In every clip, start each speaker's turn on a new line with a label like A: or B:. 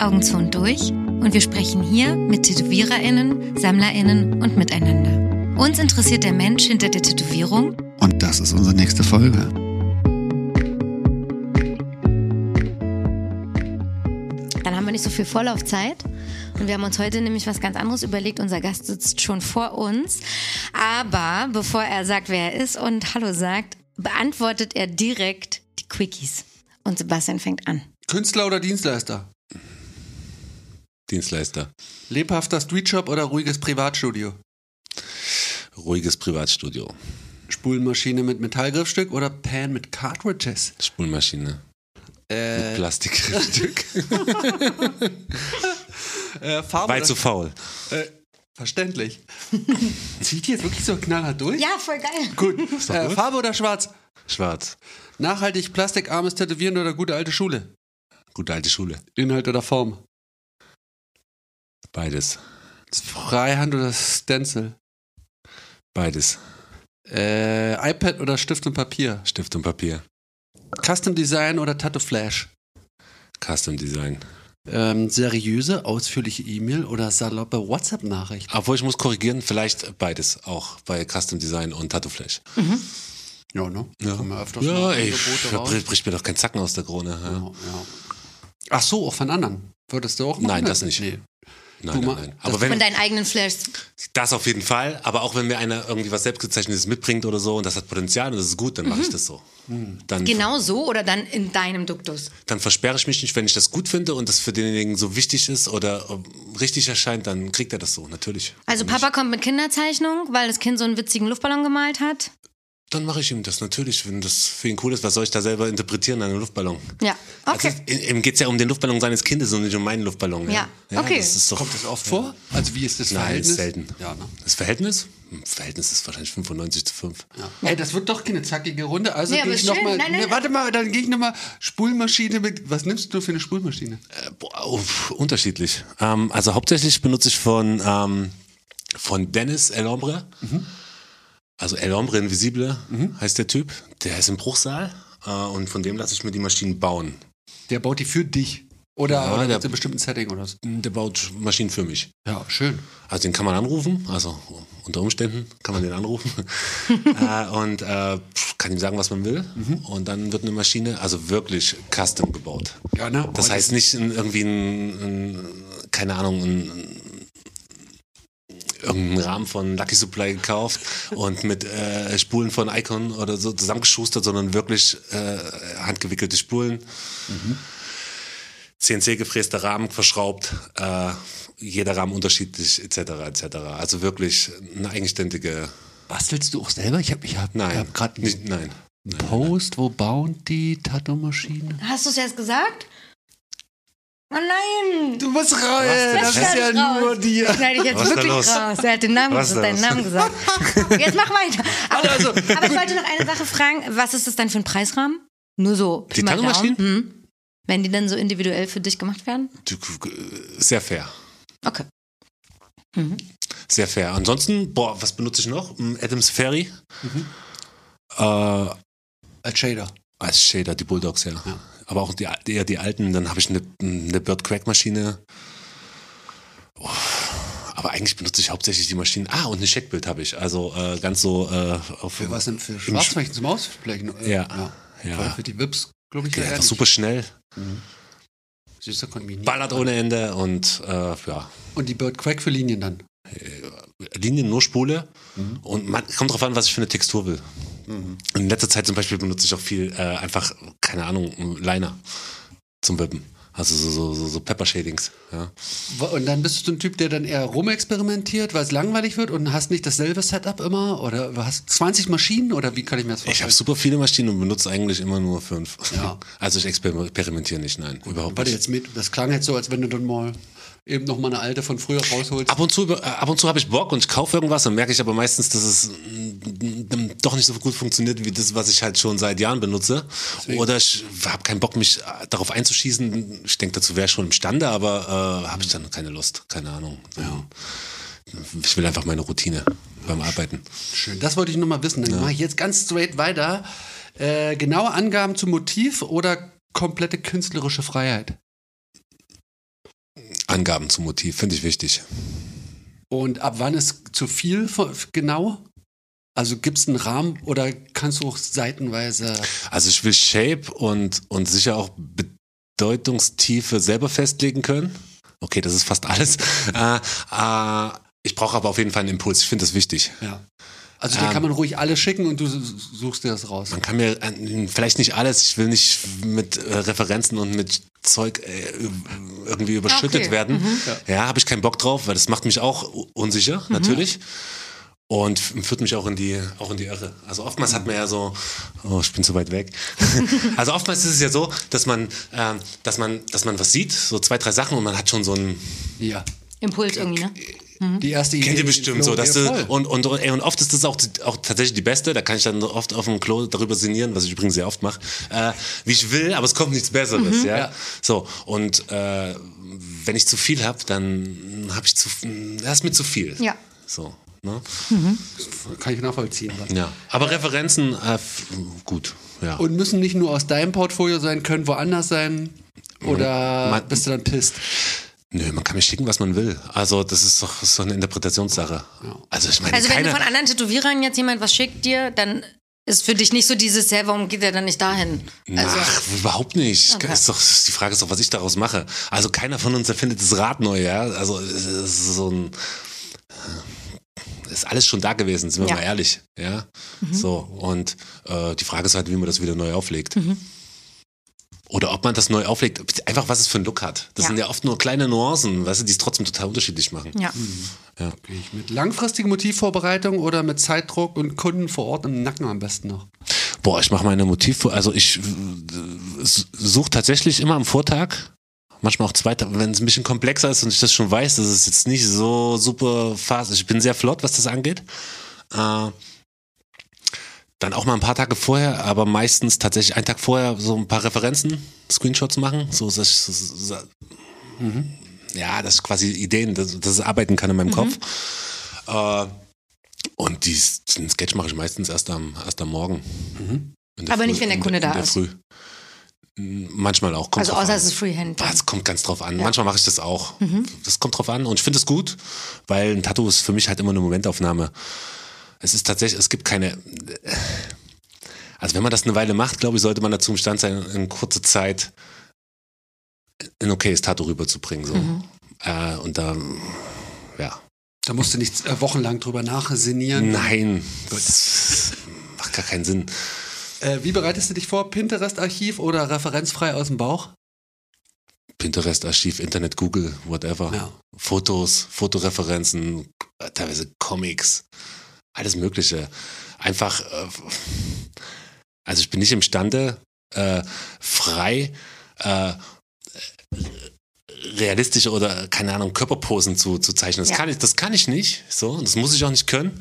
A: Augenzone durch und wir sprechen hier mit TätowiererInnen, SammlerInnen und miteinander. Uns interessiert der Mensch hinter der Tätowierung.
B: Und das ist unsere nächste Folge.
A: Dann haben wir nicht so viel Vorlaufzeit. Und wir haben uns heute nämlich was ganz anderes überlegt. Unser Gast sitzt schon vor uns. Aber bevor er sagt, wer er ist und Hallo sagt, beantwortet er direkt die Quickies. Und Sebastian fängt an.
C: Künstler oder Dienstleister?
D: Dienstleister.
C: Lebhafter Streetshop oder ruhiges Privatstudio?
D: Ruhiges Privatstudio.
C: Spulmaschine mit Metallgriffstück oder Pan mit Cartridges?
D: Spulmaschine. Mit Plastikstück.
C: Äh, Farbe
D: War
C: oder-
D: zu faul.
C: äh, verständlich. Zieht die jetzt wirklich so knallhart durch?
A: Ja, voll geil.
C: Gut. Äh, Farbe oder schwarz?
D: Schwarz.
C: Nachhaltig plastikarmes Tätowieren oder gute alte Schule?
D: Gute alte Schule.
C: Inhalt oder Form?
D: Beides.
C: Freihand oder Stencil?
D: Beides.
C: Äh, iPad oder Stift und Papier?
D: Stift und Papier.
C: Custom Design oder Tattoo Flash?
D: Custom Design.
C: Ähm, seriöse, ausführliche E-Mail oder saloppe WhatsApp-Nachricht?
D: Obwohl ich muss korrigieren, vielleicht beides auch bei Custom Design und Tattoo Flash.
C: Ja, ne? Haben wir öfters
D: ja
C: mal
D: ey,
C: Angebote
D: da
C: raus.
D: br- bricht mir doch kein Zacken aus der Krone. Ja.
C: Ja, ja. Ach so, auch von anderen. Würdest du auch machen?
D: Nein, das nicht.
C: Nee.
D: Nein,
C: Du ma-
D: nein, nein.
C: das-
D: Aber
A: Von
D: wenn,
A: deinen eigenen Flashs.
D: das auf jeden Fall. Aber auch wenn mir einer irgendwie was selbstgezeichnetes mitbringt oder so und das hat Potenzial und das ist gut, dann mache ich das so. Dann
A: Genau so oder dann in deinem Duktus.
D: dann versperre ich mich nicht, wenn ich das gut finde und das für denjenigen so wichtig ist oder ähm, richtig erscheint, dann kriegt er das so, natürlich.
A: Also
D: Wenn nicht,
A: Papa kommt mit Kinderzeichnung, weil das Kind so einen witzigen Luftballon gemalt hat.
D: Dann mache ich ihm das natürlich, wenn das für ihn cool ist. Was soll ich da selber interpretieren an einem Luftballon?
A: Ja, okay.
D: Also, i- ihm geht es ja um den Luftballon seines Kindes und nicht um meinen Luftballon.
A: Ja, okay.
D: Das ist doch,
C: Kommt das oft vor? Also wie ist das
D: Nein,
C: Verhältnis?
D: ist selten.
C: Ja, ne?
D: Das Verhältnis? Hm, Verhältnis ist wahrscheinlich 95 zu 5.
C: Ja. Ey, das wird doch keine zackige Runde. Also
A: Nee, aber
C: gehe ich
A: ist schön.
C: nochmal.
A: Nein, nein,
C: Ne,
A: nein.
C: warte mal, dann gehe ich nochmal Spulmaschine mit. Was nimmst du für eine Spulmaschine?
D: Äh, boah, uff, unterschiedlich. Ähm, also hauptsächlich benutze ich von, ähm, von Dennis El Hombre. Also El Hombre Invisible heißt der Typ. Der ist im Bruchsaal äh, und von dem lasse ich mir die Maschinen bauen.
C: Der baut die für dich. Oder,
D: Ja,
C: oder
D: der-
C: mit einem bestimmten Setting oder so.
D: Der baut Maschinen für mich.
C: Ja, schön.
D: Also den kann man anrufen, also unter Umständen kann man den anrufen äh, und äh, pff, kann ihm sagen, was man will. Und dann wird eine Maschine, also wirklich custom gebaut.
C: Ja, ne?
D: Das
C: Und-
D: heißt nicht ein, irgendwie ein, ein, keine Ahnung, ein, ein, irgendeinen Rahmen von Lucky Supply gekauft und mit äh, Spulen von Icon oder so zusammengeschustert, sondern wirklich äh, handgewickelte Spulen. CNC gefräster Rahmen verschraubt, äh, jeder Rahmen unterschiedlich, etc. etc. Also wirklich eine eigenständige.
C: Bastelst du auch selber? Ich habe ich hab,
D: Nein,
C: ich hab gerade einen
D: nicht, nein.
C: Post, wo bauen die Tattoo-Maschine?
A: Hast du es jetzt gesagt? Oh nein!
C: Du bist raus.
D: Das
C: Das, ist ja
A: schneid ich raus.
C: nur dir.
A: Das schneide ich jetzt
D: Was ist da
A: wirklich
D: los?
A: raus. Er hat den Namen
D: Was ist
A: gesagt,
D: da
A: deinen
D: los? also-
A: Namen gesagt. Jetzt mach weiter. Aber, aber ich wollte noch eine Sache fragen. Was ist das denn für ein Preisrahmen? Nur so. Pi
D: Die
A: mal Daumen.
D: Tattoo-Maschinen?
A: Hm. Wenn die dann so individuell für dich gemacht werden?
D: Du- Sehr fair.
A: Okay.
C: Mhm.
D: Sehr fair. Ansonsten, boah, was benutze ich noch? Mm, Adams Ferry.
C: Mhm.
D: Äh,
C: Als Shader.
D: als Shader, die Bulldogs, ja. Aber auch die, eher die alten. Dann habe ich eine, eine Bird Crack Maschine. Oh, aber eigentlich benutze ich hauptsächlich die Maschinen. Ah, und ein Checkbild habe ich. Also äh, ganz so äh, auf.
C: Für was denn? Für
D: im Sch-
C: Schwarzflächen zum Ausblechen? äh,
D: Ja.
C: ja.
D: Ja.
C: Für die Wips, glaube ich.
D: Ja,
C: eher
D: einfach
C: nicht.
D: super schnell.
C: Süßer kombiniert.
D: Ballert ohne Ende und äh, ja.
C: Und die Bird Crack für Linien dann.
D: Linien, nur Spule. Und man kommt drauf an, was ich für eine Textur will. In letzter Zeit zum Beispiel benutze ich auch viel äh, einfach, keine Ahnung, Liner zum Wippen. Also so, so, so, so Pepper Shadings. Ja.
C: Und dann bist du ein Typ, der dann eher rumexperimentiert, weil es langweilig wird und hast nicht dasselbe Setup immer oder hast 20 Maschinen oder wie kann ich mir das
D: Ich
C: vorstellen?
D: habe super viele Maschinen und benutze eigentlich immer nur fünf.
C: Ja.
D: Also ich exper- experimentiere nicht, nein, überhaupt
C: Warte
D: nicht.
C: jetzt mit, das klang jetzt so, als wenn du dann mal eben noch mal eine alte von früher rausholst.
D: Ab und zu, über- äh, ab und zu habe ich Bock und ich kaufe irgendwas, dann merke ich aber meistens, dass es mm, mm, doch nicht so gut funktioniert wie das, was ich halt schon seit Jahren benutze. Oder ich habe keinen Bock, mich äh, darauf einzuschießen. Ich denke, dazu wäre ich schon imstande, aber äh, habe ich dann keine Lust, keine Ahnung. Ähm, Ich will einfach meine Routine beim Arbeiten.
C: Schön. Das wollte ich nur mal wissen. Dann mache ich jetzt ganz straight weiter. Äh, genaue Angaben zum Motiv oder komplette künstlerische Freiheit?
D: Angaben zum Motiv, finde ich wichtig.
C: Und ab wann ist zu viel von- genau? Also gibt es einen Rahmen oder kannst du auch seitenweise.
D: Also ich will Shape und, und sicher auch Bedeutungstiefe selber festlegen können. Okay, das ist fast alles. Äh, äh, ich brauche aber auf jeden Fall einen Impuls. Ich finde das wichtig.
C: Ja. Also dir
D: Ähm.
C: kann man ruhig alle schicken und du suchst dir das raus.
D: Man kann mir äh, vielleicht nicht alles, ich will nicht mit äh, Referenzen und mit Zeug äh, irgendwie überschüttet
A: Okay.
D: werden. Ja, habe ich keinen Bock drauf, weil das macht mich auch u- unsicher, natürlich. Und f- führt mich auch in die, auch in die Irre. Also oftmals hat man ja so, oh, ich bin zu weit weg. also oftmals ist es ja so, dass man, ähm, dass man, dass man was sieht, so zwei, drei Sachen und man hat schon so ein,
C: Ja.
A: Impuls irgendwie, ne?
C: Die erste Idee.
D: kennt ihr
C: die flogen
D: bestimmt so, dass
C: dir
D: du,
C: voll.
D: und, und, und, ey, und oft ist das auch, die- auch tatsächlich die beste, da kann ich dann oft auf dem Klo darüber sinnieren, was ich übrigens sehr oft mache, äh, wie ich will, aber es kommt nichts Besseres, ja?
C: Mhm. Ja.
D: So, und äh, wenn ich zu viel habe, dann habe ich zu, das ist mir zu viel.
A: Ja.
D: So, ne?
C: Kann ich nachvollziehen.
D: Ja, aber Referenzen, äh, f- gut, ja.
C: Und müssen nicht nur aus deinem Portfolio sein, können woanders sein. Oder
D: Mhm. Man-
C: bist du dann pisst?
D: Nö, man kann mir schicken, was man will. Also, das ist doch so eine Interpretationssache. Also, ich meine,
A: Also wenn
D: keiner,
A: du von anderen Tätowierern jetzt jemand was schickt dir, dann ist für dich nicht so dieses, hey, warum geht er dann nicht dahin? Also,
D: Ach, überhaupt nicht.
A: Okay.
D: Ist doch, die Frage ist doch, was ich daraus mache. Also keiner von uns erfindet das Rad neu, ja. Also es ist so ein äh, ist alles schon da gewesen, sind wir
A: Ja. Mhm.
D: mal ehrlich, ja. So und äh, die Frage ist halt, wie man das wieder neu auflegt.
A: Mhm.
D: Oder ob man das neu auflegt, einfach was es für einen Look hat. Das
A: Ja.
D: sind ja oft nur kleine Nuancen, weißt du, die es trotzdem total unterschiedlich machen.
A: ja.
C: Gehe ich mit langfristiger Motivvorbereitung oder mit Zeitdruck und Kunden vor Ort im Nacken am besten noch?
D: Boah, ich mache meine Motiv, also ich äh, s- suche tatsächlich immer am Vortag, manchmal auch zwei Tage, wenn es ein bisschen komplexer ist und ich das schon weiß, das ist jetzt nicht so super fast. Ich bin sehr flott, was das angeht. Äh, dann auch mal ein paar Tage vorher, aber meistens tatsächlich einen Tag vorher so ein paar Referenzen, Screenshots machen, so dass ich, so- so, ja, dass ich quasi Ideen, dass, dass es arbeiten kann in
A: Mhm.
D: meinem Kopf. Äh, und dies, den Sketch mache ich meistens erst am, erst am Morgen. In
A: Mhm. Aber nicht, wenn der
D: in
A: Kunde
D: in
A: da
D: der
A: ist.
D: Früh. M- Manchmal auch. kommt
A: Also
D: drauf
A: außer
D: an.
A: es ist Freehand. Mhm.
D: Ah, Es kommt ganz drauf an. Manchmal mache ich das auch. Das kommt drauf an und ich finde es gut, weil ein Tattoo ist für mich halt immer eine Momentaufnahme. Es ist tatsächlich, es gibt keine. Also wenn man das eine Weile macht, glaube ich, sollte man dazu imstand sein, in kurzer Zeit ein okayes Tattoo rüberzubringen.
A: Mhm.
D: So. Äh, und da, ja.
C: Da musst du nicht äh, wochenlang drüber nachsinieren.
D: Nein, das macht gar keinen Sinn.
C: Äh, wie bereitest du dich vor? Pinterest-Archiv oder referenzfrei aus dem Bauch?
D: Pinterest, Archiv, Internet, Google, whatever.
C: Ja.
D: Fotos, Fotoreferenzen, teilweise Comics, alles Mögliche. Einfach, äh, also ich bin nicht imstande, äh, frei, äh, realistische oder keine Ahnung Körperposen zu, zu zeichnen. Das
A: Ja.
D: kann ich, das kann ich nicht. So, das muss ich auch nicht können.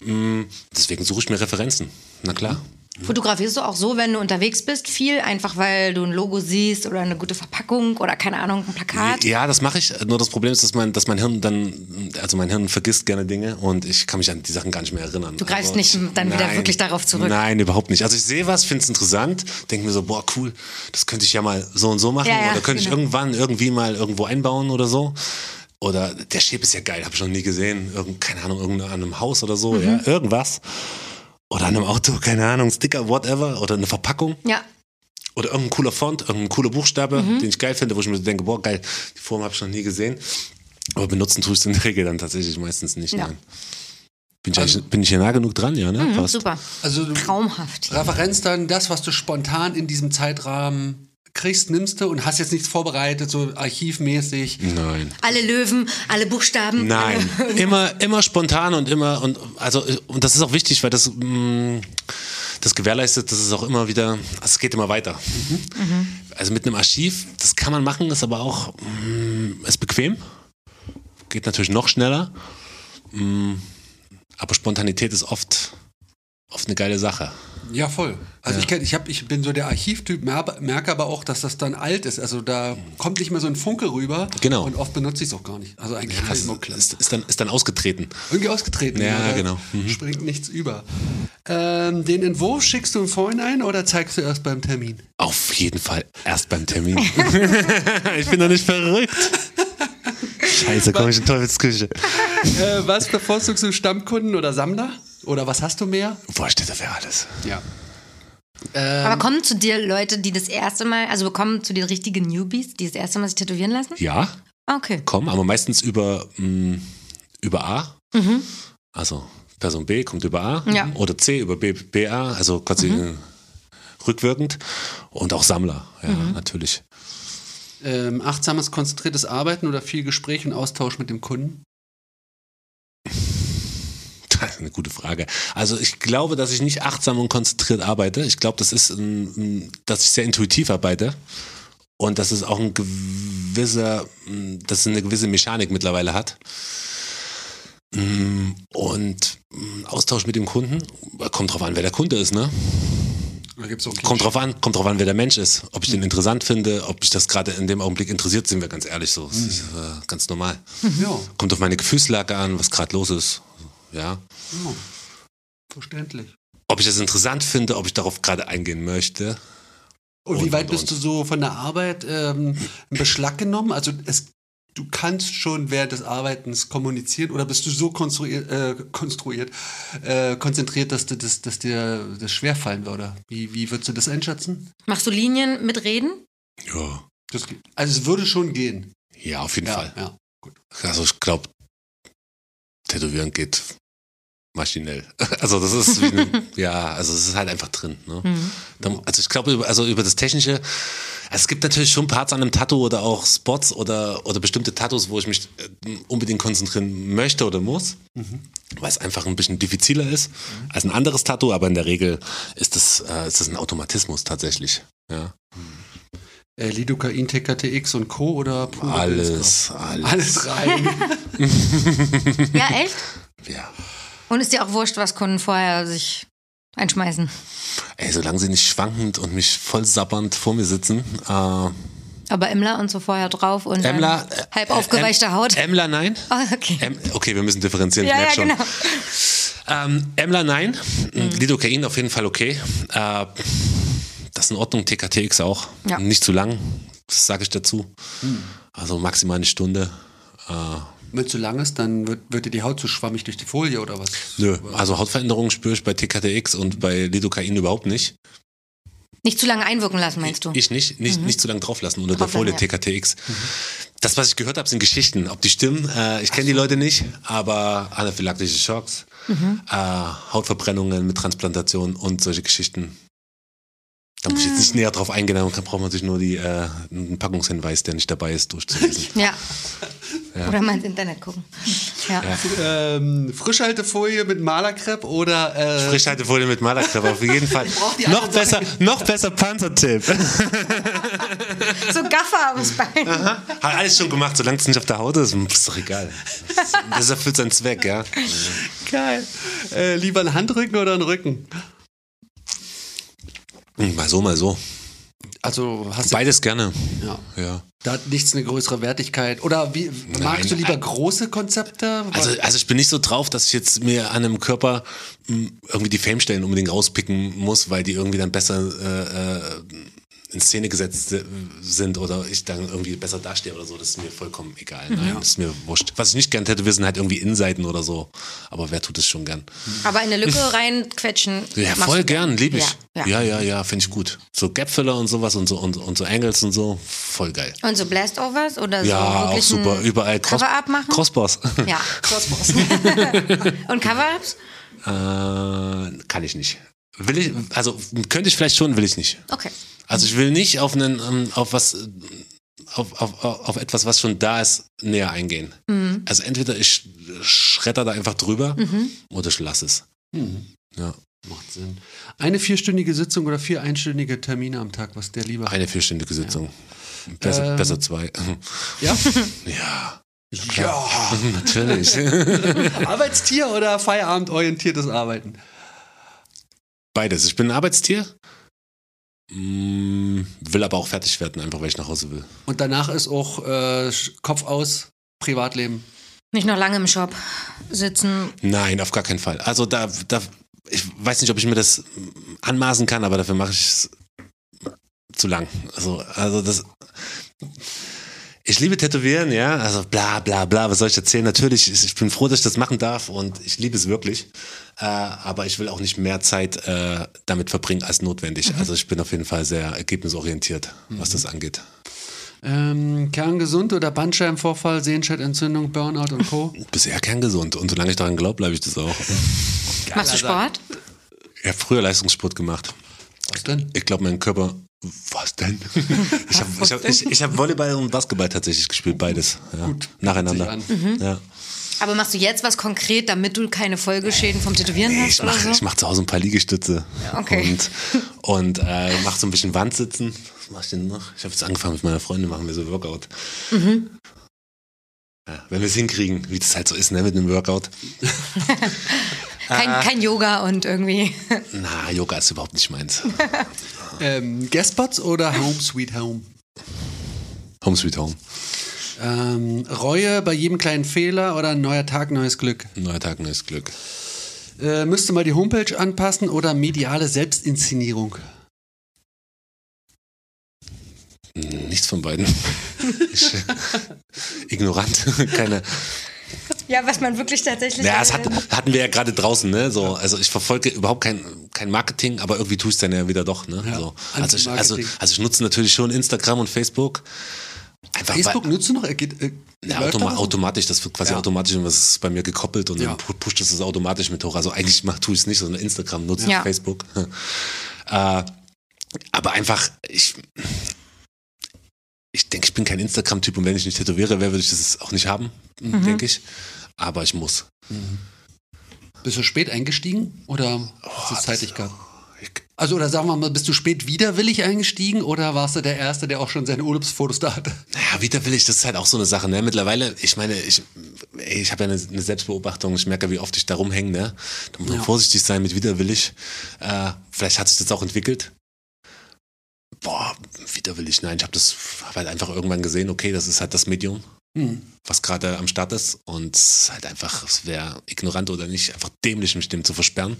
D: Mm, Deswegen suche ich mir Referenzen. Na klar.
A: Fotografierst du auch so, wenn du unterwegs bist, viel, einfach weil du ein Logo siehst oder eine gute Verpackung oder keine Ahnung, ein Plakat?
D: Ja, das mache ich. Nur das Problem ist, dass mein, dass mein Hirn dann, also mein Hirn vergisst gerne Dinge und ich kann mich an die Sachen gar nicht mehr erinnern. Du
A: greifst
D: also
A: nicht
D: ich-
A: dann wieder wirklich darauf zurück.
D: Nein, überhaupt nicht. Also ich sehe was, finde es interessant, denke mir so, boah, cool, das könnte ich ja mal so und so machen
A: Ja, ja,
D: oder könnte
A: genau.
D: ich irgendwann irgendwie mal irgendwo einbauen oder so. Oder der Shape ist ja geil, habe ich noch nie gesehen. Irgend, keine Ahnung, irgendein- an einem Haus oder
A: Mhm.
D: so, ja, irgendwas. Oder an einem Auto, keine Ahnung, Sticker, whatever. Oder eine Verpackung
A: Ja.
D: oder irgendein cooler Font, irgendein cooler Buchstabe,
A: Mhm.
D: den ich geil finde, wo ich mir so denke, boah, geil, die Form habe ich noch nie gesehen. Aber benutzen tue ich es in der Regel dann tatsächlich meistens nicht.
A: Ja. Ähm.
D: Nein. Bin, ich, eigentlich- bin ich hier nah genug dran, ja, ne?
A: Mhm,
D: Passt.
A: super.
C: Also du,
A: Traumhaft.
C: Referenz dann das, was du spontan in diesem Zeitrahmen kriegst, nimmst du und hast jetzt nichts vorbereitet, so archivmäßig.
D: Nein.
A: Alle Löwen, alle Buchstaben.
D: Nein,
A: Alle
D: immer, immer spontan und immer und also und das ist auch wichtig, weil das mh, das gewährleistet, dass es auch immer wieder, also es geht immer weiter. Also mit einem Archiv, das kann man machen, ist aber auch mh, ist bequem, geht natürlich noch schneller, mh, aber Spontanität ist oft oft eine geile Sache.
C: Ja, voll. Also ich, kenn, ich, hab, ich bin so der Archivtyp, mer- merke aber auch, dass das dann alt ist. Also da kommt nicht mehr so ein Funke rüber.
D: Genau.
C: Und oft benutze ich es auch gar nicht. Also eigentlich
D: Das
C: alles nur klar.
D: ist, ist dann ist dann ausgetreten.
C: Irgendwie ausgetreten.
D: Ja,
C: oder?
D: genau.
C: Springt nichts über. Ähm, den Entwurf schickst du im Vorhinein oder zeigst du erst beim Termin?
D: Auf jeden Fall erst beim Termin. ich bin doch nicht verrückt. Scheiße, komm ich in Teufelsküche.
C: Äh, was bevorzugst du, Stammkunden oder Sammler? Oder was hast du mehr?
D: Boah, steht dafür alles.
C: Ja.
A: Aber
D: Ähm.
A: kommen zu dir Leute, die das erste Mal, also bekommen zu dir richtige Newbies, die das erste Mal sich tätowieren lassen?
D: Ja,
A: Ah, Okay.
D: kommen, aber meistens über, mh, über A. Also Person B kommt über A
A: Ja.
D: oder C über B, BA, also quasi äh, rückwirkend. Und auch Sammler, ja, natürlich.
C: Ähm, achtsames, konzentriertes Arbeiten oder viel Gespräch und Austausch mit dem Kunden?
D: Das ist eine gute Frage. Also ich glaube, dass ich nicht achtsam und konzentriert arbeite. Ich glaube, das ist, ein, ein- dass ich sehr intuitiv arbeite. Und dass es auch ein gewisser, m, dass es eine gewisse Mechanik mittlerweile hat. M, Und m, Austausch mit dem Kunden, kommt drauf an, wer der Kunde ist, ne?
C: Oder gibt's auch
D: Kommt drauf an, kommt drauf an, wer der Mensch ist. Ob ich den interessant finde, ob ich das gerade in dem Augenblick interessiert, sind wir ganz ehrlich so. Das ist äh, ganz normal.
C: Ja,
D: Kommt auf meine Gefühlslage an, was gerade los ist. Ja.
C: ja. verständlich.
D: ob ich das interessant finde, ob ich darauf gerade eingehen möchte.
C: Und,
D: Und,
C: wie weit
D: und,
C: bist
D: und.
C: du so von der Arbeit ähm, in Beschlag genommen? Also es, du kannst schon während des Arbeitens kommunizieren oder bist du so konstruiert, äh, konstruiert äh, konzentriert, dass, du das, dass dir das schwerfallen würde? Wie, wie würdest du das einschätzen?
A: Machst du Linien mit Reden?
D: Ja,
C: Das, geht- also es würde schon gehen.
D: ja auf jeden
C: Ja,
D: Fall.
C: ja.
D: Also ich glaube, Tätowieren geht maschinell. Also das ist wie ein, ja, also es ist halt einfach drin. Ne?
A: Mhm.
D: Da- Also ich glaube, über- also über das Technische, es gibt natürlich schon Parts an einem Tattoo oder auch Spots oder, oder bestimmte Tattoos, wo ich mich äh, unbedingt konzentrieren möchte oder muss. Weil es einfach ein bisschen diffiziler ist als ein anderes Tattoo, aber in der Regel ist das, äh, ist das ein Automatismus tatsächlich. Ja.
C: Äh, Lidocain, TKTX und Co. oder pure
D: Alles, alles.
C: Alles rein.
A: Ja, echt?
D: Ja.
A: Und ist dir auch wurscht, was Kunden vorher sich einschmeißen?
D: Ey, solange sie nicht schwankend und mich voll sappernd vor mir sitzen. Äh,
A: Aber Emla und so vorher drauf und dann
D: Emla. äh,
A: halb
D: äh,
A: aufgeweichte
D: Em-
A: Haut.
D: Emla, nein.
A: Ah, okay.
D: Em, okay, wir müssen differenzieren, ich
A: ja,
D: merk
A: ja,
D: schon.
A: genau. Mhm.
D: Ähm, Emla, nein. Lidocain auf jeden Fall okay. Äh, das ist in Ordnung, TKTX auch.
A: Ja.
D: Nicht zu lang, das sage ich dazu. Also maximal eine Stunde. Äh,
C: Wenn es zu lang ist, dann wird, wird dir die Haut zu schwammig durch die Folie oder was?
D: nö, also Hautveränderungen spüre ich bei TKTX und bei Lidocain überhaupt nicht.
A: Nicht zu lange einwirken lassen, meinst du?
D: Ich nicht, nicht,
C: Mhm.
D: nicht zu lange drauflassen unter der Folie
A: Drauflassen,
D: TKTX. Das, was ich gehört habe, sind Geschichten. Ob die stimmen, äh, ich kenne die Leute nicht, aber anaphylaktische Schocks,
C: Mhm.
D: äh, Hautverbrennungen mit Transplantation und solche Geschichten. Da muss ich jetzt
C: Ah.
D: nicht näher drauf eingehen, da braucht man sich nur die, äh, einen Packungshinweis, der nicht dabei ist, durchzulesen.
A: Ja. Oder mal ins Internet gucken. Ja.
C: Ähm, Frischhaltefolie mit Malerkrepp oder äh,
D: Frischhaltefolie halt mit Malerkrepp, auf jeden Fall.
C: brauch die
D: Noch
C: andere
D: besser, noch besser Panzertipp.
A: So Gaffer ums Bein.
D: Hat alles schon gemacht, solange es nicht auf der Haut ist, ist doch egal. Das erfüllt seinen Zweck, ja.
C: Geil. Äh, lieber ein Handrücken oder ein Rücken?
D: Mal so, mal so.
C: Also hast du
D: Beides gerne.
C: ja,
D: Ja.
C: da hat nichts eine größere Wertigkeit. Oder wie magst du lieber große Konzepte?
D: Also, also ich bin nicht so drauf, dass ich jetzt mir an einem Körper mh, irgendwie die Fame-Stellen unbedingt rauspicken muss, weil die irgendwie dann besser äh, äh, in Szene gesetzt si- sind oder ich dann irgendwie besser dastehe oder so. Das ist mir vollkommen egal. Nein, das ist mir wurscht. Was ich nicht gern tätowiere, sind halt irgendwie Inseiten oder so. Aber wer tut das schon gern?
A: Aber in eine Lücke reinquetschen.
D: Ja,
A: machst
D: voll
A: du
D: gern, liebe ich.
A: Ja,
D: Ja,
A: ja.
D: ja, ja, finde ich gut. So Gapfiller und sowas und so und, und so Angles und so, voll geil.
A: Und so Blastovers oder
D: Ja,
A: so
D: auch
A: Also wirklich
D: super.
A: ein
D: Überall Cross,
A: Cover-Up machen?
D: Crossbars.
A: ja.
C: Kosmos.
A: Und Cover-Ups?
D: Äh, kann ich nicht. Will ich, also könnte ich vielleicht schon, will ich nicht.
A: Okay.
D: Also ich will nicht auf einen, ähm, auf was, äh, auf, auf, auf auf etwas, was schon da ist, näher eingehen. Also entweder ich schredder da einfach drüber oder ich lasse es.
C: Hm,
D: Ja.
C: macht Sinn. Eine vierstündige Sitzung oder vier einstündige Termine am Tag, was der lieber
D: Eine vierstündige Sitzung. Besser,
C: Ähm.
D: besser zwei.
C: Ja?
D: ja,
C: ja.
D: natürlich.
C: Arbeitstier oder feierabendorientiertes Arbeiten?
D: Beides. Ich bin ein Arbeitstier. Mm, Will aber auch fertig werden, einfach weil ich nach Hause will.
C: Und danach ist auch äh, Kopf aus, Privatleben.
A: Nicht noch lange im Shop sitzen.
D: Nein, auf gar keinen Fall. Also da, da ich weiß nicht, ob ich mir das anmaßen kann, aber dafür mache ich es zu lang. Also, also das. ich liebe Tätowieren, ja, also bla bla bla, was soll ich erzählen? Natürlich, ich ich bin froh, dass ich das machen darf und ich liebe es wirklich. Äh, aber ich will auch nicht mehr Zeit äh, damit verbringen als notwendig. Also ich bin auf jeden Fall sehr ergebnisorientiert, was das angeht.
C: Ähm, kerngesund oder Bandscheibenvorfall, Sehenscheidentzündung, Burnout und Co.
D: Bisher kerngesund und solange ich daran glaube, bleibe ich das auch.
A: Machst du Sport?
D: Ich habe früher Leistungssport gemacht.
C: Was denn?
D: Ich glaube, mein Körper. Was denn? Ich habe ich hab, ich, ich hab Volleyball und Basketball tatsächlich gespielt, beides. Ja. Nacheinander.
C: Hört sich
D: Ja.
A: Aber machst du jetzt was konkret, damit du keine Folgeschäden vom Tätowieren
D: Nee,
A: hast
D: ich
A: oder
D: mache
A: so?
D: ich mach zu Hause ein paar Liegestütze
A: Okay.
D: und, und äh, mache so ein bisschen Wandsitzen. Was mache ich denn noch? Ich habe jetzt angefangen mit meiner Freundin, machen wir so Workout. Ja, wenn wir es hinkriegen, wie das halt so ist, ne, mit einem Workout. Ah.
A: Kein, kein Yoga und irgendwie.
D: Na, Yoga ist überhaupt nicht meins.
C: Ähm, Guestbots oder Home Sweet Home?
D: Home Sweet Home.
C: Ähm, Reue bei jedem kleinen Fehler oder ein neuer Tag, neues Glück?
D: Neuer Tag, neues Glück.
C: Äh, müsste mal die Homepage anpassen oder mediale Selbstinszenierung?
D: Nichts von beiden. Ich, ignorant. Keine.
A: Ja, was man wirklich tatsächlich. äh,
D: Ja, das hat, hatten wir ja gerade draußen, ne? So, also ich verfolge überhaupt kein, kein Marketing, aber irgendwie tue ich es dann ja wieder doch, ne? So. Also, ich, also,
C: Anti-Marketing.
D: also ich nutze natürlich schon Instagram und Facebook. Einfach
C: Facebook
D: weil,
C: nutzt du noch? Er geht, äh,
D: ja,
C: läuft
D: automa
C: da was?
D: automatisch, das wird quasi
C: Ja.
D: automatisch und was ist bei mir gekoppelt und
C: Ja.
D: dann pu- pusht es das automatisch mit hoch. Also eigentlich mach, tue ich es nicht, sondern Instagram nutze
A: Ja.
D: Facebook. äh, aber einfach, ich. Ich denke, ich bin kein Instagram-Typ und wenn ich nicht tätowiere, wäre, würde ich das auch nicht haben,
C: Mhm.
D: denke ich. Aber ich muss.
C: Bist du spät eingestiegen oder hast du es
D: Oh, das-
C: zeitig gehabt? Also, oder sagen wir mal, bist du spät widerwillig eingestiegen oder warst du der Erste, der auch schon seine Urlaubsfotos da hatte?
D: Naja, widerwillig, das ist halt auch so eine Sache. Ne? Mittlerweile, ich meine, ich, ey, ich habe ja eine, eine Selbstbeobachtung, ich merke, ja, wie oft ich da rumhänge. Ne? Da muss man
C: Ja.
D: vorsichtig sein mit widerwillig. Äh, vielleicht hat sich das auch entwickelt. Boah, widerwillig, nein, ich habe das hab halt einfach irgendwann gesehen, okay, das ist halt das Medium,
C: Hm.
D: was gerade am Start ist. Und es ist halt einfach, es wäre ignorant oder nicht, einfach dämlich, mich dem zu versperren.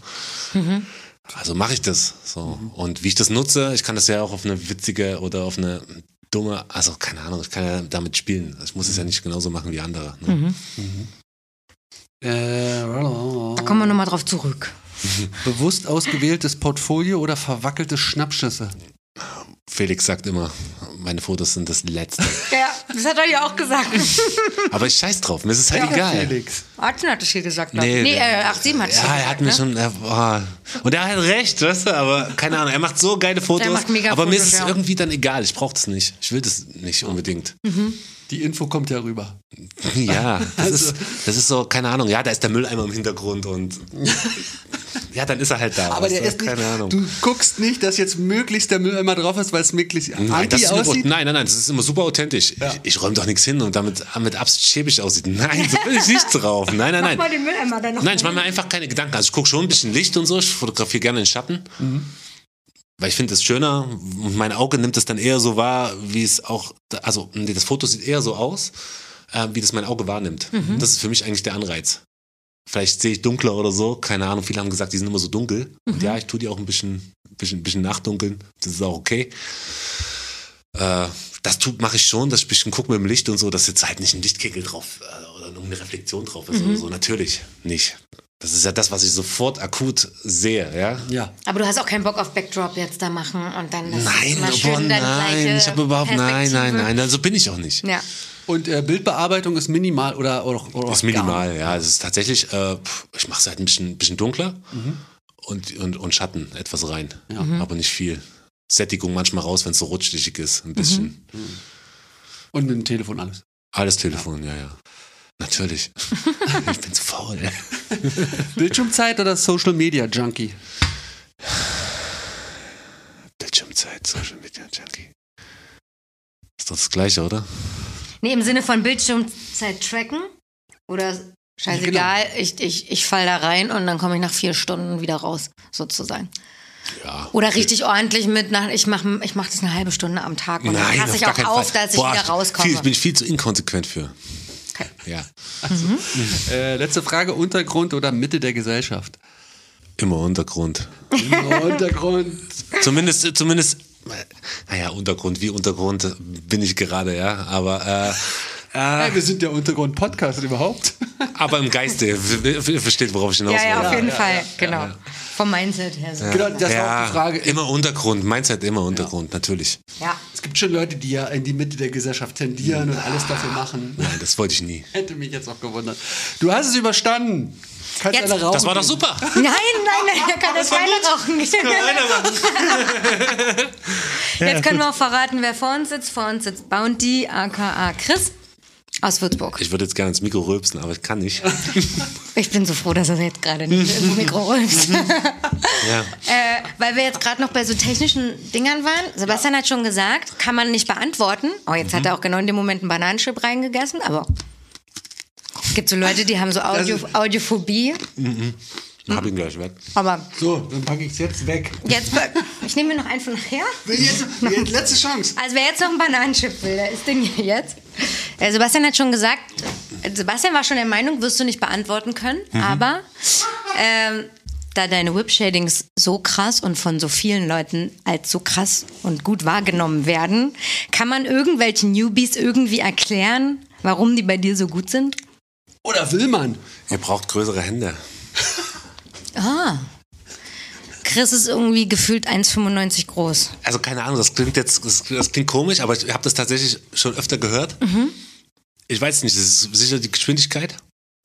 D: Also mache ich das. So. Und wie ich das nutze, ich kann das ja auch auf eine witzige oder auf eine dumme, also keine Ahnung, ich kann ja damit spielen. Ich muss es ja nicht genauso machen wie andere. Ne?
C: Äh,
A: Da kommen wir nochmal drauf zurück.
C: bewusst ausgewähltes Portfolio oder verwackelte Schnappschüsse?
D: Felix sagt immer, meine Fotos sind das Letzte.
A: Ja, das hat er ja auch gesagt.
D: Aber ich scheiß drauf, mir ist es halt egal.
C: Felix.
A: Artin hat das hier gesagt. glaub ich. Nee, nee äh, ach, sieben hat es
D: Ja,
A: hier
D: er
A: gesagt,
D: hat mir
A: ne?
D: schon. Er, oh. Und er hat recht, weißt du, aber keine Ahnung, er macht so geile Fotos.
A: macht mega
D: aber mir
A: Fotos,
D: ist es
A: ja.
D: irgendwie dann egal, ich brauche das nicht. Ich will das nicht unbedingt.
C: Die Info kommt ja rüber.
D: Ja, das,
C: Also
D: ist, das ist so, keine Ahnung, ja, da ist der Mülleimer im Hintergrund und. ja, dann ist er halt da.
C: Aber
D: weißt
C: der
D: du?
C: ist nicht,
D: keine Ahnung.
C: du guckst nicht, dass jetzt möglichst der Müll immer drauf ist, weil es möglichst
D: Nein, das
C: anti
D: ist immer,
C: aussieht.
D: nein, nein, nein, das ist immer super authentisch. Ich, ich räume doch nichts hin und damit mit Absicht schäbig aussieht. Nein, so bin ich nicht drauf. Nein, nein, nein.
A: Mach mal den Mülleimer dann noch.
D: Nein, ich mache mir einfach keine Gedanken. Also ich gucke schon ein bisschen Licht und so. Ich fotografiere gerne den Schatten. Weil ich finde es schöner und mein Auge nimmt es dann eher so wahr, wie es auch, also nee, das Foto sieht eher so aus, äh, wie das mein Auge wahrnimmt. Das ist für mich eigentlich der Anreiz. Vielleicht sehe ich dunkler oder so, keine Ahnung. Viele haben gesagt, die sind immer so dunkel. Und ja, ich tue die auch ein bisschen, bisschen, bisschen nachdunkeln. Das ist auch okay. Äh, das mache ich schon, dass ich ein bisschen gucke mit dem Licht und so, dass jetzt halt nicht ein Lichtkegel drauf äh, oder eine Reflexion drauf ist
A: Mhm.
D: oder so. Natürlich nicht. Das ist ja das, was ich sofort akut sehe, ja.
C: Ja.
A: Aber du hast auch keinen Bock auf Backdrop jetzt da machen und dann. das ist
D: Nein,
A: immer
D: boah,
A: schön, dann
D: nein,
A: gleiche
D: ich habe überhaupt nein, nein,
A: Perspektive.
D: nein, also bin ich auch nicht.
A: Ja.
C: Und äh, Bildbearbeitung ist minimal oder, oder, oder
D: ist minimal, ja. Es ist tatsächlich, äh, pf, ich mache es halt ein bisschen, bisschen dunkler und, und, und Schatten etwas rein,
A: Mhm.
D: aber nicht viel. Sättigung manchmal raus, wenn es so rutschig ist, ein bisschen.
A: Mhm.
C: Und mit dem Telefon alles.
D: Alles Telefon, ja, ja. Natürlich. ich bin zu faul.
C: Bildschirmzeit oder Social Media Junkie?
D: Bildschirmzeit, Social Media Junkie. Ist doch das Gleiche, oder?
A: Nee, im Sinne von Bildschirmzeit tracken oder scheißegal,
D: Genau.
A: ich, ich, ich fall da rein und dann komme ich nach vier Stunden wieder raus, sozusagen.
D: Ja.
A: Oder richtig ordentlich mit nach, ich mache ich mach das eine halbe Stunde am Tag und dann passe ich
D: gar
A: auch
D: keinen
A: auf,
D: Fall.
A: dass ich
D: Boah,
A: wieder rauskomme.
D: Viel, bin ich viel zu inkonsequent für.
A: Okay.
D: Ja.
C: Äh, letzte Frage: Untergrund oder Mitte der Gesellschaft?
D: Immer Untergrund.
C: Untergrund.
D: zumindest, zumindest, äh, naja, naja, Untergrund, wie Untergrund bin ich gerade, ja. Aber, äh, äh,
C: Ja, wir sind ja Untergrund-Podcast überhaupt.
D: aber im Geiste, ihr ihr versteht, worauf ich hinaus
A: Ja,
D: will.
A: ja, auf jeden Fall, genau. Vom Mindset her so.
C: Genau, das war auch
D: Ja,
C: die Frage.
D: immer Untergrund, Mindset immer Untergrund, natürlich.
A: Ja.
C: Es gibt schon Leute, die ja in die Mitte der Gesellschaft tendieren und alles dafür machen.
D: Nein, das wollte ich nie.
C: Hätte mich jetzt auch gewundert. Du hast es überstanden. Kannst
A: Jetzt-
C: alle rauchen.
D: Das war doch super.
A: Nein, nein, nein, da kann das
D: war
A: keiner
D: gut.
A: rauchen.
D: Keiner machen.
A: Jetzt können wir auch verraten, wer vor uns sitzt. Vor uns sitzt Bounty, aka Chris aus Würzburg.
D: Ich würde jetzt gerne ins Mikro rülpsen, aber ich kann nicht.
A: Ich bin so froh, dass er jetzt gerade nicht ins Mikro rülpst.
D: Ja.
A: Äh, weil wir jetzt gerade noch bei so technischen Dingern waren. Sebastian hat schon gesagt, kann man nicht beantworten. Oh, jetzt hat er auch genau in dem Moment einen Bananenchip reingegessen, aber es gibt so Leute, die haben so Audio, Audiophobie.
D: Hab ihn gleich weg.
A: Aber
C: So, dann packe ich es jetzt weg.
A: jetzt, ich nehme mir noch einen von nachher.
C: Jetzt, jetzt, letzte Chance.
A: Also wer jetzt noch einen Bananenchip will, der ist den hier jetzt. Äh, Sebastian hat schon gesagt, äh, Sebastian war schon der Meinung, wirst du nicht beantworten können,
D: Mhm.
A: aber ähm, da deine Whip-Shadings so krass und von so vielen Leuten als so krass und gut wahrgenommen werden, kann man irgendwelchen Newbies irgendwie erklären, warum die bei dir so gut sind?
C: Oder will man?
D: Ihr braucht größere Hände.
A: Ah. Chris ist irgendwie gefühlt 1,95 groß.
D: Also keine Ahnung, das klingt jetzt, das, das klingt komisch, aber ich habe das tatsächlich schon öfter gehört.
A: Mhm.
D: Ich weiß nicht, es ist sicher die Geschwindigkeit,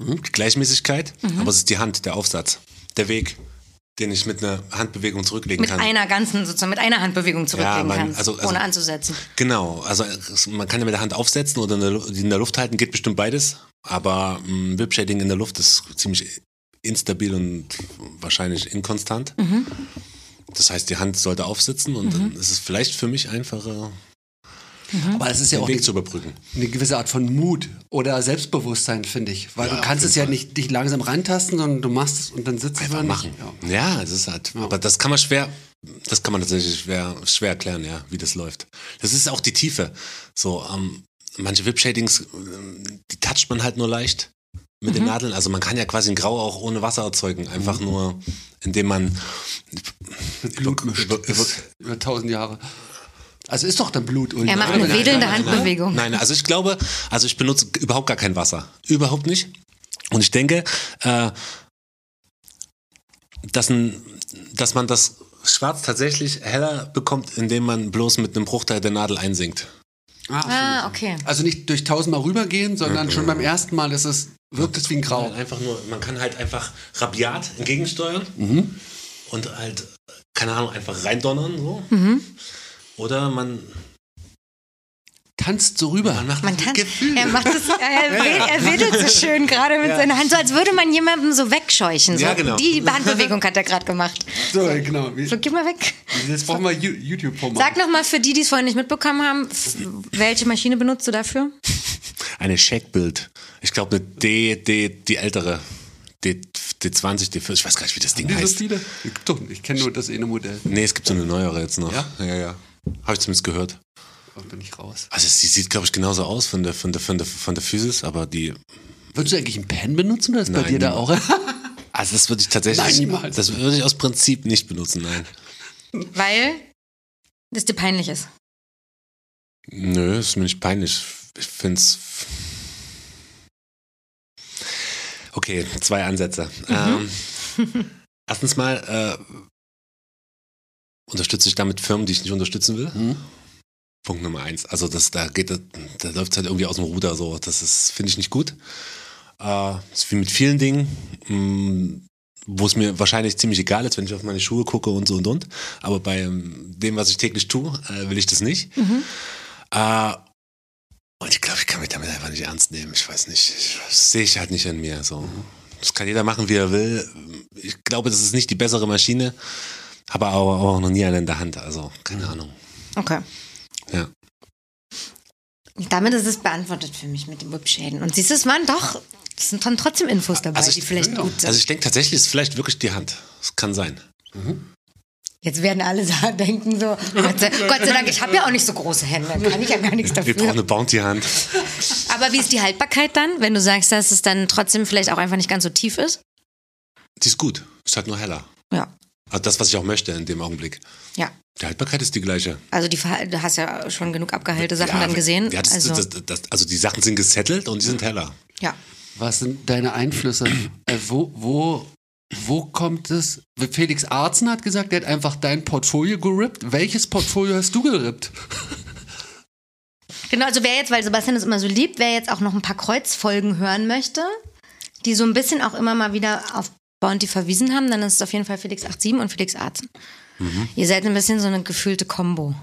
D: hm, die Gleichmäßigkeit,
A: Mhm.
D: aber es ist die Hand, der Aufsatz, der Weg, den ich mit einer Handbewegung zurücklegen
A: Mit
D: kann.
A: einer ganzen, sozusagen, mit einer Handbewegung zurücklegen
D: man-
A: kannst,
D: also- also-
A: ohne anzusetzen.
D: Genau, also es- man kann ja mit der Hand aufsetzen oder in der, Lu- in der Luft halten, geht bestimmt beides, aber mh, Whip-Shading in der Luft ist ziemlich instabil und wahrscheinlich inkonstant.
A: Mhm.
D: Das heißt, die Hand sollte aufsitzen und dann ist es vielleicht für mich einfacher,
A: Hm?
C: Aber es ist ja
D: den
C: auch
D: Weg
C: eine,
D: zu überbrücken.
C: eine gewisse Art von Mut oder Selbstbewusstsein, finde ich. Weil du kannst es ja nicht dich langsam rantasten, sondern du machst es und dann sitzt es
D: einfach
C: dann
D: machen.
C: nicht. Ja.
D: Ja, es ist halt. Aber das kann man schwer, das kann man tatsächlich schwer, schwer erklären, ja, wie das läuft. Das ist auch die Tiefe. So, ähm, manche Whip-Shadings, ähm, die toucht man halt nur leicht mit den Nadeln. Also man kann ja quasi ein Grau auch ohne Wasser erzeugen. Einfach nur, indem man.
C: Mit Blut
D: Über-
C: mischt.
D: über-
C: Über, über tausend Jahre. Also ist doch dann Blut. Und
A: Er macht
C: Nein,
A: eine
C: nein,
A: wedelnde
C: nein, nein, nein.
A: Handbewegung.
D: Nein, also ich glaube, also ich benutze überhaupt gar kein Wasser. Überhaupt nicht. Und ich denke, äh, dass, ein, dass man das Schwarz tatsächlich heller bekommt, indem man bloß mit einem Bruchteil der Nadel einsinkt.
C: Ah,
A: Ah, okay.
C: also nicht durch tausendmal rübergehen, sondern schon beim ersten Mal ist es, wirkt es wie ein
D: Halt
C: Grau.
D: Einfach nur, man kann halt einfach rabiat entgegensteuern und halt, keine Ahnung, einfach reindonnern. So.
A: Mhm.
D: Oder man,
C: Tanzt so rüber.
D: man macht
A: Man
D: das
A: kann,
D: mit Gefühl.
A: er macht es, er, we- er wedelt so schön gerade mit seiner Hand, so als würde man jemanden so wegscheuchen. So.
D: Ja, genau.
A: Die Handbewegung hat er gerade gemacht.
C: So, genau. Wir-
A: So, geh mal weg.
C: Jetzt brauchen wir Ju- youtube format
A: Sag nochmal für die, die es vorhin nicht mitbekommen haben, f- welche Maschine benutzt du dafür?
D: Eine Checkbild. Ich glaube, eine D, D, die ältere. D, D20, D40, ich weiß gar nicht, wie das Ding
C: Wie so
D: heißt.
C: viele? Ich, doch, ich kenne nur das eine Modell.
D: Nee, es gibt so eine neuere jetzt noch.
C: Ja?
D: ja. ja. Habe ich zumindest gehört.
C: Da bin ich raus.
D: Also sie sieht, glaube ich, genauso aus von der, von der, von der, von der Physis, aber die.
C: Würdest du eigentlich einen Pen benutzen oder ist bei
D: Nein,
C: dir da auch?
D: Also das würde ich
C: Nein,
D: tatsächlich.
C: niemals.
D: das würde ich aus Prinzip nicht benutzen, nein.
A: Weil es dir peinlich ist.
D: Nö, ist mir nicht peinlich. Ich finde es. Okay, zwei Ansätze. Ähm, erstens mal äh, unterstütze ich damit Firmen, die ich nicht unterstützen will. Punkt Nummer eins. Also das, da geht, das- da läuft es halt irgendwie aus dem Ruder. So, das ist finde ich nicht gut. Äh, ist wie mit vielen Dingen, mh, wo es mir wahrscheinlich ziemlich egal ist, wenn ich auf meine Schuhe gucke und so und und. Aber bei ähm, dem, was ich täglich tue, äh, will ich das nicht. Äh, und ich glaube, ich kann mich damit einfach nicht ernst nehmen. Ich weiß nicht. Ich- Das sehe ich halt nicht an mir. So. Das kann jeder machen, wie er will. Ich glaube, das ist nicht die bessere Maschine. Habe aber auch noch nie eine in der Hand. Also,
A: Mhm.
D: keine Ahnung.
A: Okay.
D: Ja.
A: Damit ist es beantwortet für mich mit dem Whip-Schäden. Und siehst du, es waren doch, es sind dann trotzdem Infos dabei,
D: Also ich-
A: die vielleicht
C: ja.
A: gut sind.
D: Also ich denke tatsächlich, es ist vielleicht wirklich die Hand. Das kann sein.
A: Jetzt werden alle so denken so, Gott sei, Gott sei Dank, ich habe ja auch nicht so große Hände, kann ich ja gar nichts
D: Wir brauchen
A: dafür.
D: eine Bounty-Hand.
A: Aber wie ist die Haltbarkeit dann, wenn du sagst, dass es dann trotzdem vielleicht auch einfach nicht ganz so tief ist?
D: Die ist gut. Ist halt nur heller.
A: Ja.
D: Also das, was ich auch möchte in dem Augenblick.
A: Ja.
D: Die Haltbarkeit ist die gleiche.
A: Also die, Verhal- du hast ja schon genug abgeheilte Sachen
D: Ja,
A: dann gesehen.
D: Ja, das,
A: also,
D: das, das, das, also die Sachen sind gesettelt und die sind heller.
A: ja.
C: Was sind deine Einflüsse? äh, wo, wo, wo kommt es? Felix Arzen hat gesagt, der hat einfach dein Portfolio gerippt. Welches Portfolio hast du gerippt?
A: Genau, also wer jetzt, weil Sebastian es immer so liebt, wer jetzt auch noch ein paar Kreuzfolgen hören möchte, die so ein bisschen auch immer mal wieder auf Bounty verwiesen haben, dann ist es auf jeden Fall Felix 87 und Felix Arzen.
D: Mhm.
A: Ihr seid ein bisschen so eine gefühlte Combo.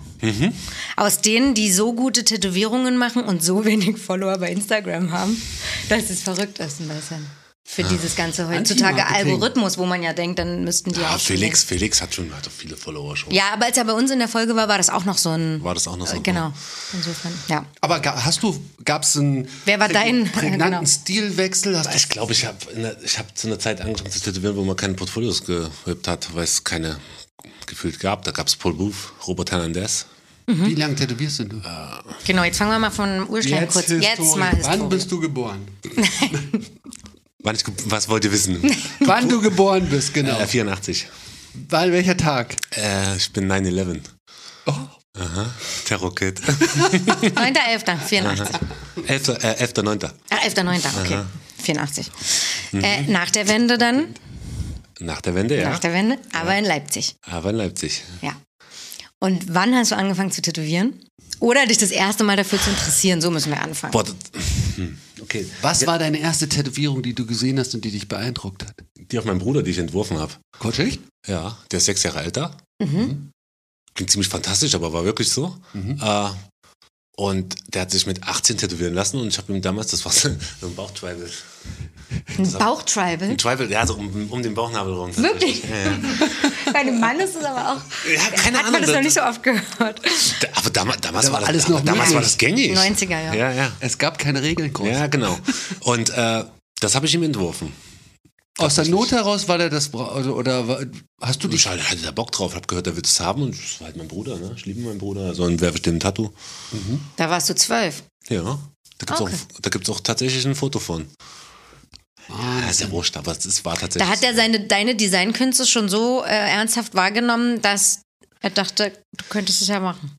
A: Aus denen, die so gute Tätowierungen machen und so wenig Follower bei Instagram haben, dass es verrückt ist ein bisschen. Für dieses ganze heutzutage
C: Anti-Marketing.
A: Algorithmus, wo man ja denkt, dann müssten die
D: Ah,
A: auch.
D: Felix, Felix hat schon hat doch viele Follower schon.
A: Ja, aber als er bei uns in der Folge war, war das auch noch so ein.
D: War das auch noch so?
A: Äh, genau. Insofern, ja.
C: Aber ga- hast du, gab es einen
A: Wer war
C: präg-
A: dein-
C: prägnanten
A: genau.
C: Stilwechsel? Hast du
D: Ich glaube, ich habe ich hab zu einer Zeit angefangen zu tätowieren, wo man keine Portfolios geübt hat, weil es keine gefühlt gab. Da gab es Paul Booth, Robert Hernandez.
A: Mhm.
C: Wie lange tätowierst du?
A: Genau, jetzt fangen wir mal von Urstein kurz. Jetzt
C: Historie.
A: mal
C: Wann
A: Historie.
C: bist du geboren?
D: Wann ich, ge- was wollt ihr wissen?
C: Wann du geboren bist, genau.
D: äh, 84.
C: Wann, welcher Tag?
D: Äh, ich bin 9-11.
C: Oh.
D: Aha. Terrorkid.
A: 9.11., 84.
D: 11. Äh, 11.9.
A: Ah, 11.9., okay. 84. Äh, nach der Wende dann,
D: Nach der Wende, ja.
A: nach der Wende, aber in Leipzig.
D: Aber in Leipzig.
A: Ja. Und wann hast du angefangen zu tätowieren? Oder dich das erste Mal dafür zu interessieren? So müssen wir anfangen.
D: Boah, das, hm, okay.
C: Was war deine erste Tätowierung, die du gesehen hast und die dich beeindruckt hat?
D: Die auf meinen Bruder, die ich entworfen habe.
C: Kotschig?
D: Ja, der ist sechs Jahre älter. Mhm. Klingt ziemlich fantastisch, aber war wirklich so. Äh, und der hat sich mit 18 tätowieren lassen und ich habe ihm damals, das war so ein Bauchtribal.
A: Ein Bauchtribal?
D: Ein Tribal, ja, so um, um den Bauchnabel rum.
A: Wirklich?
D: Ja, ja.
A: Bei dem Mann ist es aber auch.
D: Ja, keine
A: hat
D: Ahnung.
A: man das noch
D: das-
A: nicht so oft gehört.
D: Da- Aber damals, damals
C: Da
D: war
C: war
D: das,
C: alles
D: damals,
C: noch
D: damals war
C: möglich.
D: das gängig.
A: 90er, ja.
D: Ja, ja.
C: Es gab keine Regeln, Groß.
D: Ja, genau. Und äh, das habe ich ihm entworfen.
C: Aus der Not heraus war der das, bra- oder, oder war- hast du dich
D: Ich hatte, hatte da Bock drauf, habe gehört, er will das haben und das war halt mein Bruder, ne? Ich liebe meinen Bruder, also ein werfe ich dem ein Tattoo.
A: Da warst du zwölf.
D: Ja. Da gibt's
A: Okay.
D: auch, da gibt's auch tatsächlich ein Foto von. Ja, ist ja wurscht, aber es ist- war tatsächlich.
A: Ah, Da hat er seine, deine Designkünste schon so äh, ernsthaft wahrgenommen, dass er dachte, du könntest es ja machen.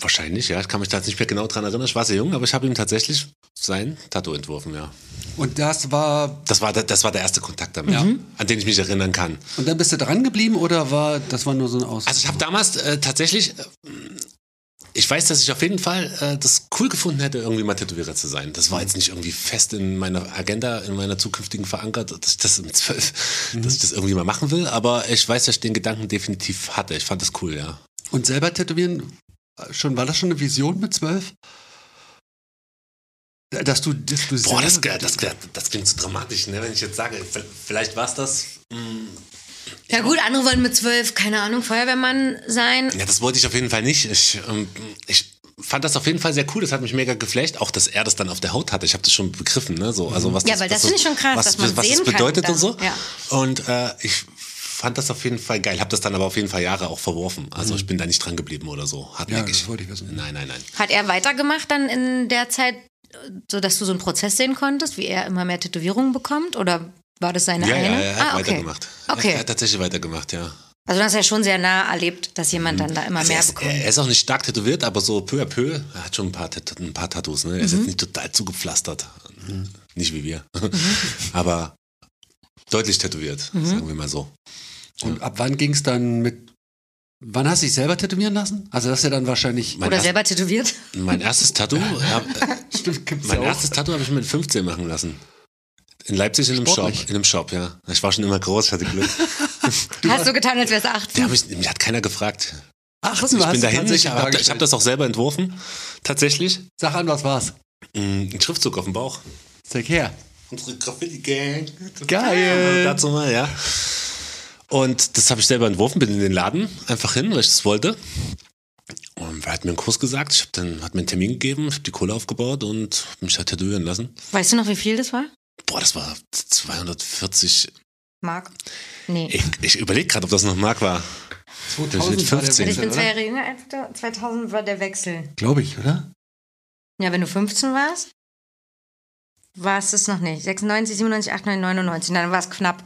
D: Wahrscheinlich, ja. Ich kann mich da jetzt nicht mehr genau dran erinnern. Ich war sehr jung, aber ich habe ihm tatsächlich sein Tattoo entworfen, ja.
C: Und das war.
D: Das war, der- das war der erste Kontakt damit,
A: Mhm.
D: an den ich mich erinnern kann.
C: Und dann bist du dran geblieben oder war das war nur so ein Aus?
D: Also ich habe damals äh, tatsächlich, äh, ich weiß, dass ich auf jeden Fall äh, das cool gefunden hätte, irgendwie mal Tätowierer zu sein. Das war jetzt nicht irgendwie fest in meiner Agenda, in meiner zukünftigen verankert, dass ich das mit zwölf, dass ich das irgendwie mal machen will. Aber ich weiß, dass ich den Gedanken definitiv hatte. Ich fand das cool, ja.
C: und selber tätowieren, äh, schon, war das schon eine Vision mit zwölf? Dass du, dass du
D: Boah, das,
C: selber-
D: das, das, das klingt so dramatisch, ne? wenn ich jetzt sage, vielleicht war es das.
A: Ja gut, andere wollen mit zwölf, keine Ahnung, Feuerwehrmann sein.
D: Ja, das wollte ich auf jeden Fall nicht. Ich, ähm, ich fand das auf jeden Fall sehr cool. Das hat mich mega geflasht. Auch, dass er das dann auf der Haut hatte. Ich habe das schon begriffen. Ne? So, also, was
A: Mhm. Ja, weil das
D: was
A: finde ich schon krass,
D: was,
A: dass man
D: was
A: sehen
D: das
A: kann
D: bedeutet
A: dann.
D: und so.
A: Ja.
D: Und äh, ich fand das auf jeden Fall geil. Habe das dann aber auf jeden Fall Jahre auch verworfen. Also
A: Mhm.
D: ich bin da nicht dran geblieben oder so. Hartnäckig.
C: das wollte ich wissen.
D: Nein, nein, nein.
A: Hat er weitergemacht dann in der Zeit, so dass du so einen Prozess sehen konntest, wie er immer mehr Tätowierungen bekommt? Oder war das seine
D: Ja, ja,
A: eine?
D: er hat
A: ah, okay.
D: weitergemacht.
A: Okay.
D: Er hat tatsächlich weitergemacht, ja.
A: Also du hast ja schon sehr nah erlebt, dass jemand dann da immer
D: Also
A: mehr
D: er, ist,
A: bekommt.
D: er ist auch nicht stark tätowiert, aber so peu à peu. Er hat schon ein paar, Tat ein paar Tattoos. Ne? Er ist jetzt nicht total zugepflastert. Nicht wie wir. aber deutlich tätowiert, sagen wir mal so.
C: Und ab wann ging es dann mit. Wann hast du dich selber tätowieren lassen? Also, das ist ja dann wahrscheinlich.
D: Mein,
A: Oder
D: erst,
A: selber tätowiert?
D: mein erstes Tattoo, hab,
C: Stimmt, gibt's
D: mein erstes Tattoo habe ich mit 15 machen lassen. In Leipzig in einem
C: Sportlich.
D: Shop. In einem Shop, ja. Ich war schon immer groß, ich hatte Glück.
A: Hast du getan, als wärst du
D: Der
A: 18?
D: hab ich, mich hat keiner gefragt.
C: Ach,
D: ich bin dahin, ich habe hab
C: das.
D: das auch selber entworfen. Tatsächlich.
C: Sag an, was war's?
D: Mm, Ein Schriftzug auf dem Bauch.
C: Zeig her.
D: Unsere Graffiti-Gang.
C: Geil.
D: Dazu mal, ja. Und das habe ich selber entworfen, bin in den Laden einfach hin, weil ich das wollte. Und er hat mir einen Kurs gesagt, ich hab dann, hat mir einen Termin gegeben, ich habe die Kohle aufgebaut und hab mich halt tätowieren lassen.
A: Weißt du noch, wie viel das war?
D: Boah, das war 240.
A: Marc? Nee.
D: Ich, ich überlege gerade, ob das noch Mark war. 2015.
A: Also ich bin zwei
C: oder?
A: Jahre jünger als du. 2000 war der Wechsel.
C: Glaube ich, oder?
A: Ja, wenn du 15 warst, warst es noch nicht. 96, 97, 98, 99. Dann war es knapp.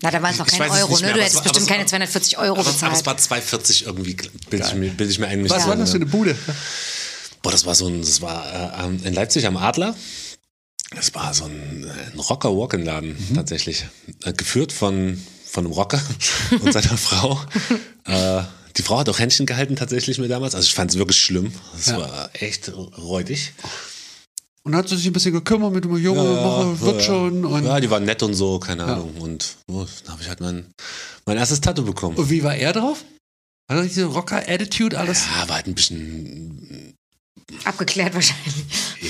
A: Na, da waren es noch
D: Ich
A: kein
D: weiß es
A: Euro,
D: nicht
A: ne?
D: mehr,
A: du
D: aber
A: hättest
D: es war-
A: bestimmt
D: aber es-
A: keine 240 Euro
D: Aber, aber
A: bezahlt.
D: es war 240 irgendwie, bilde ich, mir- bild ich mir ein.
C: Was
D: nicht
C: war
D: so,
C: das für
D: ne?
C: eine Bude?
D: Boah, das war so ein, das war äh, am- in Leipzig am Adler. Das war so ein, äh, ein Rocker-Walk-In-Laden
C: Mhm.
D: tatsächlich. Äh, geführt von, von einem Rocker und seiner Frau. Äh, die Frau hat auch Händchen gehalten tatsächlich mir damals. Also ich fand es wirklich schlimm. Das
C: Ja.
D: war echt räudig.
C: Und hat sie sich ein bisschen gekümmert mit dem Junge, Woche wird
D: ja.
C: schon. Und
D: ja, die waren nett und so, keine Ahnung. Und oh, da habe ich halt mein, mein erstes Tattoo bekommen.
C: Und wie war er drauf? Hat er diese Rocker-Attitude, alles?
D: Ja, war halt ein bisschen
A: Abgeklärt wahrscheinlich.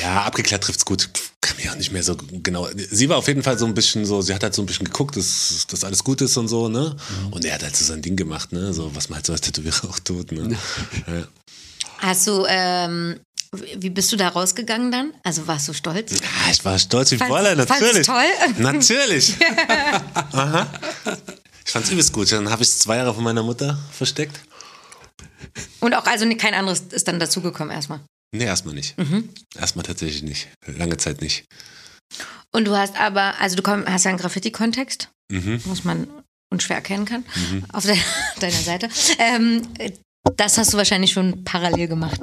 D: Ja, abgeklärt trifft's gut. Kann mich auch nicht mehr so genau. Sie war auf jeden Fall so ein bisschen so, sie hat halt so ein bisschen geguckt, dass, dass alles gut ist und so, ne?
A: Mhm.
D: Und er hat halt so sein Ding gemacht, ne? So, was man halt so als Tätowierer auch tut, ne? Ja.
A: Hast du, ähm, wie bist du da rausgegangen dann? Also warst du stolz?
D: Ah, ich war stolz wie
A: Fand's-
D: Boller,
A: fand's
D: natürlich.
A: toll?
D: Natürlich. Aha. Ich fand's übelst gut. Dann habe ich zwei Jahre von meiner Mutter versteckt.
A: Und auch, also nee, kein anderes ist dann dazugekommen erstmal.
D: Nee, erstmal nicht.
A: Mhm.
D: Erstmal tatsächlich nicht. Lange Zeit nicht.
A: Und du hast aber, also du komm, hast ja einen Graffiti-Kontext,
D: Mhm.
A: was man unschwer erkennen kann, auf de deiner Seite. Ähm, das hast du wahrscheinlich schon parallel gemacht.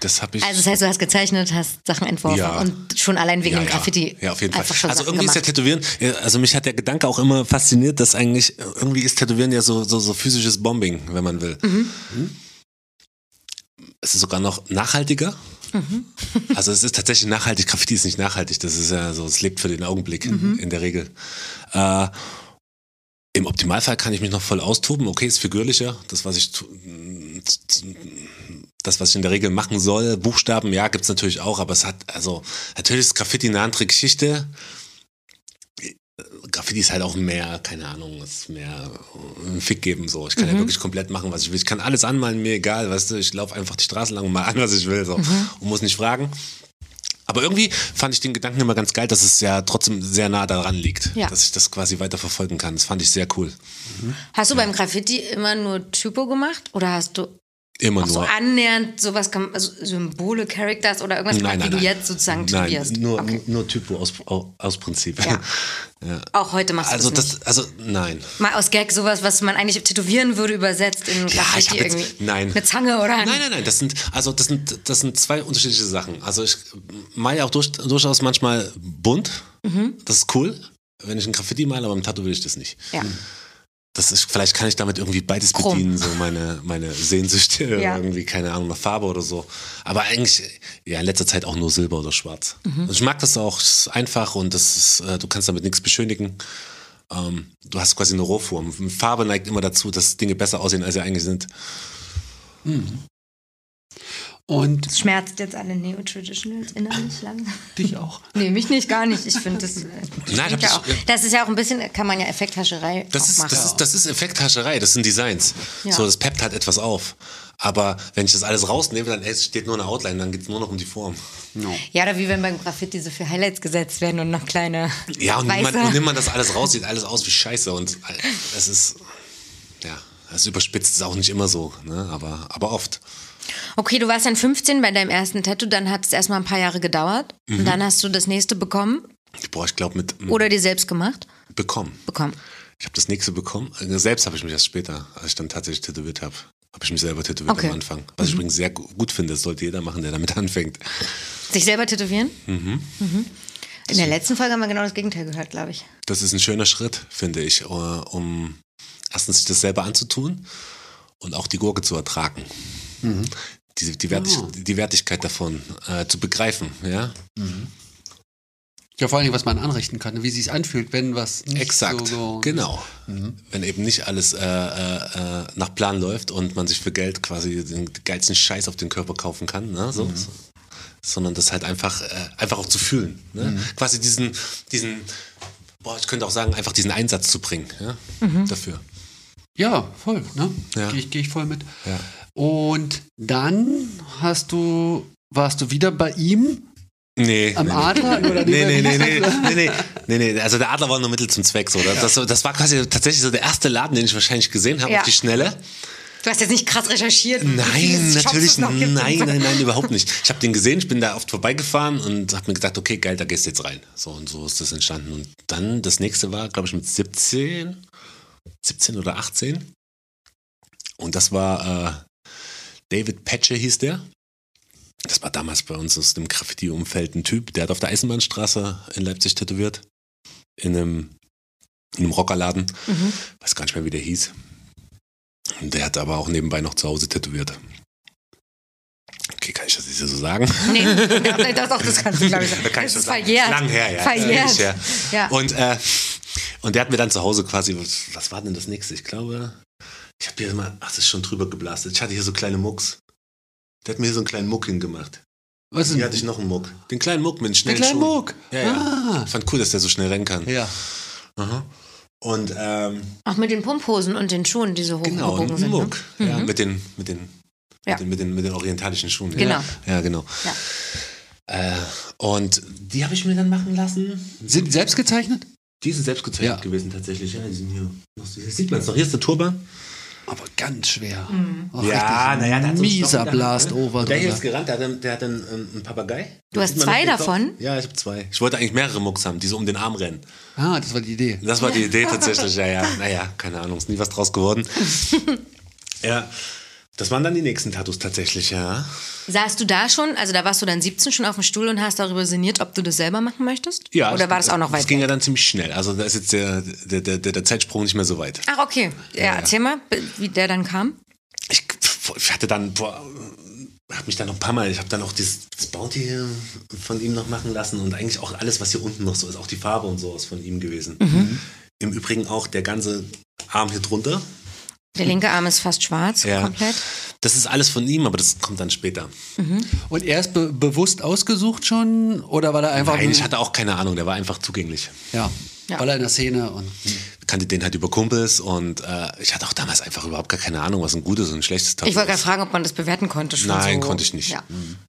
D: Das habe ich.
A: Also das heißt, du hast gezeichnet, hast Sachen entworfen
D: Ja.
A: und schon allein wegen dem Graffiti.
D: Ja, auf jeden Fall.
A: Einfach schon
D: Also
A: Sachen
D: irgendwie
A: gemacht.
D: ist ja Tätowieren, ja, also mich hat der Gedanke auch immer fasziniert, dass eigentlich, äh, irgendwie ist Tätowieren ja so, so, so physisches Bombing, wenn man will. Mhm. Es ist sogar noch nachhaltiger.
A: Mhm.
D: Also es ist tatsächlich nachhaltig, Graffiti ist nicht nachhaltig, das ist ja so, es lebt für den Augenblick
A: Mhm.
D: in der Regel. Äh, Im Optimalfall kann ich mich noch voll austoben, okay, ist figürlicher, das was ich tu- das, was ich in der Regel machen soll. Buchstaben, ja, gibt's natürlich auch, aber es hat, also, natürlich ist Graffiti eine andere Geschichte. Graffiti ist halt auch mehr, keine Ahnung, ist mehr äh, einen Fick geben so. Ich kann
A: Mhm.
D: ja wirklich komplett machen, was ich will. Ich kann alles anmalen, mir egal, weißt du, ich laufe einfach die Straße lang und mal an, was ich will so
A: Mhm.
D: und muss nicht fragen. Aber irgendwie fand ich den Gedanken immer ganz geil, dass es ja trotzdem sehr nah daran liegt,
A: Ja.
D: dass ich das quasi weiter verfolgen kann. Das fand ich sehr cool.
A: Hast du beim Graffiti immer nur Typo gemacht oder hast du
D: Immer
A: auch
D: nur
A: so annähernd sowas, gem- also Symbole, Characters oder irgendwas gemacht, wie Also du jetzt sozusagen
D: nein,
A: tätowierst?
D: Nur,
A: Okay.
D: nur Typo aus, au- aus Prinzip.
A: Ja. Auch heute machst
D: Also
A: du das,
D: das, also nein.
A: nicht. Mal aus Gag sowas, was man eigentlich tätowieren würde, übersetzt in
D: Ja, ich hab
A: Graffiti
D: jetzt-
A: irgendwie.
D: nein.
A: Eine Zange oder ein-
D: Nein, nein, nein. Das sind, also das sind, das sind zwei unterschiedliche Sachen. Also ich male ja auch durch, durchaus manchmal bunt.
A: Mhm.
D: Das ist cool, wenn ich ein Graffiti male, aber im Tattoo will ich das nicht.
A: Ja.
D: Das ist, vielleicht kann ich damit irgendwie beides
A: Chrom.
D: bedienen, so meine, meine Sehnsüchte,
A: Ja.
D: irgendwie, keine Ahnung, nach Farbe oder so. Aber eigentlich, ja, in letzter Zeit auch nur Silber oder Schwarz.
A: Mhm.
D: Und ich mag das auch, es ist einfach und das ist, äh, du kannst damit nichts beschönigen. Ähm, du hast quasi eine Rohform. Farbe neigt immer dazu, dass Dinge besser aussehen, als sie eigentlich sind.
C: Und
A: Das schmerzt jetzt alle Neo-Traditionals innerlich langsam.
C: dich auch.
A: Nee, mich nicht, gar nicht. Ich finde das. äh,
D: ich hab
A: stimmt
D: das-
A: ja auch. das ist ja auch ein bisschen, kann man ja Effekthascherei
D: Das
A: auch
D: ist,
A: machen.
D: das, ist, das ist Effekthascherei, das sind Designs.
A: Ja.
D: So, das peppt halt etwas auf. Aber wenn ich das alles rausnehme, dann ey, steht nur eine Outline, dann geht es nur noch um die Form.
A: ja, oder wie wenn beim Graffiti so viele Highlights gesetzt werden und noch kleine.
D: Ja, und nimmt, man,
A: weiße-
D: und nimmt man das alles raus, sieht alles aus wie Scheiße. Und es ist, ja, es überspitzt ist auch nicht immer so, ne? aber, aber oft.
A: Okay, du warst dann 15 bei deinem ersten Tattoo, dann hat es erstmal ein paar Jahre gedauert.
D: Mhm.
A: Und dann hast du das nächste bekommen
D: Boah, ich glaube, mit
A: oder dir selbst gemacht.
D: bekommen.
A: Bekommen.
D: Ich habe das nächste bekommen. Äh, Selbst habe ich mich erst später, als ich dann tatsächlich tätowiert habe, habe ich mich selber tätowiert
A: Okay. Mhm.
D: am Anfang. Was ich übrigens sehr gu- gut finde, das sollte jeder machen, der damit anfängt.
A: Sich selber tätowieren? Mhm. In der letzten Folge haben wir genau das Gegenteil gehört, glaube ich.
D: Das ist ein schöner Schritt, finde ich, äh, um erstens sich das selber anzutun und auch die Gurke zu ertragen.
C: Mhm.
D: Die, die, Wertig,
C: Ah.
D: die Wertigkeit davon äh, zu begreifen, ja.
C: Ja, vor allem, was man anrichten kann, wie sich anfühlt, wenn was nicht
D: Exakt,
C: so... Mhm. so
D: genau. Wenn eben nicht alles äh, äh, äh, nach Plan läuft und man sich für Geld quasi den geilsten Scheiß auf den Körper kaufen kann, ne? so,
C: Mhm.
D: so. sondern das halt einfach, äh, einfach auch zu fühlen. Ne?
C: Mhm.
D: Quasi diesen, diesen, boah, ich könnte auch sagen, einfach diesen Einsatz zu bringen ja? dafür.
C: Ja, voll, ne?
D: Ja.
C: Gehe ich, geh ich voll mit.
D: Ja.
C: Und dann hast du, warst du wieder bei ihm
D: Nee.
C: am
D: nee,
C: Adler? Oder
D: Nee, nee, nee,
C: wie-
D: nee, nee, nee, nee, nee, also der Adler war nur Mittel zum Zweck. So. Das, das, das war quasi tatsächlich so der erste Laden, den ich wahrscheinlich gesehen habe
A: Ja.
D: auf die Schnelle.
A: Du hast jetzt nicht krass recherchiert. wie viele
D: Nein,
A: Shops es
D: natürlich,
A: noch gibt.
D: nein, nein, nein, überhaupt nicht. Ich habe den gesehen, ich bin da oft vorbeigefahren und habe mir gedacht, okay, geil, da gehst du jetzt rein. So und so ist das entstanden. Und dann, das nächste war, glaube ich, mit 17, 17 oder 18. Und das war äh, David Patcher hieß der. Das war damals bei uns aus dem Graffiti-Umfeld ein Typ, der hat auf der Eisenbahnstraße in Leipzig tätowiert. In einem, in einem Rockerladen.
A: Mhm.
D: Weiß gar nicht mehr, wie der hieß. Und der hat aber auch nebenbei noch zu Hause tätowiert. Okay, kann ich das jetzt hier so sagen?
A: Nee, ja, das, auch, das kannst du, glaube ich, sagen.
D: Da kann ich
A: das
D: das
A: ist
D: sagen.
A: verjährt.
D: Lang her, ja.
A: Verjährt.
D: Ewig her.
A: Ja.
D: Und, äh, und der hat mir dann zu Hause quasi, was- was war denn das nächste? Ich glaube, ich habe hier mal, ach, das ist schon drüber geblastet. Ich hatte hier so kleine Mucks. Der hat mir hier so einen kleinen Muck hingemacht.
C: Was
D: Hier hatte ich noch einen Muck. Den kleinen Muck mit den
C: Der
D: schnellen
C: kleine
D: Schuhen.
C: Muck.
D: Ja, ja.
C: Ah.
D: Fand cool, dass der so schnell rennen kann.
C: Ja.
D: Aha. Und ähm,
A: Auch mit den Pumphosen und den Schuhen, die so
D: Genau,
A: hochgebogen
D: ein
A: sind.
D: Muck.
A: Ne?
D: Ja,
A: Mhm.
D: mit den, mit den,
A: Ja.
D: mit den, mit den, mit den orientalischen Schuhen. ja.
A: Genau.
D: Ja, genau.
A: Ja.
D: Äh, und die habe ich mir dann machen lassen.
C: Sind die selbst gezeichnet?
D: Die sind selbst gezeichnet
C: Ja.
D: gewesen tatsächlich. Ja, die sind hier. noch- Hier sieht man es noch. Hier ist der Turban.
C: Aber ganz schwer. Auch
D: Mhm. ja,
C: richtig
D: naja, der hat so einen Stock
C: Mieser
D: in der Hand,
C: Blast oh,
D: ne?
C: over
D: Und Der hier
C: drüber.
D: ist gerannt, der hat, einen- der hat einen, ähm, einen Papagei.
A: Du hast
D: Sieht man
A: zwei
D: noch den Kopf?
A: davon?
D: Ja, ich habe zwei. Ich wollte eigentlich mehrere Mucks haben, die so um den Arm rennen.
C: Ah, das war die Idee.
D: Das war die Idee tatsächlich, ja, ja. Naja, keine Ahnung, ist nie was draus geworden. ja, das waren dann die nächsten Tattoos tatsächlich, ja.
A: Saßt du da schon, also da warst du dann 17 schon auf dem Stuhl und hast darüber sinniert, ob du das selber machen möchtest?
D: ja
A: Oder war das auch noch
D: Das
A: weit?
D: ging ja dann ziemlich schnell. Also da ist jetzt der, der, der, der, der Zeitsprung nicht mehr so weit.
A: Ach, okay. Ja, erzähl mal, b- wie der dann kam.
D: Ich, ich hatte dann, boah, hab mich dann noch ein paar Mal, ich habe dann noch dieses, das Bounty hier von ihm noch machen lassen und eigentlich auch alles, was hier unten noch so ist, auch die Farbe und so ist von ihm gewesen.
A: Mhm.
D: Mhm. Im Übrigen auch der ganze Arm hier drunter.
A: Der linke Arm ist fast schwarz,
D: Hm. Ja.
A: komplett.
D: Das ist alles von ihm, aber das kommt dann später.
C: Und er ist be bewusst ausgesucht schon? Oder war er einfach.
D: Nein, ich hatte auch keine Ahnung, der war einfach zugänglich.
C: ja,
A: Ja.
C: weil er in der Szene und.
D: Kannte den halt über Kumpels und äh, ich hatte auch damals einfach überhaupt gar keine Ahnung, was ein gutes und ein schlechtes Tattoo
A: Ich wollte
D: ist.
A: gerade fragen, ob man das bewerten konnte. Schon
D: Nein,
A: so.
D: konnte ich nicht. Mhm.
A: Ja.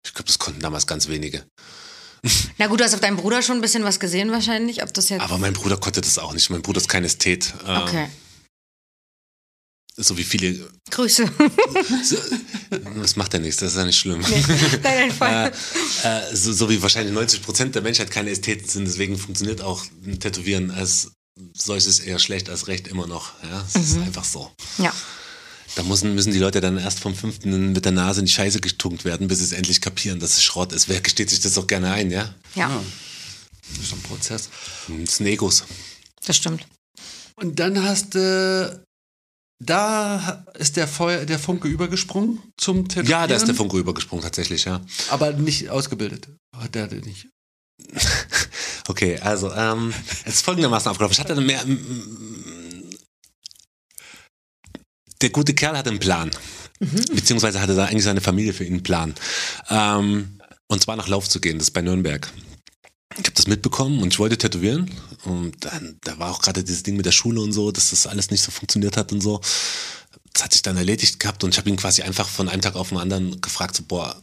D: Ich glaube, das konnten damals ganz wenige.
A: Na gut, du hast auf deinem Bruder schon ein bisschen was gesehen wahrscheinlich, ob das jetzt...
D: Aber mein Bruder konnte das auch nicht. Mein Bruder ist kein Ästhet. Äh,
A: okay.
D: So wie viele.
A: Grüße.
D: Das macht er nichts, das ist ja nicht schlimm.
A: Nein, ein
D: Äh,
A: Fall.
D: äh, so, so wie wahrscheinlich 90 Prozent der Menschheit keine Ästheten sind, deswegen funktioniert auch ein Tätowieren als solches eher schlecht als recht immer noch. Ja, es
A: Mhm.
D: ist einfach so.
A: Ja.
D: Da müssen, müssen die Leute dann erst vom fünften mit der Nase in die Scheiße getunkt werden, bis sie es endlich kapieren, dass es Schrott ist. Wer gesteht sich das auch gerne ein, ja? Hm,
A: ja,
C: Das ist ein Prozess.
D: Das sind Egos.
A: das stimmt.
C: Und dann hast du. da ist der, Feuer, der Funke übergesprungen zum Tätowieren.
D: Ja, da ist der Funke übergesprungen tatsächlich, ja.
C: Aber nicht ausgebildet. Hat er nicht.
D: Okay, also ähm, es ist folgendermaßen abgelaufen. Ich hatte mehr. mm, Der gute Kerl hatte einen Plan. Beziehungsweise hatte da eigentlich seine Familie für ihn einen Plan. Ähm, und zwar nach Lauf zu gehen, das ist bei Nürnberg. Ich habe das mitbekommen und ich wollte tätowieren. Und dann, da war auch gerade dieses Ding mit der Schule und so, dass das alles nicht so funktioniert hat und so. Das hat sich dann erledigt gehabt und ich habe ihn quasi einfach von einem Tag auf den anderen gefragt, so, boah,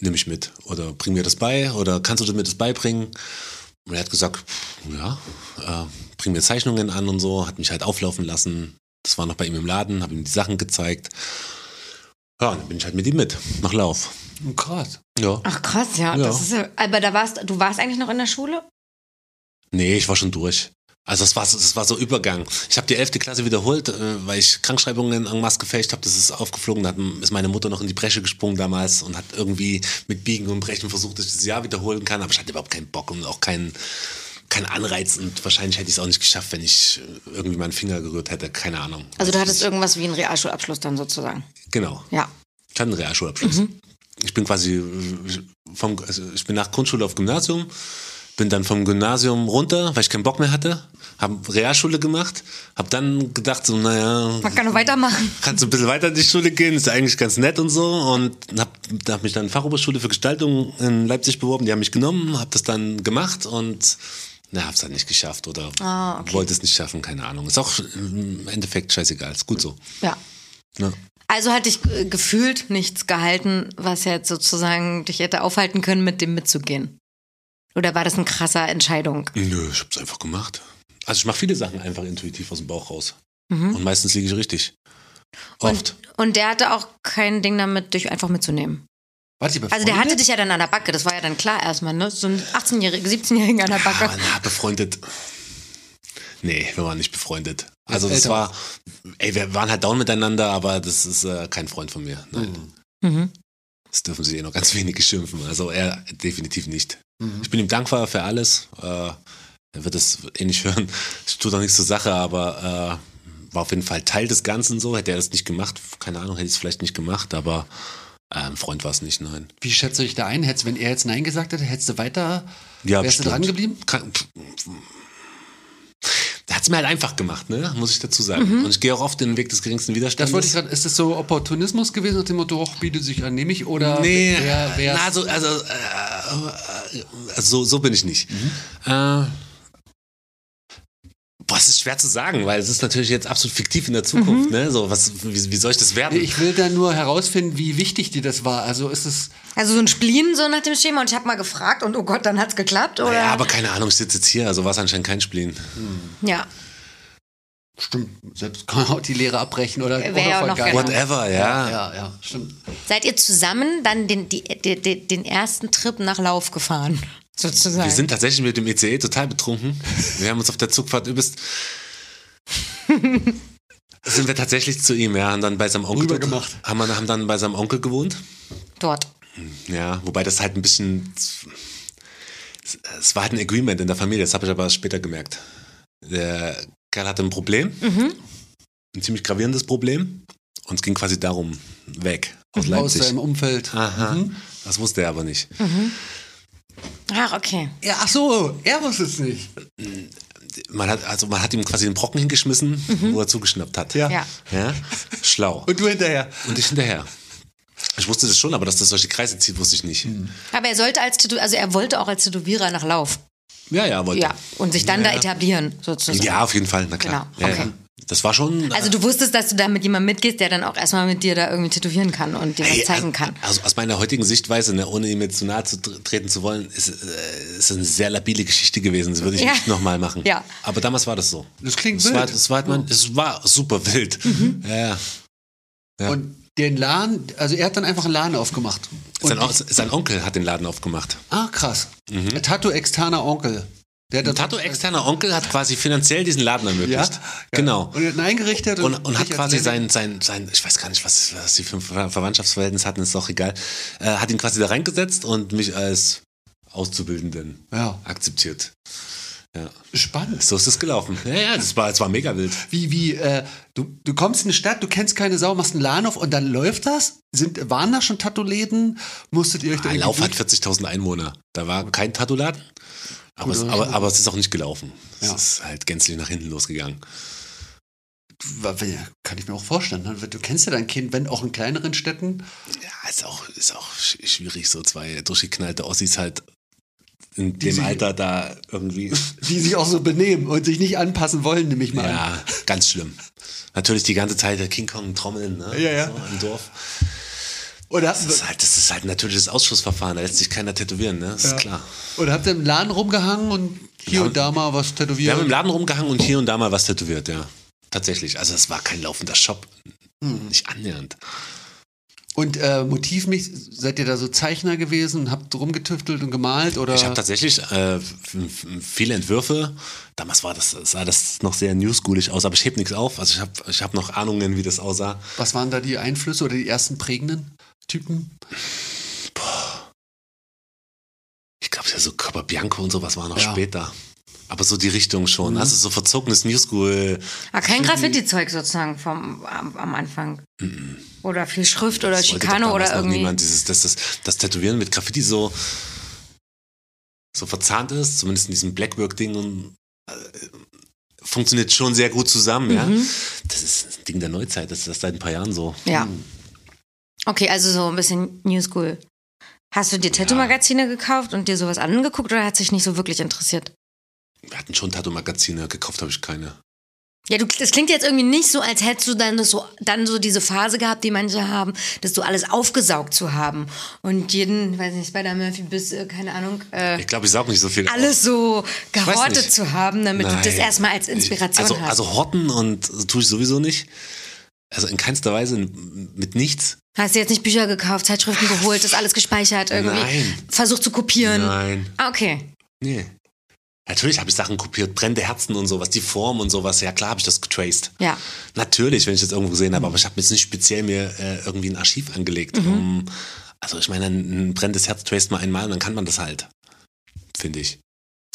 D: nimm mich mit oder bring mir das bei oder kannst du mir das beibringen? Und er hat gesagt, pff, ja, äh, bring mir Zeichnungen an und so, hat mich halt auflaufen lassen. Das war noch bei ihm im Laden, habe ihm die Sachen gezeigt. Ja, und dann bin ich halt mit ihm mit, nach Lauf.
C: Hm, Krass.
D: Ja.
A: Ach krass, ja.
D: Ja.
A: Das ist, ja- aber da warst, du warst eigentlich noch in der Schule?
D: Nee, ich war schon durch. Also das war, so- das war so Übergang. Ich habe die 11. Klasse wiederholt, äh, weil ich Krankschreibungen en masse gefälscht habe. Das ist aufgeflogen. Da hat, m- ist meine Mutter noch in die Bresche gesprungen damals und hat irgendwie mit Biegen und Brechen versucht, dass ich das Jahr wiederholen kann. Aber ich hatte überhaupt keinen Bock und auch keinen, keinen Anreiz. Und wahrscheinlich hätte ich es auch nicht geschafft, wenn ich äh, irgendwie meinen Finger gerührt hätte. Keine Ahnung.
A: Also du hattest irgendwas wie einen Realschulabschluss dann sozusagen.
D: Genau.
A: Ja.
D: Ich hatte einen Realschulabschluss.
A: Mhm.
D: Ich bin quasi äh, vom, also ich bin nach Grundschule auf Gymnasium, bin dann vom Gymnasium runter, weil ich keinen Bock mehr hatte, habe Realschule gemacht, habe dann gedacht so, naja,
A: Man kann nur weitermachen.
D: kannst du ein bisschen weiter in die Schule gehen, ist ja eigentlich ganz nett und so und habe hab mich dann Fachoberschule für Gestaltung in Leipzig beworben, die haben mich genommen, habe das dann gemacht und na, hab's dann nicht geschafft oder
A: Ah, okay.
D: wollte es nicht schaffen, keine Ahnung. Ist auch im Endeffekt scheißegal, ist gut so.
A: Ja.
D: Ja.
A: Also hatte ich äh, gefühlt nichts gehalten, was jetzt sozusagen dich hätte aufhalten können, mit dem mitzugehen. Oder war das eine krasse Entscheidung?
D: Nö, ich hab's einfach gemacht. Also ich mache viele Sachen einfach intuitiv aus dem Bauch raus. Und meistens liege ich richtig. Oft.
A: Und der hatte auch kein Ding damit, dich einfach mitzunehmen.
C: Warte, ihr
A: Also der hatte
C: befreundet?
A: dich ja dann an der Backe, das war ja dann klar erstmal, ne? So ein 18-Jähriger, 17-Jähriger an der Backe.
D: Ah, na, befreundet. Nee, wir waren nicht befreundet. Also das
C: älter.
D: war, ey, wir waren halt down miteinander, aber das ist äh, kein Freund von mir. Nein.
A: Mhm.
D: Das dürfen sie eh noch ganz wenige schimpfen. Also er definitiv nicht.
C: Mhm.
D: Ich bin ihm dankbar für alles. Äh, er wird es eh nicht hören. Ich tue doch nichts zur Sache, aber äh, war auf jeden Fall Teil des Ganzen so. Hätte er das nicht gemacht, keine Ahnung, hätte ich es vielleicht nicht gemacht, aber äh, ein Freund war es nicht, nein.
C: Wie schätzt du dich da ein? Hättest, wenn er jetzt Nein gesagt hätte, hättest du weiter,
D: Ja,
C: wärst du
D: bestimmt.
C: dran geblieben?
D: Kann, pff, pff. hat's mir halt einfach gemacht, ne? muss ich dazu sagen. Und ich gehe auch oft den Weg des geringsten Widerstandes.
C: Mhm. Das wollte ich gerade, ist das so Opportunismus gewesen nach dem Motto, "Och, bietet sich an, nehme ich? Oder
D: Nee,
C: wer, wer
D: na, so, also, äh, äh, so, so bin ich nicht.
C: Mhm.
D: Äh, boah, es ist schwer zu sagen, weil es ist natürlich jetzt absolut fiktiv in der Zukunft. Ne? So, was, wie, wie soll ich das werden?
C: Nee, Mhm. ich will da nur herausfinden, wie wichtig dir das war. Also ist es,
A: Also so ein Spleen so nach dem Schema und ich habe mal gefragt und oh Gott, dann hat's geklappt, oder?
D: ja, aber keine Ahnung, ich sitze jetzt hier, also war es anscheinend kein Spielen.
A: ja.
C: stimmt, selbst kann man auch die Lehre abbrechen oder,
A: Wär
C: oder
A: ja auch
C: voll
A: noch
C: geil.
A: Genau.
C: Ja,
D: Whatever, ja.
C: ja, ja, stimmt.
A: Seid ihr zusammen dann den, die, die, die, den ersten Trip nach Lauf gefahren? Sozusagen.
D: Wir sind tatsächlich mit dem ECE total betrunken. Wir haben uns auf der Zugfahrt übelst. sind wir tatsächlich zu ihm, ja, haben dann bei seinem Onkel.
C: Rübergemacht.
D: Haben, wir- haben dann bei seinem Onkel gewohnt.
A: dort.
D: Ja, wobei das halt ein bisschen. es- Es war halt ein Agreement in der Familie, das habe ich aber später gemerkt. Der Kerl hatte ein Problem,
A: Mhm.
D: ein ziemlich gravierendes Problem, und es ging quasi darum, weg
A: Mhm.
D: aus
C: Aus Mhm.
D: Leipzig. Ah.
C: deinem Umfeld.
D: Aha, das wusste er aber nicht.
A: Ach, okay.
C: Ja, ach so, er wusste es nicht.
D: Man hat, also man hat ihm quasi den Brocken hingeschmissen, wo er zugeschnappt hat.
C: Ja.
A: Mhm. Ja.
D: ja? Schlau.
C: Und du hinterher.
D: Und ich hinterher. Ich wusste das schon, aber dass das solche Kreise zieht, wusste ich nicht.
C: Mhm.
A: Aber er sollte als Tätow also er wollte auch als Tätowierer nach Lauf.
D: Ja, ja, wollte.
A: Ja. Und sich dann da etablieren, sozusagen.
D: Ja, auf jeden Fall, na klar.
A: Genau,
D: Ja,
A: okay.
D: ja. Das war schon.
A: Also du wusstest, dass du da mit jemandem mitgehst, der dann auch erstmal mit dir da irgendwie tätowieren kann und dir
D: Ey,
A: was zeigen
D: also-
A: kann.
D: Also aus meiner heutigen Sichtweise, ne, ohne ihm jetzt zu nahe zu tr- treten zu wollen, ist, äh, ist eine sehr labile Geschichte gewesen. Das würde ich
A: Ja.
D: nicht nochmal machen.
A: Ja.
D: Aber damals war das so.
C: Das klingt
D: Es
C: wild.
D: war, es war, halt mein, es war super wild.
A: Mhm.
D: Ja, ja. Ja.
C: Und den Laden, also er hat dann einfach einen Laden aufgemacht. Und
D: Sein, O- sein Onkel hat den Laden aufgemacht.
C: ah, krass. Tattoo externer Onkel. Der hat
D: Mhm. Ein
C: das-
D: Tattoo-externer Onkel hat quasi finanziell diesen Laden
C: ja?
D: ermöglicht.
C: ja.
D: Genau.
C: Und er hat ihn eingerichtet
D: und, und hat
C: sich als
D: quasi
C: Lehrer-
D: sein, sein, sein, ich weiß gar nicht, was, was die für ein Ver- Verwandtschaftsverhältnis hatten, ist doch egal, äh, hat ihn quasi da reingesetzt und mich als Auszubildenden
C: Ja.
D: akzeptiert. Ja.
C: Spannend.
D: So ist es gelaufen. Ja, ja, das war, das war mega wild.
C: Wie, wie, äh, du, du kommst in eine Stadt, du kennst keine Sau, machst einen Laden auf und dann läuft das? Sind, waren da schon Tattoo-Läden? Musstet ihr euch da
D: Ein
C: irgendwie
D: Ah, Lauf hat
C: durch-
D: 40.000 Einwohner. Da war kein Tattoo-Laden, aber, es- aber, aber es ist auch nicht gelaufen. Es
C: Ja.
D: ist halt gänzlich nach hinten losgegangen.
C: Kann ich mir auch vorstellen. ne? Du kennst ja dein Kind, wenn auch in kleineren Städten.
D: Ja, ist auch, ist auch sch- schwierig, so zwei durchgeknallte Ossis halt in dem
C: sich-
D: Alter da irgendwie.
C: die sich auch so benehmen und sich nicht anpassen wollen, nehme ich mal an.
D: Ja, ganz schlimm. Natürlich die ganze Zeit der King Kong Trommeln, ne?
C: Ja, ja.
D: So im Dorf.
C: Oder,
D: Das ist halt, das ist halt ein natürliches Ausschussverfahren, da lässt sich keiner tätowieren, ne? Das ist klar.
C: oder habt ihr im Laden rumgehangen und hier und da mal was
D: Wir haben
C: tätowiert?
D: im Laden rumgehangen und hier und da mal was tätowiert, ja. Tatsächlich. Also es war kein laufender Shop. Nicht annähernd.
C: Und äh, motivmäßig, seid ihr da so Zeichner gewesen und habt rumgetüftelt und gemalt? Oder?
D: Ich habe tatsächlich äh, f- f- viele Entwürfe. Damals war das, sah das noch sehr newschoolig aus, aber ich heb nichts auf. Also ich habe ich hab noch Ahnungen, wie das aussah.
C: was waren da die Einflüsse oder die ersten prägenden Typen?
D: Ich glaube, ja, so Körper Bianco und sowas war noch
C: Ja.
D: später. Aber so die Richtung schon. Also so verzogenes New School.
A: Ah, kein
D: Mhm.
A: Graffiti-Zeug sozusagen vom, am, am Anfang. Oder viel Schrift oder
D: Mhm. Das wollte doch
A: Schikane
D: damals
A: oder
D: noch
A: irgendwie.
D: Niemand dieses, dass das, das Tätowieren mit Graffiti so, so verzahnt ist, zumindest in diesem Blackwork-Ding, und, äh, funktioniert schon sehr gut zusammen. Ja? Das ist ein Ding der Neuzeit, das ist das seit ein paar Jahren so.
A: Mhm.
D: Hm,
A: Ja. Okay, also so ein bisschen New School. Hast du dir Tattoo-Magazine gekauft und dir sowas angeguckt oder hat sich nicht so wirklich interessiert?
D: Wir hatten schon Tattoo-Magazine, gekauft habe ich keine.
A: Ja, du, das klingt jetzt irgendwie nicht so, als hättest du dann, das so, dann so diese Phase gehabt, die manche haben, dass du alles aufgesaugt zu haben und jeden, weiß nicht, Spider-Murphy bis, äh, keine Ahnung, äh,
D: Ich glaube, ich saug nicht so viel.
A: alles so
D: weiß nicht.
A: gehortet zu haben, damit du das
D: Nein.
A: erstmal als Inspiration
D: also,
A: hast.
D: Also Horten und so tue ich sowieso nicht. Also in keinster Weise, mit nichts.
A: Hast du jetzt nicht Bücher gekauft, Zeitschriften geholt, das alles gespeichert irgendwie?
D: Nein.
A: Versucht zu kopieren?
D: Nein.
A: Ah, okay.
D: Nee. Natürlich habe ich Sachen kopiert, brennende Herzen und sowas, die Form und sowas. Ja, klar habe ich das getraced.
A: Ja.
D: Natürlich, wenn ich das irgendwo gesehen habe, aber ich habe jetzt nicht speziell mir äh, irgendwie ein Archiv angelegt. Um, also ich meine, ein brennendes Herz traced mal einmal und dann kann man das halt. Finde ich.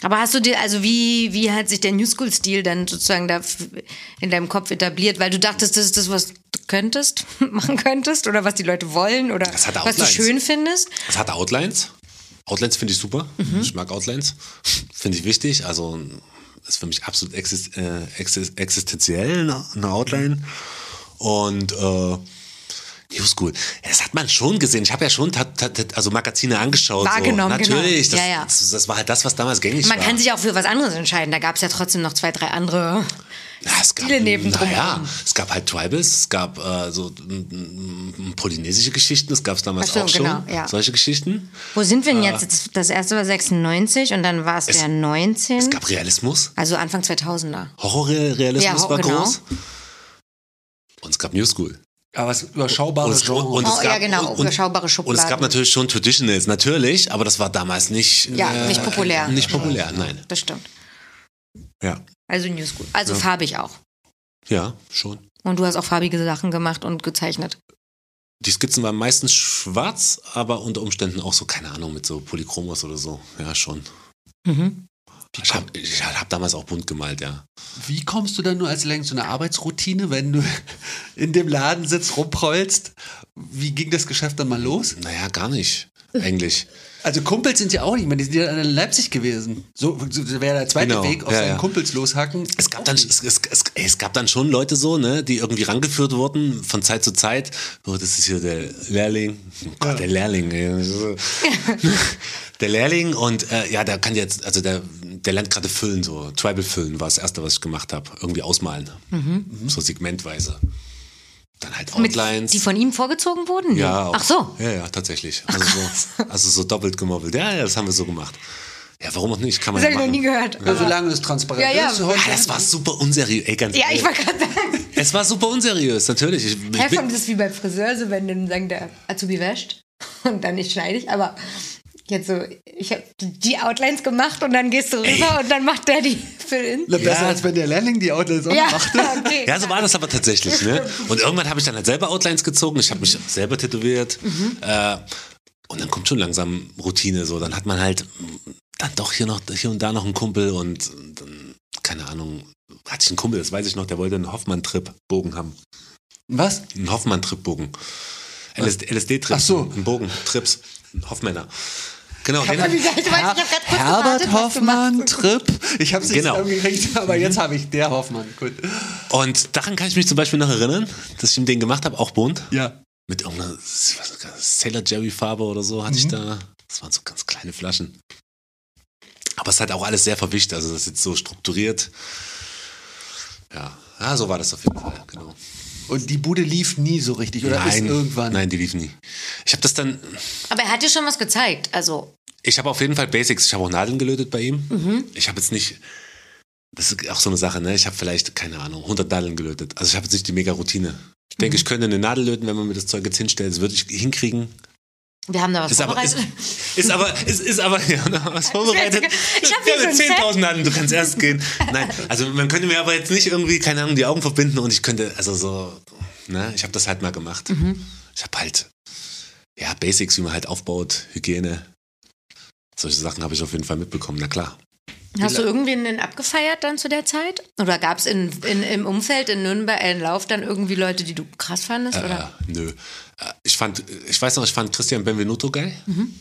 A: Aber hast du dir, also wie, wie hat sich der New School-Stil dann sozusagen da f- in deinem Kopf etabliert? Weil du dachtest, das ist das, was du könntest, machen könntest oder was die Leute wollen oder
D: Das hat
A: was du
D: Outlines.
A: schön findest?
D: Es hat Outlines. Outlines finde ich super.
A: Mhm.
D: Ich mag Outlines. Finde ich wichtig. Also ist für mich absolut exist äh, exis- existenziell ne- eine Outline. Und äh, New School. Ja, Das hat man schon gesehen. Ich habe ja schon tat- tat- tat- also Magazine angeschaut.
A: Wahrgenommen,
D: so.
A: genau.
D: Natürlich. Das,
A: Ja, ja.
D: Das, das war halt das, was damals gängig
A: Man
D: war.
A: kann sich auch für was anderes entscheiden. Da gab es ja trotzdem noch zwei, drei andere.
D: Ja, es gab,
A: Stile neben drum.
D: Naja, es gab halt Tribals, es gab äh, so m- m- polynesische Geschichten, das gab es damals
A: Ach so,
D: auch schon.
A: genau, ja.
D: Solche Geschichten.
A: Wo sind wir denn
D: Äh.
A: jetzt? Jetzt- Das erste war 96 und dann war es der 19.
D: Es gab Realismus.
A: Also Anfang 2000er.
D: Horrorrealismus
A: Ja, ho-
D: war
A: genau.
D: groß. Und es gab New School.
C: Aber es ist überschaubare
D: Und-
C: Genre.
D: und-
A: Oh,
D: es
A: ja,
D: gab-
A: genau,
D: und- und-
A: überschaubare
D: Und
A: Schubladen.
D: es gab natürlich schon Traditionals, natürlich, aber das war damals nicht. äh,
A: Ja, nicht populär.
D: Nicht populär, nein.
A: das stimmt.
D: Ja.
A: Also New School. Also
D: Ja.
A: farbig auch.
D: Ja, schon.
A: Und du hast auch farbige Sachen gemacht und gezeichnet.
D: Die Skizzen waren meistens schwarz, aber unter Umständen auch so, keine Ahnung, mit so Polychromos oder so. Ja, schon.
A: Mhm.
D: Ich habe ich hab damals auch bunt gemalt, ja.
C: Wie kommst du dann nur als Länge zu einer Arbeitsroutine, wenn du in dem Laden sitzt, rumprollst? Wie ging das Geschäft dann mal los?
D: Naja, gar nicht. Eigentlich.
C: Also Kumpels sind ja auch nicht mehr, die sind ja alle in Leipzig gewesen. So, so wäre der zweite
D: Genau,
C: Weg, auf
D: ja,
C: seinen
D: ja.
C: Kumpels loshacken.
D: Es gab, dann, es, es, es, ey, es gab dann schon Leute so, ne, die irgendwie rangeführt wurden von Zeit zu Zeit. Oh, das ist hier der Lehrling. Oh Gott, der Lehrling. Ey. der Lehrling und äh, ja, der kann jetzt, also der, der lernt gerade füllen, so Tribal füllen war das erste, was ich gemacht habe. Irgendwie ausmalen. So segmentweise. Dann halt
A: Mhm. Mit,
D: Outlines.
A: die von ihm vorgezogen wurden? Nee.
D: Ja, auch.
A: Ach so.
D: Ja, ja, tatsächlich. Also so, also so doppelt gemobbelt. Ja, ja, das haben wir so gemacht. Ja, warum auch nicht? Kann man
A: Das habe ich
D: ja
A: noch
D: machen.
A: nie gehört. Also,
C: Ja, solange es transparent
A: Ja, ja.
C: ist.
D: Ja, Ah, das war super unseriös. Ey, ganz
A: Ja,
D: ehrlich.
A: ich war gerade sagen.
D: Es war super unseriös, natürlich. Ich, ich
A: Herr kommt
D: bin,
A: das ist wie beim Friseur, so wenn dann sagen, der Azubi wäscht und dann nicht schneide ich, aber jetzt so, ich habe die Outlines gemacht und dann gehst du rüber und dann macht der die für ihn.
C: Na, besser
D: Ja.
C: als wenn der Lehrling die Outlets auch
A: Ja,
C: machte.
A: okay.
D: ja, so war das aber tatsächlich. Ne? Und irgendwann habe ich dann halt selber Outlines gezogen. Ich habe mich selber tätowiert.
A: Mhm.
D: Äh, und dann kommt schon langsam Routine. So, dann hat man halt mh, dann doch hier noch hier und da noch einen Kumpel und dann, keine Ahnung. Hatte ich einen Kumpel, das weiß ich noch, der wollte einen Hoffmann-Trip-Bogen haben.
C: Was?
D: Einen Hoffmann-Trip-Bogen. LSD-Trips.
C: Ach so.
D: Ein Bogen, Trips. Hoffmänner. Genau, den,
A: Wie gesagt, ich hab grad kurz gewartet,
C: Herbert
A: was du machst.
C: Hoffmann, Trip. Ich habe es
D: Genau.
C: nicht zusammengekriegt, aber jetzt habe ich der Hoffmann. Gut.
D: Und daran kann ich mich zum Beispiel noch erinnern, dass ich ihm den gemacht habe, auch bunt.
C: Ja.
D: Mit irgendeiner ich weiß nicht, Sailor Jerry Farbe oder so hatte ich
C: Mhm.
D: da. Das waren so ganz kleine Flaschen. Aber es hat auch alles sehr verwischt, also das ist jetzt so strukturiert. Ja. ja, so war das auf jeden Fall, genau.
C: Und die Bude lief nie so richtig, oder ist
D: nein,
C: irgendwann?
D: nein, die lief nie. Ich habe das dann,
A: Aber er hat dir schon was gezeigt, also
D: ich habe auf jeden Fall Basics. Ich habe auch Nadeln gelötet bei ihm.
C: Mhm.
D: Ich habe jetzt nicht, das ist auch so eine Sache, ne? Ich habe vielleicht, keine Ahnung, 100 Nadeln gelötet. Also ich habe jetzt nicht die mega Routine. Ich
C: Mhm.
D: denke, ich könnte eine Nadel löten, wenn man mir das Zeug jetzt hinstellt. Das würde ich hinkriegen.
A: wir haben da was
D: Ist aber, ist,
A: vorbereitet.
D: ist aber, ist, ist aber, ja, da haben wir was vorbereitet.
A: Ich hab hier
D: Ja, mit
A: so ein
D: 10.000 Nadeln, du kannst erst gehen. Nein, also man könnte mir aber jetzt nicht irgendwie, keine Ahnung, die Augen verbinden und ich könnte, also so, ne, ich habe das halt mal gemacht.
A: Mhm.
D: Ich habe halt, ja, Basics, wie man halt aufbaut, Hygiene. Solche Sachen habe ich auf jeden Fall mitbekommen, na klar.
A: Hast du irgendwen denn abgefeiert dann zu der Zeit? Oder gab es in, in, im Umfeld in Nürnberg, äh, in Lauf dann irgendwie Leute, die du krass fandest?
D: Äh,
A: oder?
D: nö. Äh, Ich fand, ich weiß noch, ich fand Christian Benvenuto geil.
C: Mhm.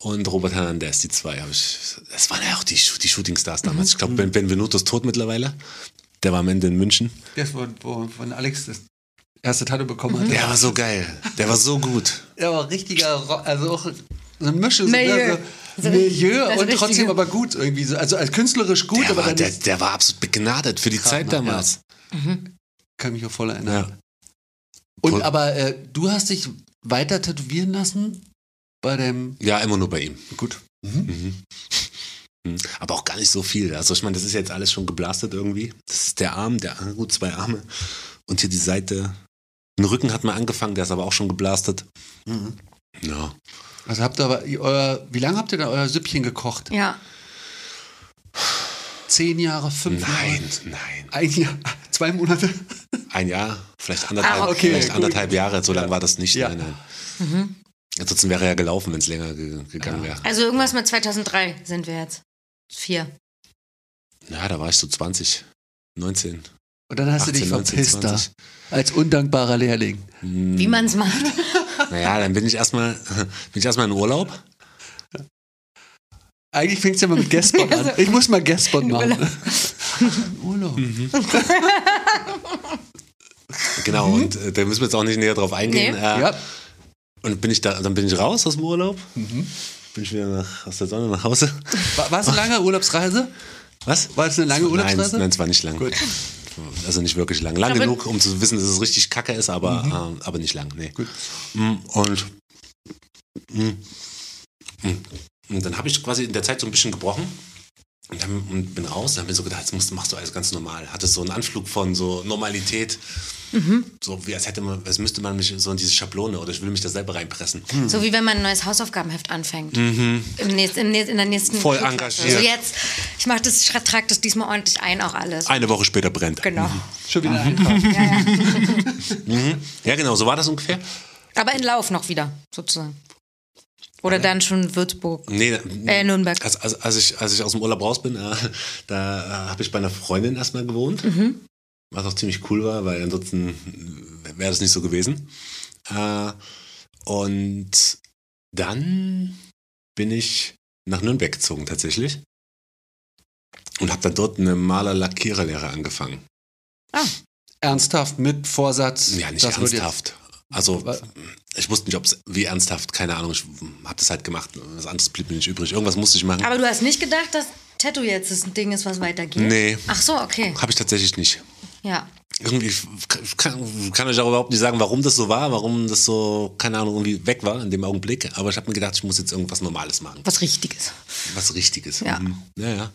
D: Und Robert Hernandez, die zwei habe ich. Das waren ja auch die, Shoo- die Shootingstars
C: Mhm.
D: damals. Ich glaube, ben Benvenuto ist tot mittlerweile. Der war am Ende in München.
C: Der von, wo, von Alex das erste Tattoo bekommen hat.
D: Der war so geil. Der war so gut.
C: Der war richtiger, Ro also auch so ein Mische. so,
A: Milieu.
C: ne,
A: So
C: So
A: richtig-
C: Milieu
A: das
C: und trotzdem
A: richtige-
C: aber gut irgendwie. So, also als künstlerisch gut,
D: Der
C: aber
D: war,
C: dann
D: der,
C: ist,
D: der war absolut begnadet für die
C: Krass,
D: Zeit
C: ne? Ja.
D: damals.
C: kann mich auch voll erinnern.
D: Ja.
C: Und
D: Voll.
C: aber äh, du hast dich weiter tätowieren lassen bei dem.
D: ja, immer nur bei ihm.
C: Gut.
D: Mhm. Mhm. Aber auch gar nicht so viel. Also ich meine, das ist jetzt alles schon geblastet irgendwie. Das ist der Arm, der gut, ah, zwei Arme. Und hier die Seite. Den Rücken hat man angefangen, der ist aber auch schon geblastet. Mhm. Ja.
C: Also habt ihr aber ihr- euer, wie lange habt ihr da euer Süppchen gekocht?
A: Ja.
C: Zehn Jahre, fünf
D: Nein,
C: Jahre?
D: nein.
C: Ein Jahr, zwei Monate?
D: Ein Jahr, vielleicht anderthalb,
A: Ah, okay, Mhm.
D: vielleicht
C: gut.
D: anderthalb Jahre, so lange war das nicht.
C: Ja.
D: Nein, nein. Ansonsten wäre er ja gelaufen, wenn es länger ge gegangen wäre.
A: Also irgendwas mit 2003 sind wir jetzt. Vier.
D: Ja, da war ich so 20, 19.
C: Und dann hast
D: 18,
C: du dich
D: 19,
C: verpisst da.
D: 20.
C: Als undankbarer Lehrling.
A: Wie man es macht.
D: Naja, Hm, dann bin ich erstmal bin ich erstmal in Urlaub.
C: Eigentlich fängt es ja mal mit Gaspon an.
A: Also,
C: Ich muss mal Gaspon machen. Urlaub.
D: Genau, und äh, da müssen wir jetzt auch nicht näher drauf eingehen.
A: Nee.
D: Äh,
C: Ja,
D: Und bin ich da, dann bin ich raus aus dem Urlaub. Bin ich wieder nach, aus der Sonne nach Hause.
C: war, war es eine lange Urlaubsreise?
D: Was?
C: War es eine lange
D: Nein,
C: Urlaubsreise?
D: nein, es war nicht lang.
C: Gut.
D: Also nicht wirklich lang. Lang
A: Aber-
D: genug, um zu wissen, dass es richtig kacke ist, aber, ähm, aber nicht lang. Nee.
C: Mhm. Gut.
D: Mm, Und, mm, mm. und dann habe ich quasi in der Zeit so ein bisschen gebrochen. Und, dann, und bin raus und habe mir so gedacht, jetzt musst, machst du alles ganz normal. Hatte so einen Anflug von so Normalität.
A: Mhm.
D: So wie als hätte man, als müsste man mich so in diese Schablone oder ich will mich da selber reinpressen.
C: Mhm.
D: Mhm.
A: So wie wenn man ein neues Hausaufgabenheft anfängt. Im nächst, im nächst, in der nächsten
D: Hm. Voll
A: Schulklasse.
D: engagiert.
A: So jetzt, ich mach das, ich trage das diesmal ordentlich ein, auch alles.
D: Eine Woche später brennt. er.
A: Genau.
C: Schon wieder einfach.
D: Mhm. Ja, genau, so war das ungefähr.
A: Aber in Lauf noch wieder, sozusagen. Oder dann schon Würzburg.
D: Nee,
A: Äh, Nürnberg.
D: Als, als, als, ich, als ich aus dem Urlaub raus bin, äh, da äh, habe ich bei einer Freundin erstmal gewohnt.
C: Mhm.
D: Was auch ziemlich cool war, weil ansonsten wäre das nicht so gewesen. Äh, und dann bin ich nach Nürnberg gezogen tatsächlich. Und habe dann dort eine Maler-Lackiererlehre angefangen.
C: Ernsthaft mit Vorsatz.
D: Ja, nicht
C: das wird jetzt-
D: ernsthaft. Also,
C: Wa-
D: ich wusste nicht, ob es wie ernsthaft, keine Ahnung. Ich habe das halt gemacht. Was anderes blieb mir nicht übrig. Irgendwas musste ich machen.
A: Aber du hast nicht gedacht, dass Tattoo jetzt das Ding ist, was weitergeht?
D: Nee.
A: Ach so, okay.
D: Habe ich tatsächlich nicht.
A: Ja.
D: irgendwie f- ich kann, kann euch auch überhaupt nicht sagen, warum das so war, warum das so, keine Ahnung, irgendwie weg war in dem Augenblick. Aber ich habe mir gedacht, ich muss jetzt irgendwas Normales machen.
A: Was Richtiges.
D: Was Richtiges.
A: Ja.
D: Mhm. Ja, ja.
C: Ja,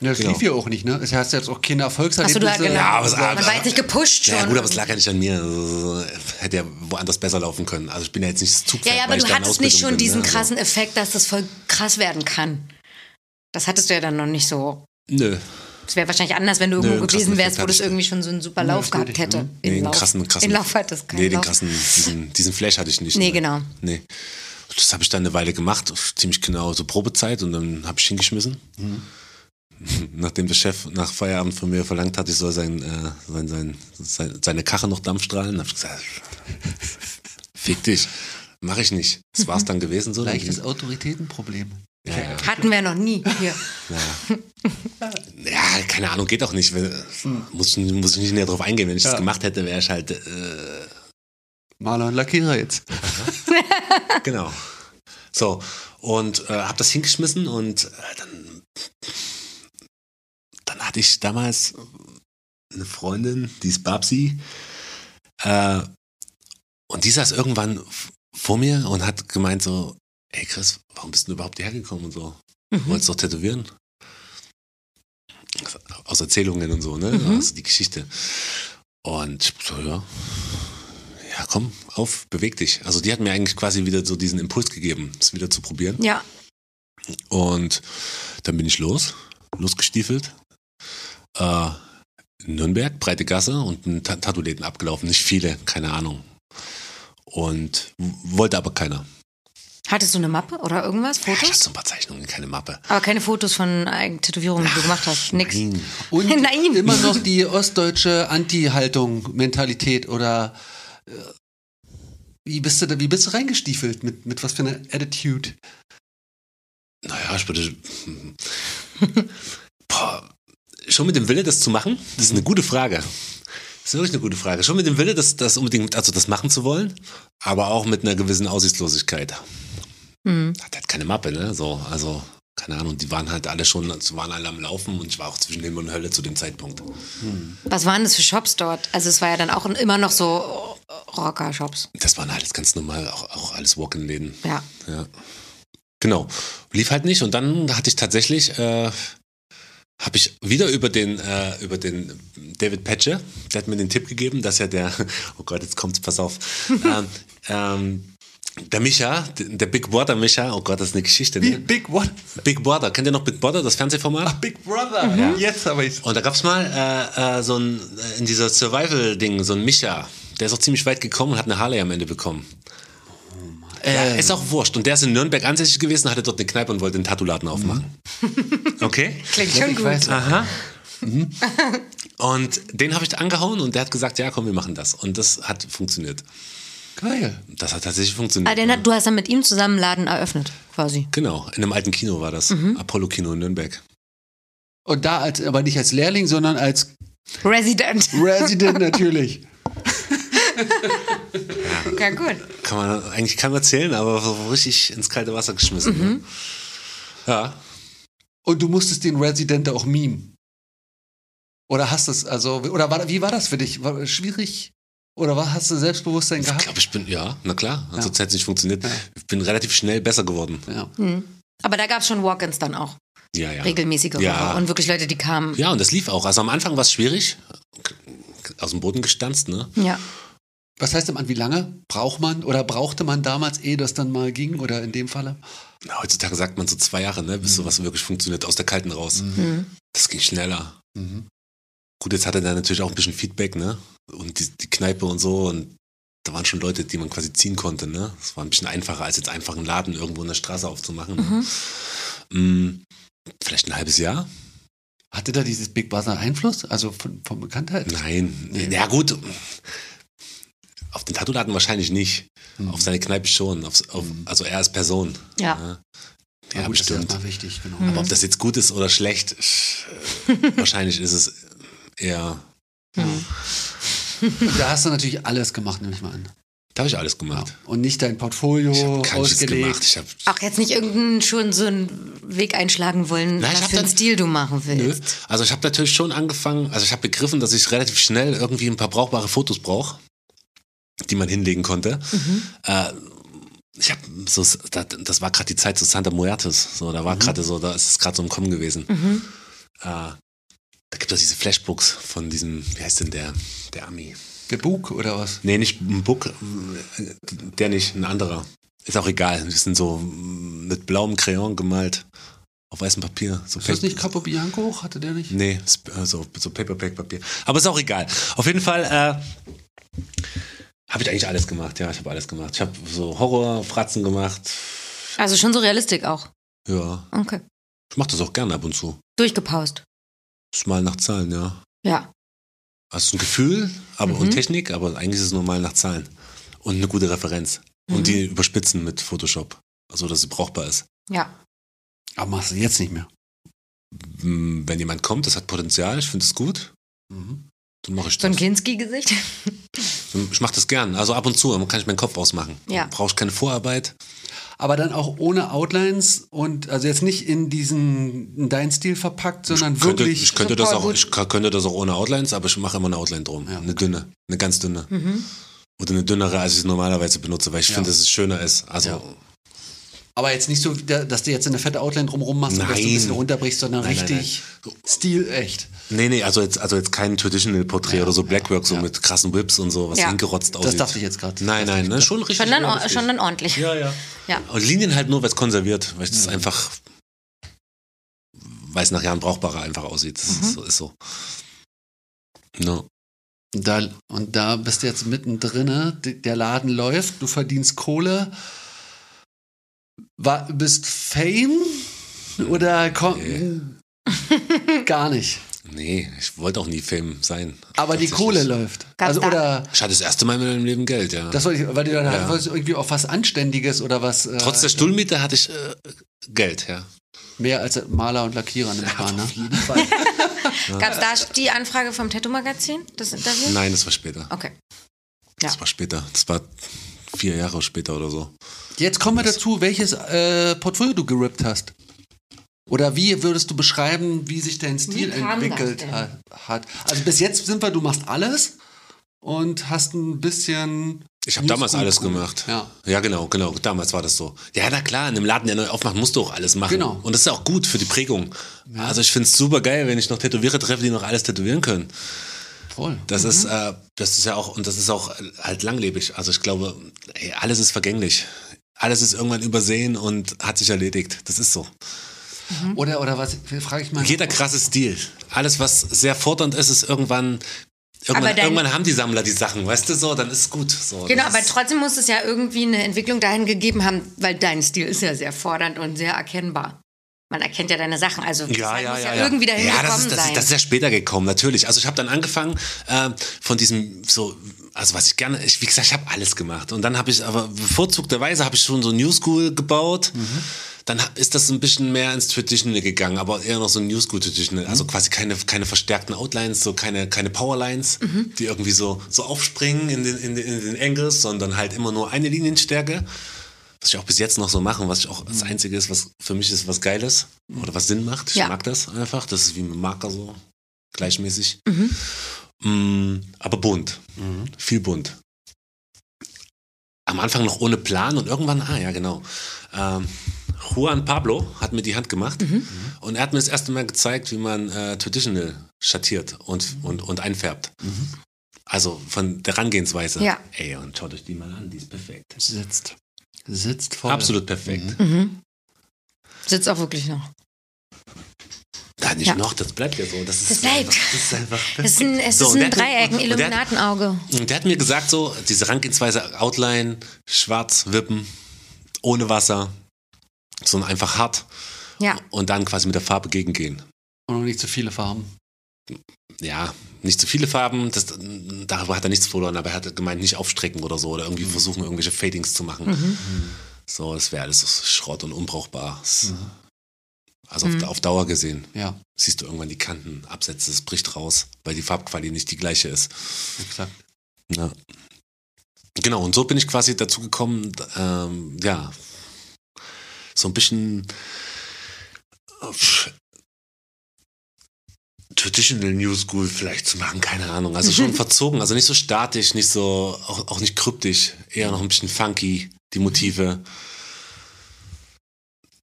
C: das
D: Genau.
C: lief ja auch nicht, ne? Es hast ja jetzt auch keine äh,
A: Achso,
C: Erfolgserlebnisse.
A: du hast genau.
D: Ja, aber es-
A: Man war jetzt nicht gepusht schon.
D: Ja, gut, aber es lag ja nicht an mir. Also, hätte ja woanders besser laufen können. Also ich bin ja jetzt nicht das Zugpferd.
A: ja, ja, aber
D: weil ich
A: du
D: da in
A: hattest nicht
D: Ausbildung
A: schon
D: bin, ne?
A: diesen
D: Also-
A: krassen Effekt, dass das voll krass werden kann. Das hattest du ja dann noch nicht so.
D: Also, Nö,
A: Es wäre wahrscheinlich anders, wenn du
D: Nö,
A: irgendwo
D: einen krassen
A: gewesen wärst,
D: Effekt
A: wo das
D: hatte ich. ne?
A: irgendwie schon so einen super Lauf gehabt hätte.
D: nee,
A: In
D: den
A: Lauf.
D: krassen, krassen.
A: In Lauf hat das keinen
D: Nee, den
A: Lauf.
D: krassen, diesen, diesen Flash hatte ich nicht. ne?
A: Nee, genau.
D: Nee. Das habe ich dann eine Weile gemacht, ziemlich genau so Probezeit und dann habe ich hingeschmissen.
A: Mhm.
D: Nachdem der Chef nach Feierabend von mir verlangt hat, ich soll sein, äh, sein, sein, sein, seine Kache noch Dampf strahlen, habe ich gesagt, fick dich, mache ich nicht. Das
A: Mhm.
D: war's dann gewesen so.
C: Leichtes Autoritätenproblem.
D: ja, ja.
A: Hatten wir noch nie hier.
D: Ja, keine Ahnung, geht doch nicht. Wenn-
A: Mhm.
D: Muss, ich- muss ich nicht näher drauf eingehen. Wenn ich
C: Ja.
D: das gemacht hätte, wäre ich halt äh,
C: Maler und Lackierer jetzt.
D: Genau. So, und äh, habe das hingeschmissen und äh, dann, dann hatte ich damals eine Freundin, die ist Babsi, äh, und die saß irgendwann f- vor mir und hat gemeint so, ey Chris, warum bist du überhaupt hierher gekommen und so? Du wolltest doch tätowieren. Also, Aus Erzählungen und so, ne? Also die Geschichte. Und ich so, ja, ja, komm, auf, beweg dich. Also die hat mir eigentlich quasi wieder so diesen Impuls gegeben, es wieder zu probieren.
A: Ja.
D: Und dann bin ich los, losgestiefelt. Äh, in Nürnberg, breite Gasse und einen Ta- Tattoo-Läden abgelaufen. Nicht viele, keine Ahnung. Und w- wollte aber keiner.
A: Hattest du eine Mappe oder irgendwas?
D: Ich hatte
A: Fotos?
D: so ein paar Zeichnungen, keine Mappe.
A: Aber keine Fotos von eigenen Tätowierungen, die du gemacht hast. Nix.
D: Nein.
C: Und
A: Nein.
C: immer noch die ostdeutsche Anti-Haltung, Mentalität oder äh, wie bist du da, wie bist du reingestiefelt? Mit, mit was für einer Attitude?
D: Naja, ich würde. Boah, schon mit dem Wille, das zu machen? Das ist eine gute Frage. Das ist wirklich eine gute Frage. Schon mit dem Wille, das, das unbedingt, also das machen zu wollen, aber auch mit einer gewissen Aussichtslosigkeit.
A: Mhm.
D: Hat halt keine Mappe, ne? So, also, keine Ahnung, die waren halt alle schon, also waren alle am Laufen und ich war auch zwischen Himmel und Hölle zu dem Zeitpunkt.
A: Was waren das für Shops dort? Also es war ja dann auch immer noch so Rocker-Shops.
D: Das waren halt ganz normal, auch, auch alles Walk-in-Läden.
A: Ja.
D: Ja. Genau. Lief halt nicht und dann hatte ich tatsächlich äh, habe ich wieder über den, äh, über den David Patcher, der hat mir den Tipp gegeben, dass ja der, oh Gott, jetzt kommt's, pass auf. ähm, ähm, der Micha, der Big Brother Micha, oh Gott, das ist eine Geschichte.
C: Wie,
D: Ne?
C: Big What?
D: Big Brother, kennt ihr noch Big Brother, das Fernsehformat?
C: Ah, Big Brother.
A: Mhm.
C: Jetzt aber ich.
D: Und da gab's mal äh, äh, so ein, äh, in dieser Survival-Ding, so ein Micha. Der ist auch ziemlich weit gekommen und hat eine Harley am Ende bekommen.
A: Oh
D: Äh, ist auch wurscht. Und der ist in Nürnberg ansässig gewesen, hatte dort eine Kneipe und wollte den Tattoo-Laden aufmachen. Okay?
A: Mhm. Klingt schon gut. Mhm.
D: Aha. Und den habe ich angehauen und der hat gesagt, ja komm, wir machen das. Und das hat funktioniert.
C: Geil.
D: Das hat tatsächlich
A: Ah,
D: funktioniert.
A: den hat, du hast dann mit ihm zusammen einen Laden eröffnet, quasi.
D: Genau, in einem alten Kino war das.
A: Mhm.
D: Apollo-Kino in Nürnberg.
C: Und da als, aber nicht als Lehrling, sondern als
A: Resident.
C: Resident natürlich.
A: Ja, gut.
D: Kann man eigentlich kann man erzählen, aber so richtig ins kalte Wasser geschmissen.
C: Mhm.
D: Ne? Ja.
C: Und du musstest den Resident auch meme. Oder hast es, also, oder war, wie war das für dich? War schwierig? Oder war, hast du Selbstbewusstsein
D: Ich
C: gehabt?
D: glaube, ich bin, ja, na klar,
C: Ja.
D: sonst hätte es nicht funktioniert. Ich bin relativ schnell besser geworden.
C: Ja.
A: Hm. Aber da gab es schon Walk-ins dann auch.
D: Ja, ja.
A: Regelmäßige
D: Ja.
A: Und wirklich Leute, die kamen.
D: Ja, und das lief auch. Also am Anfang war es schwierig. Aus dem Boden gestanzt, ne?
A: Ja.
C: Was heißt denn, an wie lange braucht man oder brauchte man damals, ehe das dann mal ging oder in dem Falle?
D: Na, heutzutage sagt man so zwei Jahre, ne?
C: Mhm.
D: Bis sowas wirklich funktioniert, aus der Kalten raus.
A: Hm.
D: Das ging schneller.
C: Mhm.
D: Gut, jetzt hatte er natürlich auch ein bisschen Feedback, ne? Und die, die Kneipe und so. Und da waren schon Leute, die man quasi ziehen konnte, ne? Das war ein bisschen einfacher, als jetzt einfach einen Laden irgendwo in der Straße aufzumachen.
C: Mhm.
D: Ne? Mm, vielleicht ein halbes Jahr?
C: Hatte da dieses Big Brother Einfluss? Also von, von Bekanntheit? Ah,
D: Nein. Ja, gut. Auf den Tattoo-Laden wahrscheinlich nicht.
C: Mhm.
D: Auf seine Kneipe schon. Aufs, auf, also er als Person.
A: Ja.
D: Ja,
C: gut, ist
D: bestimmt. Mhm.
C: erstmal wichtig, genau.
D: Aber ob das jetzt gut ist oder schlecht, äh, wahrscheinlich ist es eher.
A: Hm.
C: Und da hast du natürlich alles gemacht, nehme ich mal an.
D: Da habe ich alles
C: Ja.
D: gemacht.
C: Und nicht dein Portfolio
D: Ich habe keinen Schiss gemacht.
C: ausgelegt.
D: Ich habe
A: Auch jetzt nicht irgendeinen schon so einen Weg einschlagen wollen,
D: Nein, ich
A: was
D: hab
A: für einen
D: dann-
A: Stil du machen
D: Nö.
A: willst.
D: Also ich habe natürlich schon angefangen, also ich habe begriffen, dass ich relativ schnell irgendwie ein paar brauchbare Fotos brauche, die man hinlegen konnte.
C: Mhm.
D: Äh, ich habe so, das, das war gerade die Zeit so Santa Muertes, so
C: Mhm.
D: da war gerade so, da ist es gerade so im Kommen gewesen. Äh, da gibt es diese Flashbooks von diesem, wie heißt denn der, der Ami?
C: Der Bug oder was?
D: Nee, nicht ein Book, äh, der nicht, ein anderer. Ist auch egal, die sind so mit blauem Crayon gemalt, auf weißem Papier. So
C: Ist das nicht Capo Bianco? Hatte der nicht?
D: Nee, sp- äh, so, so Paperback Papier. Aber ist auch egal. Auf jeden Fall äh, habe ich eigentlich alles gemacht. Ja, ich habe alles gemacht. Ich habe so Horrorfratzen gemacht.
A: Also schon so realistisch auch.
D: Ja,
A: Okay.
D: ich mache das auch gerne ab und zu.
A: Durchgepaust.
D: Ist mal nach Zahlen, ja.
A: Ja.
D: Also ist ein Gefühl aber, und Technik, aber eigentlich ist es nur mal nach Zahlen. Und eine gute Referenz. Und die überspitzen mit Photoshop, so dass sie brauchbar ist.
A: Ja.
D: Ah,
C: Aber machst du jetzt nicht mehr.
D: Hm, Wenn jemand kommt, das hat Potenzial, ich finde es gut, dann mache ich
A: So ein
D: das.
A: Kinski-Gesicht.
D: Ich mache das gern. Also ab und zu, dann kann ich meinen Kopf ausmachen.
A: Ja.
D: Brauche ich keine Vorarbeit.
C: Aber dann auch ohne Outlines und also jetzt nicht in diesen in deinen Stil verpackt, sondern
D: könnte,
C: wirklich.
D: ich könnte das
A: Voll
D: auch,
A: gut.
D: ich ka- könnte das auch ohne Outlines, aber ich mache immer eine Outline drum. Eine dünne, eine ganz dünne.
C: Mhm.
D: Oder eine dünnere, als ich es normalerweise benutze, weil ich finde, dass es schöner ist. Also
C: aber jetzt nicht so, da- dass du jetzt eine fette Outline drumrum machst und dass du ein
D: Nein.
C: bisschen runterbrichst, sondern
D: Nein, nein,
C: richtig stilecht.
D: Nee, nee, also jetzt, also jetzt kein Traditional Porträt oder so Blackwork, so mit krassen Whips und so, was
A: Ja.
D: hingerotzt aussieht.
C: dachte ich jetzt gerade.
D: Nein, nein, ne, schon richtig.
A: Schon dann, or-
D: realistisch.
A: schon dann ordentlich.
D: Ja, ja.
A: Ja.
D: Und Linien halt nur, weil es konserviert, weil es
C: Mhm.
D: das einfach, weil es nach Jahren brauchbarer einfach aussieht. Das ist so. Ist so. No.
C: Und da, und da bist du jetzt mittendrin, ne? d- der Laden läuft, du verdienst Kohle, wa- bist Fame oder komm, gar nicht.
D: Nee, ich wollte auch nie Film sein.
C: Aber die
D: Tatsächlich.
C: Kohle läuft.
A: Gab's
C: Also,
A: da-
C: oder
D: Ich hatte das erste Mal in meinem Leben Geld, ja.
C: das wollte ich, weil du dann wolltest irgendwie auf was Anständiges oder was äh,
D: Trotz der Stuhlmiete hatte ich äh, Geld, ja.
C: mehr als Maler und Lackierer nimmt man, ne?
A: Gab es da die Anfrage vom Tattoo-Magazin, das Interview?
D: Nein, das war später.
A: Okay.
D: Das war später. Das war vier Jahre später oder so.
C: Jetzt kommen wir dazu, welches äh, Portfolio du gerippt hast. Oder wie würdest du beschreiben, wie sich dein Stil
A: Wie kam das
C: entwickelt
A: denn?
C: ha- hat? Also bis jetzt sind wir, du machst alles und hast ein bisschen
D: Ich habe damals alles gemacht.
C: Ja.
D: ja, genau, genau. Damals war das so. Ja, na klar, in einem Laden, der neu aufmacht, musst du auch alles machen.
C: Genau.
D: Und das ist auch gut für die Prägung. Also ich finde es super geil, wenn ich noch Tätowierer treffe, die noch alles tätowieren können.
C: Voll.
D: Das ist, äh, das ist ja auch, und das ist auch äh, halt langlebig. Also ich glaube, ey, alles ist vergänglich. Alles ist irgendwann übersehen und hat sich erledigt. Das ist so.
A: Mhm.
C: Oder, oder was, frage ich mal.
D: Jeder krasse Stil. Alles, was sehr fordernd ist, ist irgendwann.
A: Aber
D: Irgendwann,
A: dein-
D: irgendwann haben die Sammler die Sachen, weißt du so, dann ist gut. So,
A: Genau,
D: das
A: aber
D: ist-
A: trotzdem muss es ja irgendwie eine Entwicklung dahin gegeben haben, weil dein Stil ist ja sehr fordernd und sehr erkennbar. Man erkennt ja deine Sachen, also das
D: Ja, ja,
A: muss
D: ja,
A: ja,
D: ja.
A: irgendwie dahin
D: ja, das
A: gekommen
D: ist, das,
A: sein.
D: Ist, das ist ja später gekommen, natürlich. Also ich habe dann angefangen ähm, von diesem so, also was ich gerne, ich, wie gesagt, ich habe alles gemacht. Und dann habe ich, aber bevorzugterweise habe ich schon so New School gebaut.
A: Mhm.
D: Dann hab- ist das ein bisschen mehr ins Traditional gegangen, aber eher noch so ein New School Traditional.
A: Mhm.
D: Also quasi keine, keine verstärkten Outlines, so keine, keine Powerlines,
A: Mhm.
D: die irgendwie so, so aufspringen in den, in, den, in den Angles, sondern halt immer nur eine Linienstärke was ich auch bis jetzt noch so mache, und was ich auch das Einzige ist, was für mich ist, was geil ist oder was Sinn macht. Ich
A: Mhm. Ja.
D: mag das einfach. Das ist wie mit Marker so gleichmäßig.
A: Mhm.
D: Mm, aber bunt. Viel bunt. Am Anfang noch ohne Plan und irgendwann, ah ja, genau. Ähm, Juan Pablo hat mir die Hand gemacht
A: Mhm.
D: und er hat mir das erste Mal gezeigt, wie man äh, Traditional schattiert und,
A: Mhm.
D: und, und einfärbt. Also von der Herangehensweise.
A: Ja.
D: Ey, und schaut euch die mal an, die ist perfekt.
C: sitzt. Sitzt voll.
D: Absolut perfekt.
A: mhm. Sitzt auch wirklich noch.
D: Da nicht
A: Ja.
D: noch, das bleibt ja so. Das, ist
A: Das bleibt.
D: Einfach, das ist einfach
A: Es ist ein, es
D: So,
A: ist
D: und
A: ein
D: der hat-
A: Dreieck, ein
D: und der hat-
A: Illuminatenauge.
D: Und der hat mir gesagt, so, diese Herangehensweise, Outline, schwarz, wippen, ohne Wasser, sondern einfach hart
A: Ja.
D: und dann quasi mit der Farbe gegengehen.
C: Und noch nicht zu viele Farben.
D: Ja, nicht zu viele Farben, das, darüber hat er nichts verloren, aber er hat gemeint, nicht aufstrecken oder so oder irgendwie versuchen, irgendwelche Fadings zu
A: Mhm.
D: machen. So, das wäre alles Schrott und unbrauchbar. Das- Also
A: Mhm.
D: auf, auf Dauer gesehen.
C: Ja,
D: siehst du irgendwann die Kanten, Absätze, es bricht raus, weil die Farbqualität nicht die gleiche ist.
C: exakt.
D: Ja. Genau, und so bin ich quasi dazu gekommen, ähm, ja, so ein bisschen äh, pff, traditional New School vielleicht zu machen, keine Ahnung. Also schon verzogen, also nicht so statisch, nicht so, auch, auch nicht kryptisch, eher noch ein bisschen funky, die Motive.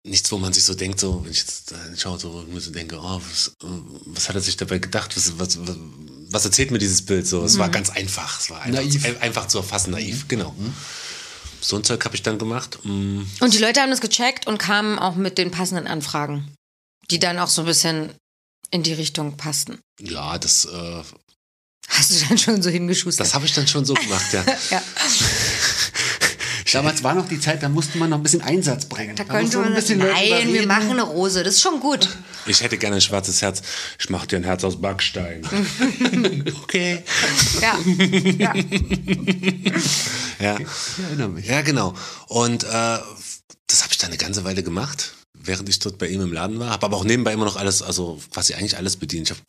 D: Nichts, wo man sich so denkt, so, wenn ich jetzt da schaue, so, ich mir so denke, oh, was, äh, was hat er sich dabei gedacht? Was, was, was, was erzählt mir dieses Bild so? Es war ganz einfach. Es war einfach,
C: Naiv.
D: ein- einfach zu erfassen, naiv, genau. So ein Zeug habe ich dann gemacht. mm.
A: Und die Leute haben das gecheckt und kamen auch mit den passenden Anfragen, die dann auch so ein bisschen in die Richtung passten.
D: Ja, das, äh,
A: Hast du dann schon so hingeschustert?
D: das habe ich dann schon so gemacht, ja.
A: ja.
C: Damals war noch die Zeit, da musste man noch ein bisschen Einsatz bringen.
A: Da
C: musste
A: könnte man das,
C: Leute
A: nein, wir
C: überreden.
A: machen eine Rose, das ist schon gut.
D: Ich hätte gerne ein schwarzes Herz. Ich mache dir ein Herz aus Backstein. okay.
A: Ja, ja.
D: Ja.
C: Ich erinnere mich.
D: ja, genau. Und äh, das habe ich dann eine ganze Weile gemacht, während ich dort bei ihm im Laden war. Habe aber auch nebenbei immer noch alles, also quasi eigentlich alles bedient. Ich habe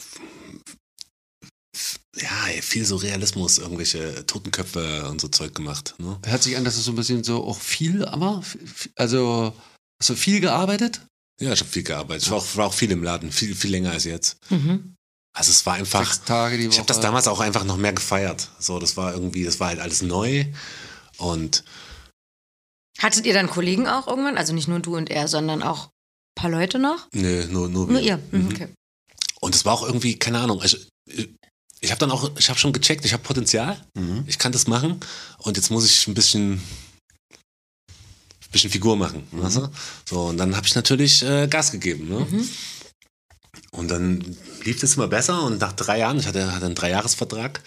D: ja, ey, viel so Realismus, irgendwelche Totenköpfe und so Zeug gemacht. Ne?
C: Hört sich an, dass es so ein bisschen so auch viel, aber f- also hast du viel gearbeitet?
D: Ja, ich habe viel gearbeitet. Ich war auch, war auch viel im Laden, viel, viel länger als jetzt.
A: Mhm.
D: Also es war einfach.
C: Sechs Tage die Woche.
D: Ich habe das damals auch einfach noch mehr gefeiert. So, das war irgendwie, das war halt alles neu. Und
A: Hattet ihr dann Kollegen auch irgendwann? Also nicht nur du und er, sondern auch ein paar Leute noch?
D: nö, nur, nur,
A: Nur
D: wir.
A: ihr. Mhm.
D: Mhm.
A: Okay.
D: Und es war auch irgendwie, keine Ahnung, also ich, ich habe dann auch, ich habe schon gecheckt, ich habe Potenzial, ich kann das machen und jetzt muss ich ein bisschen, bisschen Figur machen. Weißt du? So, und dann habe ich natürlich äh, Gas gegeben. Ne? Und dann lief das immer besser und nach drei Jahren, ich hatte, hatte einen Dreijahresvertrag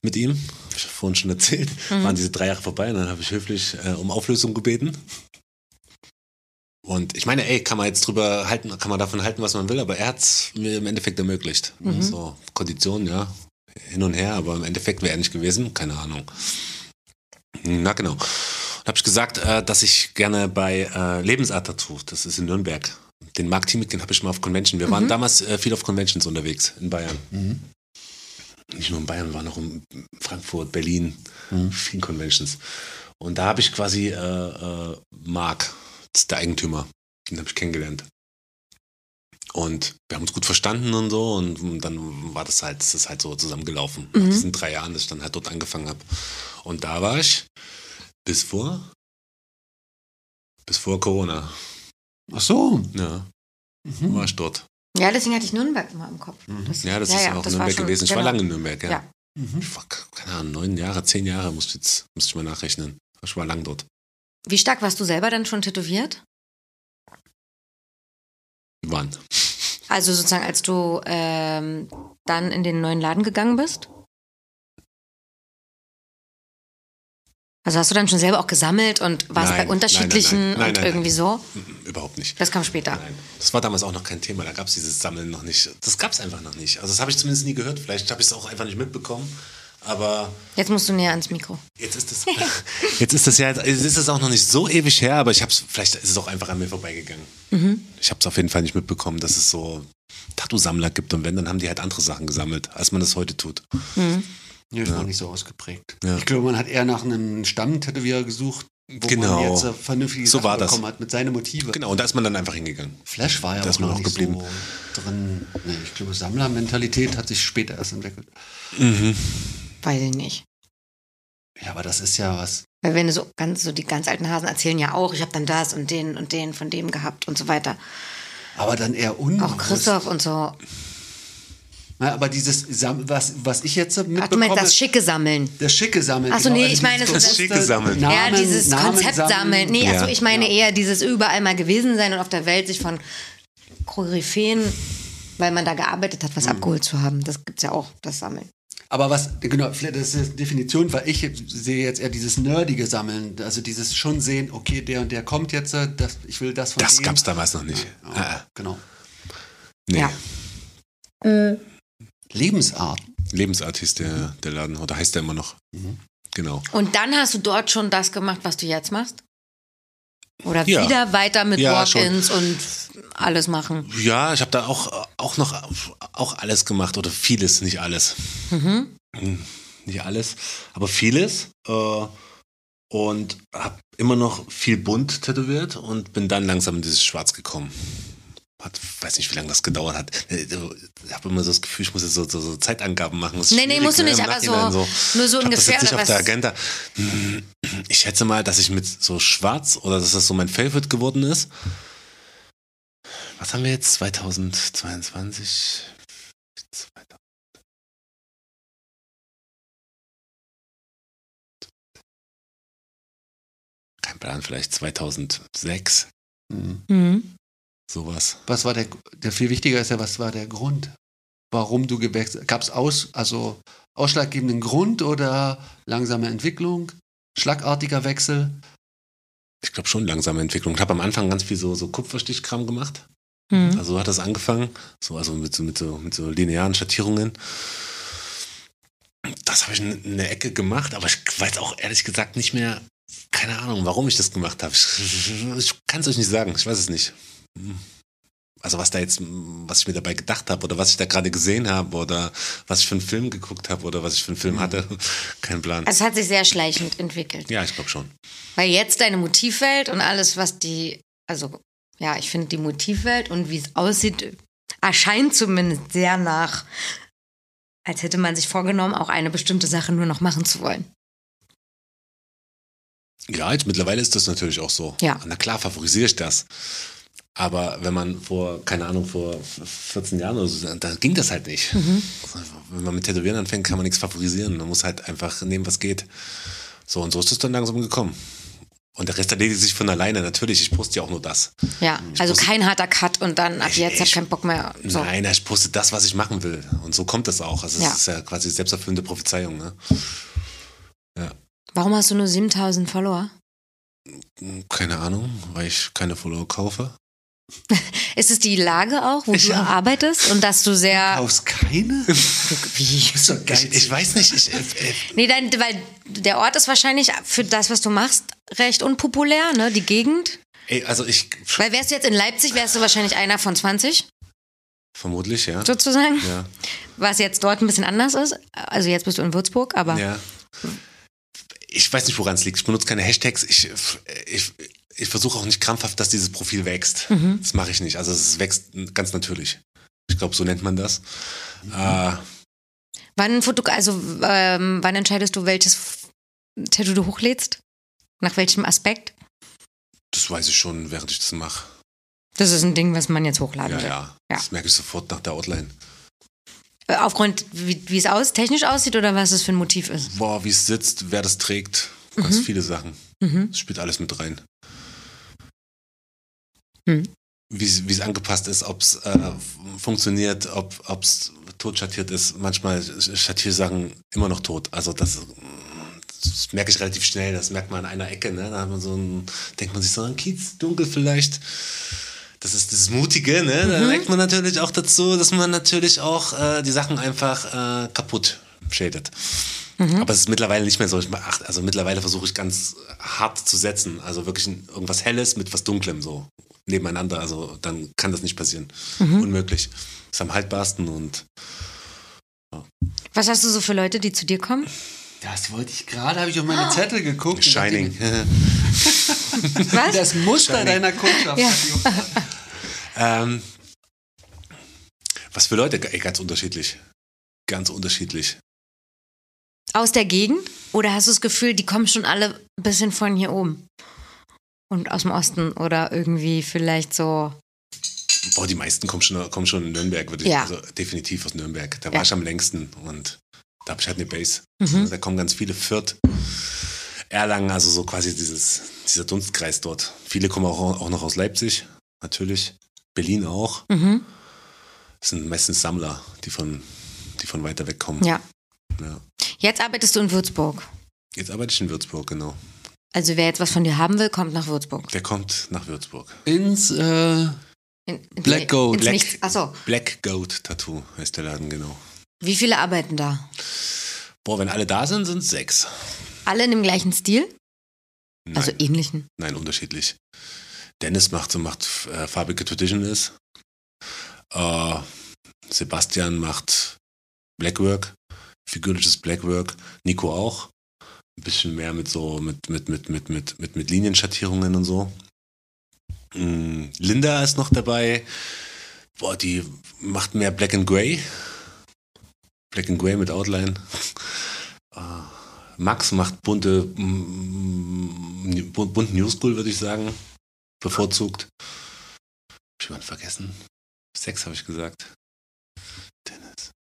D: mit ihm, hab ich vorhin schon erzählt, waren diese drei Jahre vorbei und dann habe ich höflich äh, um Auflösung gebeten. Und ich meine, ey, kann man jetzt drüber halten, kann man davon halten, was man will, aber er hat es mir im Endeffekt ermöglicht. So, Konditionen, ja, hin und her, aber im Endeffekt wäre er nicht gewesen, keine Ahnung. Na genau. Und habe ich gesagt, äh, dass ich gerne bei äh, Lebensart Tattoo, das ist in Nürnberg, den Marc Thiemick, den habe ich mal auf Convention. Wir waren damals äh, viel auf Conventions unterwegs in Bayern. Nicht nur in Bayern, wir waren auch in Frankfurt, Berlin, vielen Conventions. Und da habe ich quasi äh, äh, Marc, das ist der Eigentümer, den habe ich kennengelernt. Und wir haben uns gut verstanden und so. Und dann war das halt, das ist halt so zusammengelaufen. Mhm. Nach diesen drei Jahren, dass ich dann halt dort angefangen habe. Und da war ich bis vor, bis vor Corona.
C: Ach so.
D: Ja,
C: Mhm.
D: war ich dort.
A: Ja, deswegen hatte ich Nürnberg immer im Kopf. Das-
D: Mhm. Ja, das ist ja auch
A: das war
D: Nürnberg
A: schon-
D: gewesen. Ich war
A: genau.
D: lange in Nürnberg, ja.
A: Ja.
C: Mhm.
D: Ich war, keine Ahnung, neun Jahre, zehn Jahre, muss ich jetzt, muss ich mal nachrechnen. Ich war lang dort.
A: Wie stark warst du selber dann schon tätowiert?
D: Wann?
A: Also sozusagen, als du ähm, dann in den neuen Laden gegangen bist? Also hast du dann schon selber auch gesammelt und warst
D: Nein,
A: bei
D: nein,
A: unterschiedlichen
D: nein, nein,
A: und
D: nein,
A: irgendwie
D: nein.
A: so?
D: Mhm, Überhaupt nicht.
A: Das kam später.
D: Nein, das war damals auch noch kein Thema. Da gab es dieses Sammeln noch nicht. Das gab es einfach noch nicht. Also das habe ich zumindest nie gehört. Vielleicht habe ich es auch einfach nicht mitbekommen. Aber
A: Jetzt musst du näher ans Mikro.
D: jetzt ist das, jetzt ist das ja, jetzt ist das auch noch nicht so ewig her. Aber ich habe es, vielleicht ist es auch einfach an mir vorbeigegangen.
A: Mhm.
D: Ich habe es auf jeden Fall nicht mitbekommen, dass es so Tattoo-Sammler gibt. Und wenn, dann haben die halt andere Sachen gesammelt, als man das heute tut.
A: Mhm.
C: Nee, das war nicht so ausgeprägt.
D: Ja.
C: Ich glaube, man hat eher nach einem Stammtätowierer gesucht, wo
D: Genau.
C: man jetzt äh, vernünftige
D: So
C: Sachen
D: war das.
C: bekommen hat mit seinen Motiven.
D: Genau. Und da ist man dann einfach hingegangen.
C: Flash war ja
D: Da ist
C: auch
D: man
C: noch
D: auch
C: nicht
D: geblieben.
C: so drin. Nee, ich glaube, Sammlermentalität hat sich später erst entwickelt. Mhm.
A: Weiß ich nicht.
C: Ja, aber das ist ja was.
A: Weil wenn du so ganz, so die ganz alten Hasen erzählen ja auch, ich habe dann das und den und den von dem gehabt und so weiter.
C: Aber dann eher
A: Auch
C: unbewusst.
A: Christoph und so.
C: Ja, aber dieses, Sam- was, was ich jetzt
A: Ach,
C: mitbekomme,
A: du meinst das schicke Sammeln.
C: das schicke Sammeln.
A: Ach so, nee,
C: also
A: ich meine,
C: dieses
A: das-
D: Das
C: bewusste
D: schicke Sammeln.
C: Namen,
A: ja, dieses
C: Namen
A: Konzept sammeln. Nee, also
D: Ja.
A: ich meine eher dieses überall mal gewesen sein und auf der Welt sich von Koryphäen, weil man da gearbeitet hat, was
D: Hm.
A: abgeholt zu haben. Das gibt's ja auch, das Sammeln.
C: Aber was, genau, vielleicht das ist die Definition, weil ich sehe jetzt eher dieses nerdige Sammeln, also dieses schon sehen, okay, der und der kommt jetzt, äh, das, ich will das von
D: Das
C: dem.
D: gab es damals noch nicht. Ah,
C: Ja, genau.
D: nee.
A: Ja.
C: Lebensart.
D: Lebensart hieß der, der Laden, oder heißt der immer noch.
C: Mhm.
D: Genau.
A: Und dann hast du dort schon das gemacht, was du jetzt machst? Oder
D: Ja.
A: wieder weiter mit
D: Ja,
A: Walk-ins und alles machen?
D: Ja, ich habe da auch, auch noch auch alles gemacht oder vieles, nicht alles.
A: Mhm.
D: Hm, Nicht alles, aber vieles. Äh, und habe immer noch viel bunt tätowiert und bin dann langsam in dieses Schwarz gekommen. Hat, weiß nicht, wie lange das gedauert hat. Äh, Ich habe immer so das Gefühl, ich muss jetzt so, so, so Zeitangaben machen. Das ist
A: Nee, nee,
D: schwierig,
A: musst du
D: ne,
A: nicht,
D: im
A: aber so-
D: Nachhinein
A: nur so
D: ich hab
A: ungefähr,
D: Das jetzt nicht
A: oder
D: auf der
A: was?
D: Agenda. Hm, Ich schätze mal, dass ich mit so Schwarz oder dass das so mein Favorite geworden ist. Was haben wir jetzt? 2022? 2000. Kein Plan, vielleicht 2006,
A: Mhm.
D: sowas.
C: Hm. Was war der, der viel wichtiger ist ja, was war der Grund, warum du gewechselt Gab es aus, also ausschlaggebenden Grund oder langsame Entwicklung, schlagartiger Wechsel?
D: Ich glaube schon langsame Entwicklung. Ich habe am Anfang ganz viel so, so Kupferstichkram gemacht.
A: Mhm.
D: Also so hat das angefangen, so, also mit, so- mit, so, mit so linearen Schattierungen. Das habe ich in in der Ecke gemacht, aber ich weiß auch ehrlich gesagt nicht mehr, keine Ahnung, warum ich das gemacht habe. Ich, ich kann es euch nicht sagen, ich weiß es nicht. Also was da jetzt, was ich mir dabei gedacht habe oder was ich da gerade gesehen habe oder was ich für einen Film geguckt habe oder was ich für einen Film hatte, kein Plan.
A: Mhm. Also es hat sich sehr schleichend entwickelt.
D: Ja, ich glaube schon.
A: Weil jetzt deine Motivwelt und alles, was die, also ja, ich finde die Motivwelt und wie es aussieht, erscheint zumindest sehr nach, als hätte man sich vorgenommen, auch eine bestimmte Sache nur noch machen zu wollen.
D: Ja, jetzt mittlerweile ist das natürlich auch so.
A: Ja.
D: Na klar, favorisiere ich das. Aber wenn man vor, keine Ahnung, vor 14 Jahren oder so, da ging das halt nicht.
A: Mhm.
D: Wenn man mit Tätowieren anfängt, kann man nichts favorisieren. Man muss halt einfach nehmen, was geht. So, und so ist es dann langsam gekommen. Und der Rest erledigt sich von alleine, natürlich. Ich poste ja auch nur das.
A: Ja, also kein harter Cut und dann ab
D: Ich-
A: jetzt hab
D: ich-
A: keinen Bock mehr. So.
D: Nein, ich poste das, was ich machen will. Und so kommt das auch. Also, es
A: Ja.
D: ist ja quasi selbsterfüllende Prophezeiung. Ne?
A: Warum hast du nur 7000 Follower?
D: Keine Ahnung, weil ich keine Follower kaufe.
A: Ist es die Lage auch, wo du
C: Ja.
A: arbeitest und dass du sehr.
C: Aus keine?
A: Wie?
C: Ist doch
D: Ich, ich weiß nicht. Ich, äh, äh,
A: Nee, dein, weil der Ort ist wahrscheinlich für das, was du machst, recht unpopulär, ne? Die Gegend.
D: ey, also, ich.
A: Weil wärst du jetzt in Leipzig, wärst du wahrscheinlich einer von 20,
D: Vermutlich, ja.
A: sozusagen.
D: Ja,
A: Was jetzt dort ein bisschen anders ist. Also jetzt bist du in Würzburg, aber
D: ja. Ich weiß nicht, woran es liegt. Ich benutze keine Hashtags. Ich, ich, ich versuche auch nicht krampfhaft, dass dieses Profil wächst. Das mache ich nicht. Also es wächst ganz natürlich. Ich glaube, so nennt man das. Äh,
A: Wann, Foto, also, ähm, wann entscheidest du, welches F- Tattoo du hochlädst? Nach welchem Aspekt?
D: das weiß ich schon, während ich das mache.
A: Das ist ein Ding, was man jetzt hochladen
D: Ja,
A: will.
D: ja.
A: Ja.
D: Das merke ich sofort nach der Outline.
A: Äh, Aufgrund, wie, wie es aus, technisch aussieht oder was es für ein Motiv ist.
D: Boah, wie es sitzt, wer das trägt. Ganz viele Sachen.
A: Mhm.
D: Das spielt alles mit rein.
A: Mhm.
D: Wie es wie es angepasst ist, ob es äh, funktioniert, ob es tot schattiert ist. Manchmal sch- schattiere ich Sachen immer noch tot. Also das, das merke ich relativ schnell. Das merkt man an einer Ecke. Ne? Da hat man so ein, denkt man sich so, ein Kiez, dunkel vielleicht. Das ist das Mutige, ne?
A: Mhm.
D: Da neigt man natürlich auch dazu, dass man natürlich auch äh, die Sachen einfach äh, kaputt schädet. Aber es ist mittlerweile nicht mehr so. Ich mach, also mittlerweile versuche ich ganz hart zu setzen. Also wirklich ein- irgendwas Helles mit was Dunklem so nebeneinander. Also dann kann das nicht passieren. Unmöglich. Ist am haltbarsten und
A: Was hast du so für Leute, die zu dir kommen?
C: Das wollte ich gerade, habe ich auf meine Zettel geguckt.
D: Ah. Shining.
A: Was?
C: Das Muster deiner Kundschaft.
A: Ja.
D: ähm, was für Leute? Ey, ganz unterschiedlich. Ganz unterschiedlich.
A: Aus der Gegend? Oder hast du das Gefühl, die kommen schon alle ein bisschen von hier oben? Und aus dem Osten oder irgendwie vielleicht so.
D: Boah, die meisten kommen schon, kommen schon in Nürnberg, würde ich
A: Ja.
D: also definitiv aus Nürnberg.
A: Ja.
D: Da
A: Mhm.
D: war ich am längsten und da habe ich halt eine Base. Da kommen ganz viele Fürth, Erlangen, also so quasi dieses, dieser Dunstkreis dort. Viele kommen auch, auch noch aus Leipzig, natürlich. Berlin auch.
A: Mhm.
D: Das sind meistens Sammler, die von, die von weiter weg kommen.
A: Ja.
D: Ja.
A: Jetzt arbeitest du in Würzburg.
D: Jetzt arbeite ich in Würzburg, genau.
A: Also wer jetzt was von dir haben will, kommt nach Würzburg.
D: Der kommt nach Würzburg.
C: Ins, äh,
A: In, in-
C: Black Gold.
A: ins
D: Black-
A: Nichts. Achso.
D: Black Goat Tattoo heißt der Laden, genau.
A: Wie viele arbeiten da?
D: Boah, wenn alle da sind, sind es sechs.
A: Alle in dem gleichen Stil?
D: Nein.
A: Also ähnlichen.
D: Nein, unterschiedlich. Dennis macht so macht äh, farbige Traditionals. Äh, Sebastian macht Blackwork, figürliches Blackwork. Nico auch. Ein bisschen mehr mit so mit mit mit mit mit mit, mit Linienschattierungen und so. Mm, Linda ist noch dabei. Boah, die macht mehr Black and Gray. Black and Gray mit Outline. Äh, Max macht bunte, mm, bu- bunten New School, würde ich sagen. Bevorzugt. Hab ich jemanden vergessen? Sex habe ich gesagt. Dennis.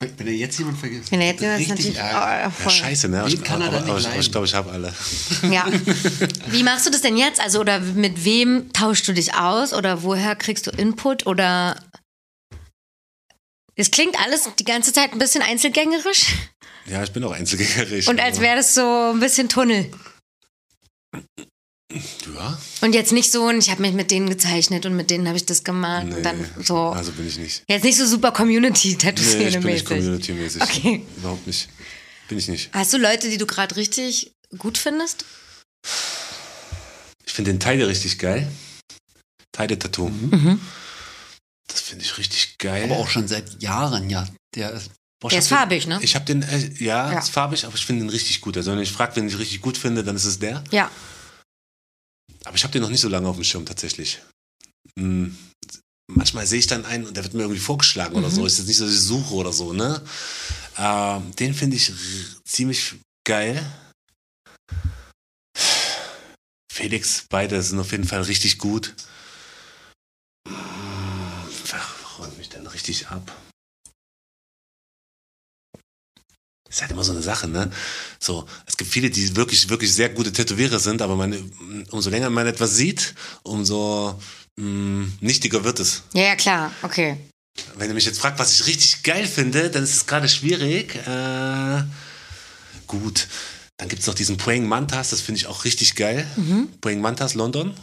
C: wenn er jetzt jemand vergisst.
A: Wenn er jetzt das ist
C: richtig
A: natürlich
C: ärgerlich.
A: oh,
D: Ja,
A: voll.
D: scheiße, ne? Aber,
C: Wen kann er
D: aber,
C: denn
D: aber,
C: nicht
D: ich- aber
C: leiden?
D: ich glaube, ich habe alle.
A: Ja. Wie machst du das denn jetzt? Also oder mit wem tauschst du dich aus oder woher kriegst du Input oder es klingt alles die ganze Zeit ein bisschen einzelgängerisch
D: Ja, ich bin auch einzelgängerig.
A: und als wäre das so ein bisschen Tunnel.
D: Ja?
A: Und jetzt nicht so, und ich habe mich mit denen gezeichnet und mit denen habe ich das gemacht
D: Nee,
A: und dann so.
D: Also bin ich nicht.
A: jetzt nicht so super
D: Nee, ich bin nicht
A: Community-Tattoo-Szene-mäßig.
D: community-mäßig.
A: Okay.
D: Überhaupt nicht. Bin ich nicht.
A: Hast du Leute, die du gerade richtig gut findest?
D: Ich finde den Teile richtig geil. Teile-Tattoo.
A: Mhm.
D: Das finde ich richtig geil.
C: Aber auch schon seit Jahren, ja. Der ist
D: Boah,
A: Der
D: Oh, ich
A: ist
D: hab
A: farbig, ne?
D: Den, ich habe den, äh, ja,
A: Ja.
D: ist farbig, aber ich finde den richtig gut. Also wenn ich frage, wenn ich richtig gut finde, dann ist es der.
A: Ja.
D: Aber ich habe den noch nicht so lange auf dem Schirm tatsächlich. Hm. Manchmal sehe ich dann einen und der wird mir irgendwie vorgeschlagen oder so. Ist jetzt nicht so, dass ich suche oder so, ne? Ähm, den finde ich r- ziemlich geil. Felix, beide sind auf jeden Fall richtig gut. Hm, Ach, räumt mich dann richtig ab. Ist halt immer so eine Sache, ne? So, es gibt viele, die wirklich, wirklich sehr gute Tätowierer sind, aber man, umso länger man etwas sieht, umso mh, nichtiger wird es.
A: Ja, ja, klar. Okay.
D: Wenn du mich jetzt fragst, was ich richtig geil finde, dann ist es gerade schwierig. Äh, gut. Dann gibt es noch diesen Pueng Mantas, das finde ich auch richtig geil. Pueng Mantas, London.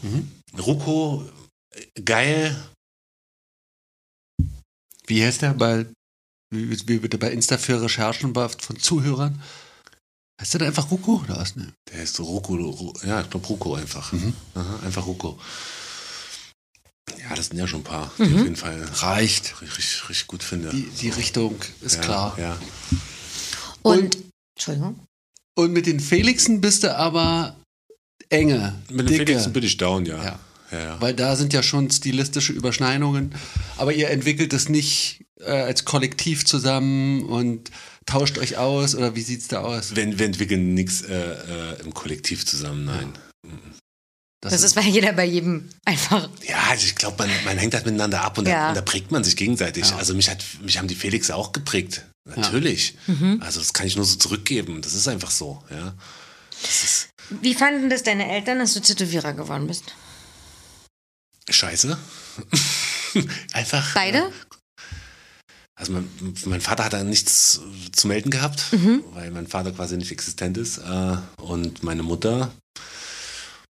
D: Ruko, äh, geil.
C: Wie heißt der bei, wie, wie wird der bei Insta für Recherchen bei- von Zuhörern? Heißt der da einfach Ruko oder was? Ne?
D: Der heißt Ruko, Ru- ja, ich glaube Ruko einfach. Aha, einfach Ruko. Ja, das sind ja schon ein paar, die auf jeden Fall
C: Reicht.
D: richtig, richtig gut finde.
C: Die, die Richtung ist
D: ja,
C: klar.
D: Ja.
A: Und, Entschuldigung.
C: Und mit den Felixen bist du aber enge,
D: Mit dem
C: dicke.
D: Felix bin ich down, ja.
C: Ja.
D: ja, ja.
C: Weil da sind ja schon stilistische Überschneidungen. Aber ihr entwickelt es nicht äh, als Kollektiv zusammen und tauscht euch aus oder wie sieht's da aus?
D: Wir, wir entwickeln nichts äh, äh, im Kollektiv zusammen, nein.
A: Das ist bei jeder bei jedem einfach.
D: Ja, also ich glaube, man, man hängt halt miteinander ab und,
A: Ja.
D: da, und da prägt man sich gegenseitig. Also mich, hat, mich haben die Felix auch geprägt. Natürlich. Also das kann ich nur so zurückgeben. Das ist einfach so, ja. Das ist
A: Wie fanden das deine Eltern, dass du Tätowierer geworden bist?
D: scheiße. einfach.
A: Beide?
D: Also mein, mein Vater hat da nichts äh, zu melden gehabt, weil mein Vater quasi nicht existent ist. Äh, und meine Mutter,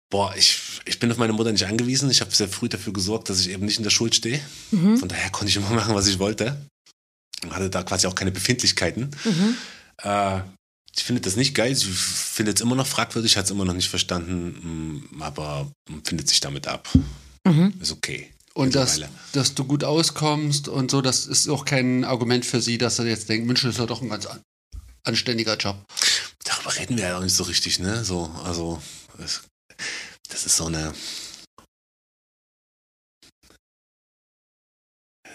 D: boah, ich, ich bin auf meine Mutter nicht angewiesen. Ich habe sehr früh dafür gesorgt, dass ich eben nicht in der Schuld stehe. Von daher konnte ich immer machen, was ich wollte. Und hatte da quasi auch keine Befindlichkeiten. Äh, ich finde das nicht geil. Ich finde es immer noch fragwürdig, hat es immer noch nicht verstanden, mm, aber findet sich damit ab.
A: Mhm.
D: Ist okay.
C: Und dass,
D: Mittlerweile.
C: dass du gut auskommst und so, das ist auch kein Argument für sie, dass sie jetzt denkt, Mensch, das ist ja doch ein ganz an- anständiger Job.
D: darüber reden wir ja auch nicht so richtig, ne? So, also, es- das ist so eine.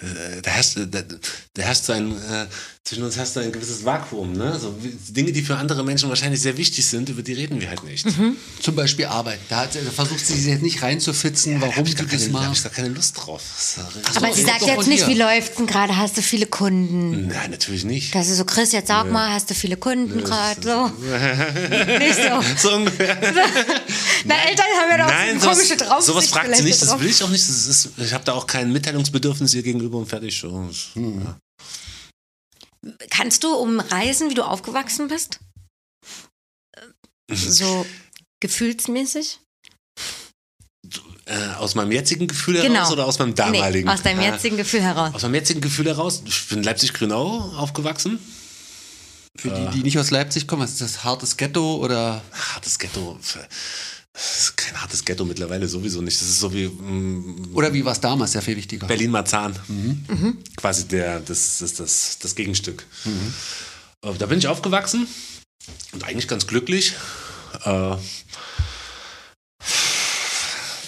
D: Äh, Da herrscht, da, da herrscht so ein, äh, zwischen uns herrscht so ein gewisses Vakuum, ne? So wie- Dinge, die für andere Menschen wahrscheinlich sehr wichtig sind, über die reden wir halt nicht.
C: Zum Beispiel Arbeit. Da, hat, sie- da versucht sie sich jetzt nicht reinzufitzen,
D: Da
C: warum
D: hab ich
C: du
D: gar
C: das
D: keine, da hab ich
C: machst.
D: gar keine Lust drauf. Das ist ja
A: Aber
C: so,
A: sie
C: das
A: sagt
C: ist doch
A: jetzt
C: von
A: nicht,
C: dir.
A: wie läuft's denn gerade? Hast du viele Kunden?
D: Nein, natürlich nicht.
A: Das ist so, Chris, jetzt sag mal, hast du viele Kunden gerade? So. nicht so.
D: So ungefähr.
A: Na, Eltern haben ja doch
D: Nein,
A: so eine
D: sowas,
A: komische Draufsicht.
D: sowas fragt sie
A: vielleicht
D: nicht,
A: da
D: das
A: drauf.
D: will ich auch nicht. Das ist, ich habe da auch kein Mitteilungsbedürfnis ihr gegenüber und fertig. So, das- ja.
A: Kannst du umreisen, wie du aufgewachsen bist?
D: Mhm.
A: So gefühlsmäßig?
D: Äh, aus meinem jetzigen Gefühl
A: Genau.
D: heraus oder aus meinem damaligen?
A: Nee, aus deinem
D: Äh,
A: jetzigen Gefühl heraus.
D: Aus meinem jetzigen Gefühl heraus. Ich bin in Leipzig-Grünau aufgewachsen.
C: Für die, die nicht aus Leipzig kommen, was ist das hartes Ghetto oder
D: Hartes Ghetto. Das ist kein hartes Ghetto mittlerweile sowieso nicht. Das ist so wie mm,
C: oder wie war es damals? Ja, viel wichtiger.
D: Berlin-Marzahn.
A: Mhm.
D: Quasi der, das ist das, das Gegenstück. Äh, Da bin ich aufgewachsen und eigentlich ganz glücklich. Äh, wie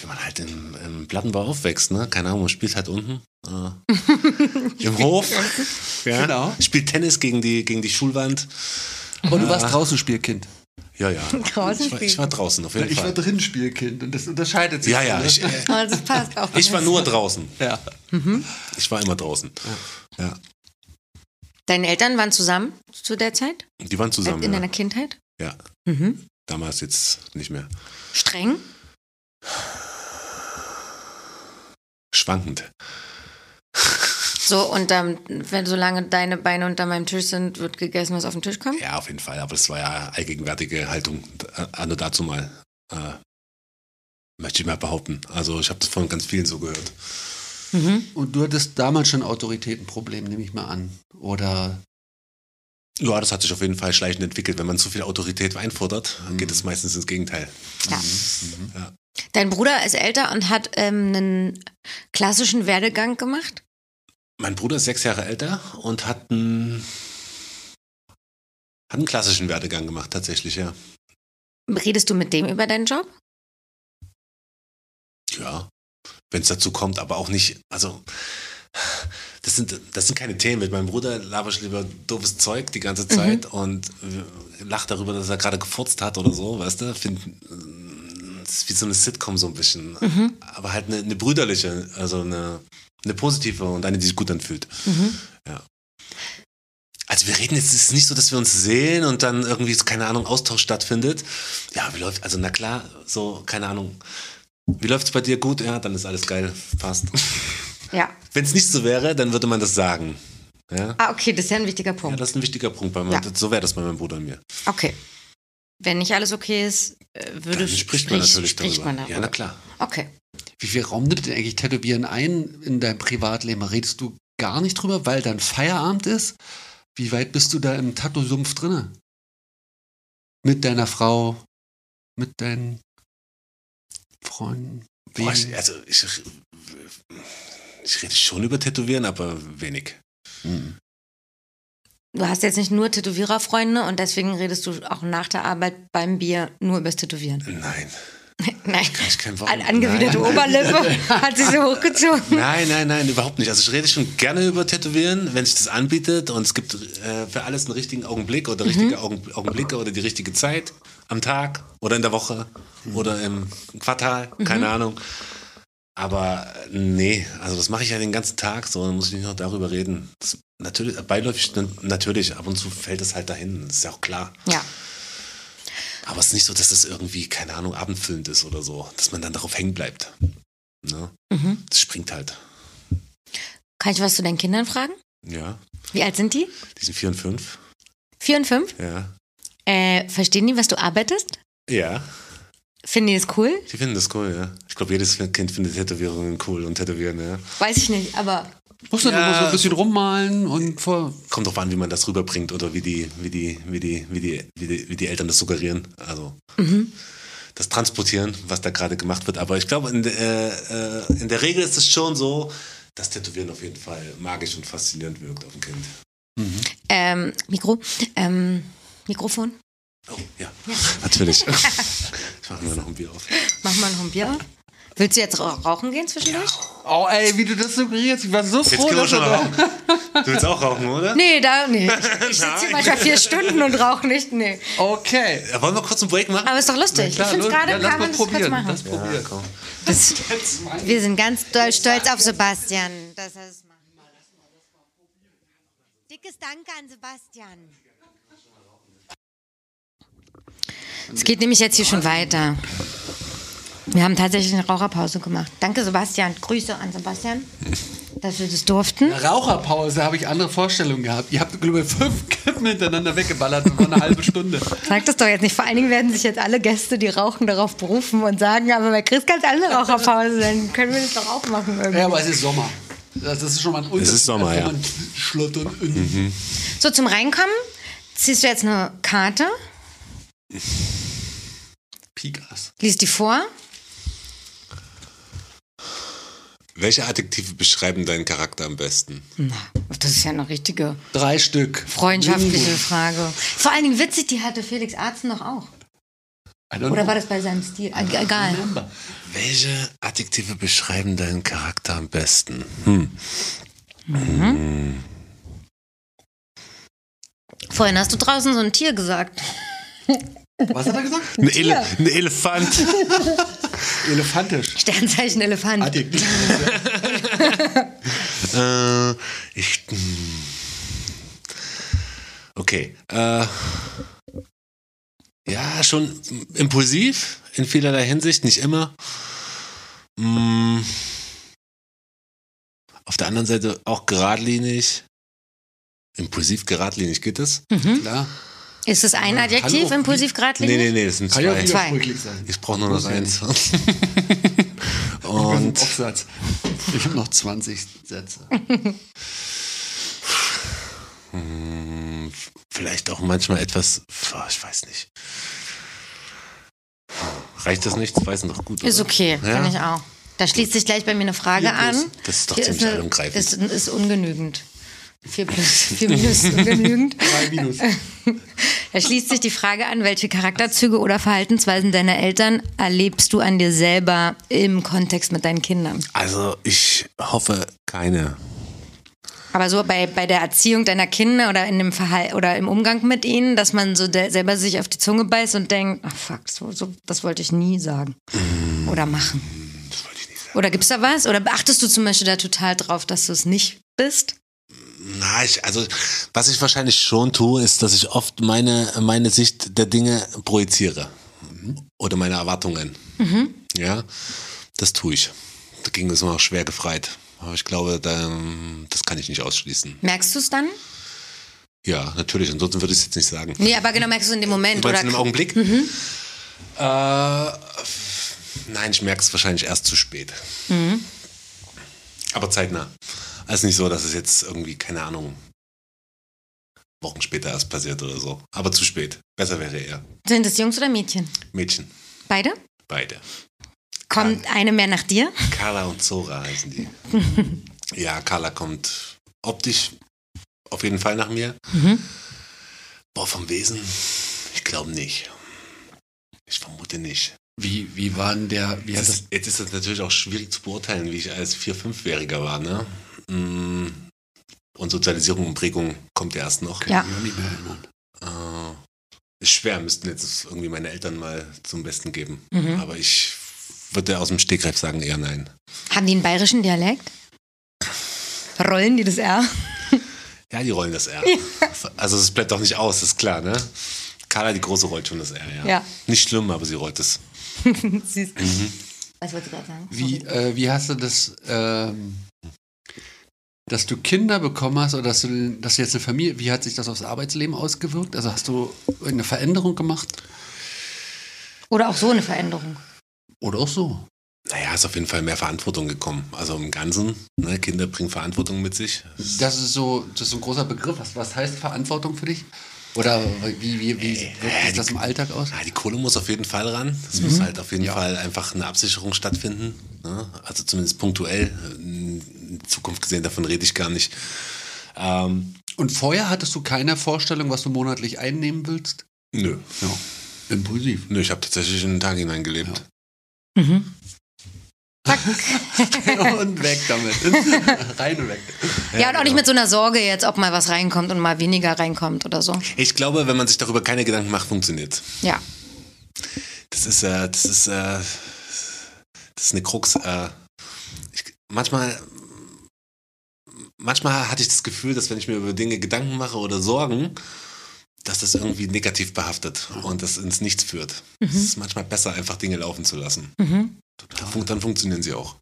D: man halt im, im Plattenbau aufwächst, ne? Keine Ahnung, man spielt halt unten. Äh, Im Hof. ja.
C: Genau.
D: Spielt Tennis gegen die, gegen die Schulwand.
C: Und du warst draußen Spielkind.
D: Ja, ja.
A: Draußen
D: ich, war, ich
A: spielen.
D: war draußen, auf jeden Fall.
C: drin Spielkind und das unterscheidet
D: ja, ja. Ich, äh,
A: Also das passt auch.
D: ich war nur draußen.
C: ja.
D: Ich war immer draußen. Ja.
A: Deine Eltern waren zusammen zu der Zeit?
D: Die waren zusammen.
A: in
D: ja.
A: deiner Kindheit?
D: Ja,
A: Mhm.
D: damals jetzt nicht mehr.
A: Streng?
D: Schwankend.
A: So, und dann, wenn solange deine Beine unter meinem Tisch sind, wird gegessen, was auf den Tisch kommt?
D: Ja, auf jeden Fall. Aber das war ja allgegenwärtige Haltung. äh, Anno dazu mal. Äh, möchte ich mal behaupten. Also ich habe das von ganz vielen so gehört.
A: Mhm.
C: Und du hattest damals schon Autoritätenproblem, nehme ich mal an. Oder
D: Ja, das hat sich auf jeden Fall schleichend entwickelt. Wenn man zu viel Autorität einfordert, geht es meistens ins Gegenteil.
A: Ja.
D: Ja.
A: Dein Bruder ist älter und hat ähm, einen klassischen Werdegang gemacht.
D: Mein Bruder ist sechs Jahre älter und hat einen, hat einen klassischen Werdegang gemacht, tatsächlich, ja.
A: Redest du mit dem über deinen Job?
D: Ja, wenn es dazu kommt, aber auch nicht. Also, das sind, das sind keine Themen. Mit meinem Bruder laber ich lieber doofes Zeug die ganze Zeit und äh, lach darüber, dass er gerade gefurzt hat oder so, weißt du? Find, äh, das ist wie so eine Sitcom so ein bisschen. Aber halt eine, eine brüderliche, also eine, eine positive und eine, die sich gut anfühlt. Ja. Also wir reden jetzt, es ist nicht so, dass wir uns sehen und dann irgendwie, so, keine Ahnung, Austausch stattfindet. Ja, wie läuft, also na klar, so, keine Ahnung. Wie läuft's bei dir gut? Ja, dann ist alles geil, passt.
A: Ja.
D: Wenn es nicht so wäre, dann würde man das sagen. Ja?
A: Ah, okay, das ist ja ein wichtiger
D: ja,
A: Punkt.
D: das ist ein wichtiger Punkt bei mir.
A: Ja.
D: So wäre das bei meinem Bruder und mir.
A: okay. Wenn nicht alles okay ist, äh, würde
D: Dann Also spricht man
A: sprich-
D: natürlich
A: spricht
D: darüber.
A: Man
D: Ja, na klar.
A: Okay.
C: wie viel Raum nimmt denn eigentlich Tätowieren ein in deinem Privatleben? Redest du gar nicht drüber, weil dann Feierabend ist? Wie weit bist du da im Tattoo-Sumpf drinne? Mit deiner Frau, mit deinen Freunden.
D: Boah,
C: Wegen-
D: ich, also ich, ich rede schon über Tätowieren, aber wenig.
A: Du hast jetzt nicht nur Tätowiererfreunde und deswegen redest du auch nach der Arbeit beim Bier nur über das Tätowieren.
D: Nein.
A: Nein.
D: Kann ich kein Wort.
A: An, angewiderte
D: Nein.
A: Oberlippe hat sie so hochgezogen.
D: Nein, nein, nein, überhaupt nicht. Also ich rede schon gerne über Tätowieren, wenn sich das anbietet und es gibt äh, für alles einen richtigen Augenblick oder richtige Augen, Augenblicke oder die richtige Zeit am Tag oder in der Woche oder im Quartal, keine Ahnung. Aber äh, nee, also das mache ich ja den ganzen Tag, so dann muss ich nicht noch darüber reden. Das, natürlich, beiläufig, na- natürlich, ab und zu fällt es halt dahin, das ist ja auch klar.
A: Ja.
D: Aber es ist nicht so, dass das irgendwie, keine Ahnung, abendfüllend ist oder so, dass man dann darauf hängen bleibt. Ne?
A: Mhm.
D: Das springt halt.
A: Kann ich was zu deinen Kindern fragen?
D: Ja,
A: Wie alt sind die?
D: die sind vier und fünf.
A: Vier und fünf?
D: Ja.
A: Äh, verstehen die, was du arbeitest?
D: Ja,
A: Finden die es cool?
D: die finden das cool, ja. Ich glaube, jedes Kind findet Tätowierungen cool und Tätowieren, ja.
A: Weiß ich nicht, aber
C: Muss man
D: Ja.
C: immer so ein bisschen rummalen und vor.
D: Kommt drauf an, wie man das rüberbringt oder wie die, wie die, wie die, wie die, wie die, wie die Eltern das suggerieren. Also das Transportieren, was da gerade gemacht wird. Aber ich glaube, in, der- äh, äh, in der Regel ist es schon so, dass Tätowieren auf jeden Fall magisch und faszinierend wirkt auf ein Kind.
A: ähm, Mikro, ähm, Mikrofon.
D: Oh, ja, natürlich. ich mache mir noch ein Bier auf.
A: Mach mal noch ein Bier auf. Willst du jetzt ra- rauchen gehen zwischendurch?
C: Oh, ey, wie du das suggerierst. Ich war so
D: Jetzt
C: froh,
D: können wir
C: dass
D: schon
C: du
D: mal
C: da.
D: rauchen. Du willst auch rauchen, oder?
A: Nee, da, nee. Ich, ich sitze hier
D: Nein.
A: manchmal vier Stunden und rauche nicht, nee.
C: Okay.
D: Ja, Äh, Wollen wir kurz einen Break machen?
A: Aber ist doch lustig. ich finde gerade,
C: ja,
A: kann
C: lass mal
A: man das kurz
C: probieren.
A: machen.
C: Lass probieren.
D: komm.
A: Das, wir sind ganz doll stolz auf Sebastian, dass er es macht. Dickes Danke an Sebastian. Es geht nämlich jetzt hier schon weiter. Wir haben tatsächlich eine Raucherpause gemacht. Danke, Sebastian. Grüße an Sebastian, dass wir das durften.
C: Raucherpause habe ich andere Vorstellungen gehabt. Ihr habt, glaube ich, fünf Kippen hintereinander weggeballert. Das war eine halbe Stunde.
A: Sag das doch jetzt nicht. Vor allen Dingen werden sich jetzt alle Gäste, die rauchen, darauf berufen und sagen, aber bei Chris ganz andere Raucherpause, dann können wir das doch auch machen. Irgendwie.
C: Ja, aber es ist Sommer. Das ist schon mal ein Unterschied.
D: ist Sommer,
C: als wenn
D: ja. Mhm.
C: man Schlutt und
A: So, zum Reinkommen ziehst du jetzt eine Karte,
C: Pikas.
A: liest die vor.
D: Welche Adjektive beschreiben deinen Charakter am besten?
A: Na, das ist ja eine richtige
C: Drei Stück.
A: freundschaftliche Frage. Vor allen Dingen witzig, die hatte Felix Arzen doch auch. Oder war das bei seinem Stil? Äh, egal.
D: Welche Adjektive beschreiben deinen Charakter am besten? Hm.
A: Vorhin hast du draußen so ein Tier gesagt.
C: Was hat er gesagt?
D: Ein, Ele ein Elefant.
C: Elefantisch.
A: Sternzeichen Elefant.
C: Adjektiv.
D: äh, ich. hm. Okay. Äh, ja, schon impulsiv in vielerlei Hinsicht, nicht immer. Hm. Auf der anderen Seite auch geradlinig. Impulsiv geradlinig geht das?
C: Hm.
A: Mhm.
C: Klar.
A: Ist es ein Adjektiv,
C: auch-
A: impulsiv, geradlinig?
D: Nee, nee, nee, das sind
C: Kann ja auch
D: zwei.
A: Zwei.
C: widersprüchlich sein.
D: Ich brauche nur noch eins.
C: Und
D: Und
C: Aufsatz. Ich habe noch 20 Sätze.
D: mh, vielleicht auch manchmal etwas, boah, ich weiß nicht. Reicht das nicht? Das weiß noch gut.
A: Ist
D: oder?
A: okay,
D: Ja?
A: finde ich auch. Da schließt sich gleich bei mir eine Frage an.
D: Das ist doch
A: Hier
D: ziemlich
A: eine-
D: allumgreifend.
A: Ist, ist ungenügend. Vier plus, vier minus ist ungenügend.
C: Drei Minus.
A: Da schließt sich die Frage an, welche Charakterzüge oder Verhaltensweisen deiner Eltern erlebst du an dir selber im Kontext mit deinen Kindern?
D: Also ich hoffe keine.
A: Aber so bei, bei der Erziehung deiner Kinder oder in dem Verhal oder im Umgang mit ihnen, dass man so der, selber sich auf die Zunge beißt und denkt, ach fuck, so, so, das wollte ich nie sagen oder machen.
D: Das wollte ich nicht sagen.
A: Oder gibt's da was? Oder beachtest du zum Beispiel da total drauf, dass du es nicht bist?
D: Na, ich, also was ich wahrscheinlich schon tue, ist, dass ich oft meine, meine Sicht der Dinge projiziere.
A: Mhm.
D: Oder meine Erwartungen. Ja, das tue ich. Dagegen ist man auch schwer gefreit. Aber ich glaube, da, das kann ich nicht ausschließen.
A: Merkst du es dann?
D: Ja, natürlich. Ansonsten würde ich es jetzt nicht sagen.
A: Nee, aber genau merkst du es in dem Moment.
D: Du
A: Oder
D: meinst in einem Augenblick? Äh, nein, ich merke es wahrscheinlich erst zu spät. Aber zeitnah. Also nicht so, dass es jetzt irgendwie, keine Ahnung, Wochen später erst passiert oder so. Aber zu spät. Besser wäre eher
A: sind es Jungs oder Mädchen?
D: Mädchen.
A: Beide?
D: Beide.
A: Kommt eine mehr nach dir?
D: Carla und Zora heißen die. ja, Carla kommt optisch auf jeden Fall nach mir. Boah, vom Wesen? Ich glaube nicht. Ich vermute nicht.
C: Wie, wie war denn der, wie hat
D: Jetzt
C: das,
D: ist, jetzt ist es natürlich auch schwierig zu beurteilen, wie ich als 4-, 5-Jähriger war, ne? Mm, Und Sozialisierung und Prägung kommt ja erst noch.
A: Ja.
C: kann ich mich nicht mehr erinnern.
D: Äh, ist schwer, müssten jetzt irgendwie meine Eltern mal zum Besten geben. Aber ich würde aus dem Stegreif sagen, eher nein.
A: Haben die einen bayerischen Dialekt? Rollen die das R?
D: Ja, die rollen das R. Also es bleibt doch nicht aus, ist klar, ne? Carla, die Große, rollt schon das R, ja.
A: Ja.
D: Nicht schlimm, aber sie rollt es.
A: Süß. Was wollte ich gerade sagen?
C: Wie, äh, wie hast du das, ähm, dass du Kinder bekommen hast oder dass du, dass du jetzt eine Familie, wie hat sich das aufs Arbeitsleben ausgewirkt? Also hast du eine Veränderung gemacht?
A: Oder auch so eine Veränderung.
C: Oder auch so?
D: Naja, ist auf jeden Fall mehr Verantwortung gekommen. Also im Ganzen, ne? Kinder bringen Verantwortung mit sich.
C: Das ist so, das ist so ein großer Begriff. Was, was heißt Verantwortung für dich? Oder wie, wie, wie wirkt sich das im Alltag aus?
D: Ja, Ah, die Kohle muss auf jeden Fall ran. Es muss halt auf jeden Fall einfach eine Absicherung stattfinden. Ne? Also zumindest punktuell. In Zukunft gesehen, davon rede ich gar nicht. Ähm,
C: Und vorher hattest du keine Vorstellung, was du monatlich einnehmen willst?
D: nö.
C: Ja. Impulsiv.
D: Nö, ich habe tatsächlich in den Tag hineingelebt.
C: und weg damit. Rein und weg.
A: Ja, und auch nicht mit so einer Sorge jetzt, ob mal was reinkommt und mal weniger reinkommt oder so.
D: Ich glaube, wenn man sich darüber keine Gedanken macht, funktioniert
A: Ja.
D: Das ist, äh, das ist, äh, das ist eine Krux. Äh, ich, manchmal, manchmal hatte ich das Gefühl, dass wenn ich mir über Dinge Gedanken mache oder Sorgen, dass das irgendwie negativ behaftet und das ins Nichts führt. Es
A: Mhm.
D: ist manchmal besser, einfach Dinge laufen zu lassen. Dann, fun dann funktionieren sie auch.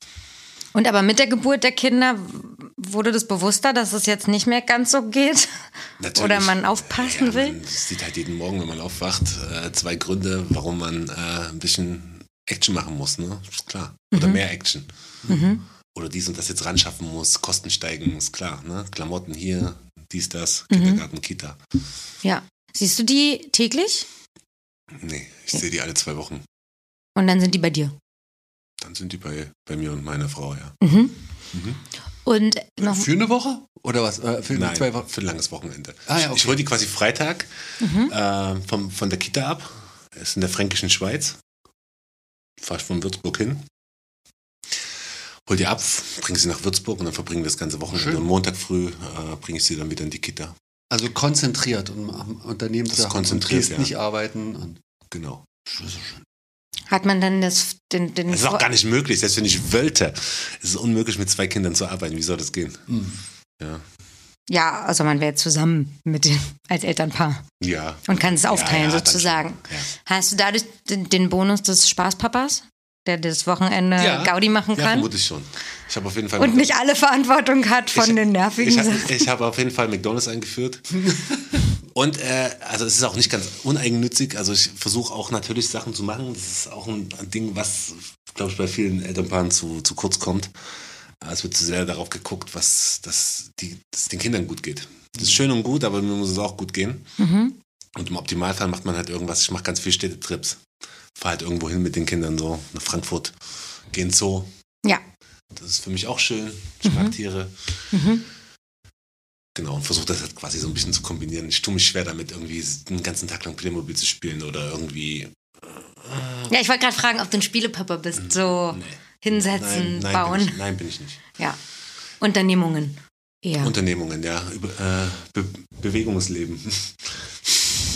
A: Und aber mit der Geburt der Kinder wurde das bewusster, dass es jetzt nicht mehr ganz so geht?
D: Natürlich.
A: Oder man aufpassen
D: ja,
A: will?
D: Man sieht halt jeden Morgen, wenn man aufwacht, äh, zwei Gründe, warum man äh, ein bisschen Action machen muss, ne? Ist klar.
A: Mhm.
D: Oder mehr Action. Oder dies und das jetzt ran schaffen muss, Kosten steigen, ist klar, ne? Klamotten hier, dies, das,
C: Mhm.
D: Kindergarten, Kita.
A: Ja. Siehst du die täglich?
D: Nee, ich sehe die alle zwei Wochen.
A: Und dann sind die bei dir.
D: Dann sind die bei, bei mir und meiner Frau, ja.
A: Mhm.
D: Mhm.
A: Und noch,
C: Für eine Woche? Oder was? Äh, Für
D: Nein,
C: zwei Wochen?
D: für ein langes Wochenende.
C: Ah, ja,
D: Ich- Ich
C: okay. Mhm.
D: hole die quasi Freitag äh, vom, von der Kita ab. Ist in der fränkischen Schweiz. Fahr ich von Würzburg hin. Hol die ab, bringe sie nach Würzburg und dann verbringen wir das ganze Wochenende.
C: Schön.
D: Und Montag früh äh, bringe ich sie dann wieder in die Kita.
C: Also konzentriert und am Unternehmen
D: Das
C: zu
D: ist
C: haben
D: konzentriert,
C: und gehst
D: ja.
C: nicht arbeiten. Und
D: Genau.
A: hat man dann das, den, den
D: Das ist auch gar nicht möglich, selbst wenn ich wollte. Es ist unmöglich, mit zwei Kindern zu arbeiten. Wie soll das gehen?
A: Hm.
D: Ja.
A: Ja, also man wäre zusammen mit den, als Elternpaar
D: Ja.
A: und kann es aufteilen
D: ja, dann
A: sozusagen.
D: schon. Ja.
A: Hast du dadurch den, den Bonus des Spaßpapas, der das Wochenende Gaudi machen
D: Ja,
A: kann
D: vermutlich schon. Ich habe auf jeden Fall
A: und nicht alle Verantwortung hat von den nervigen
D: Ich,
A: Sachen?
D: hab- ich habe auf jeden Fall McDonalds eingeführt. Und äh, also es ist auch nicht ganz uneigennützig. Also ich versuche auch natürlich Sachen zu machen. Das ist auch ein Ding, was, glaube ich, bei vielen Elternpaaren zu, zu kurz kommt. Äh, Es wird zu sehr darauf geguckt, was dass die, dass es den Kindern gut geht. Das ist schön und gut, aber mir muss es auch gut gehen.
A: Mhm.
D: Und im Optimalfall macht man halt irgendwas. Ich mache ganz viel Städtetrips. Fahr halt irgendwo hin mit den Kindern so nach Frankfurt, geh in den Zoo.
A: Ja.
D: Das ist für mich auch schön. Ich
A: Mhm.
D: mag Tiere. Genau, und versuche das halt quasi so ein bisschen zu kombinieren. Ich tue mich schwer damit, irgendwie den ganzen Tag lang Playmobil zu spielen oder irgendwie.
A: Ja, ich wollte gerade fragen, ob du ein Spielepapa bist. So
D: Ah. Nee.
A: hinsetzen,
D: nein,
A: bauen.
D: Bin ich, nein, bin ich nicht.
A: Ja. Unternehmungen. Ja.
D: Unternehmungen, ja. Über, äh, Be Bewegungsleben.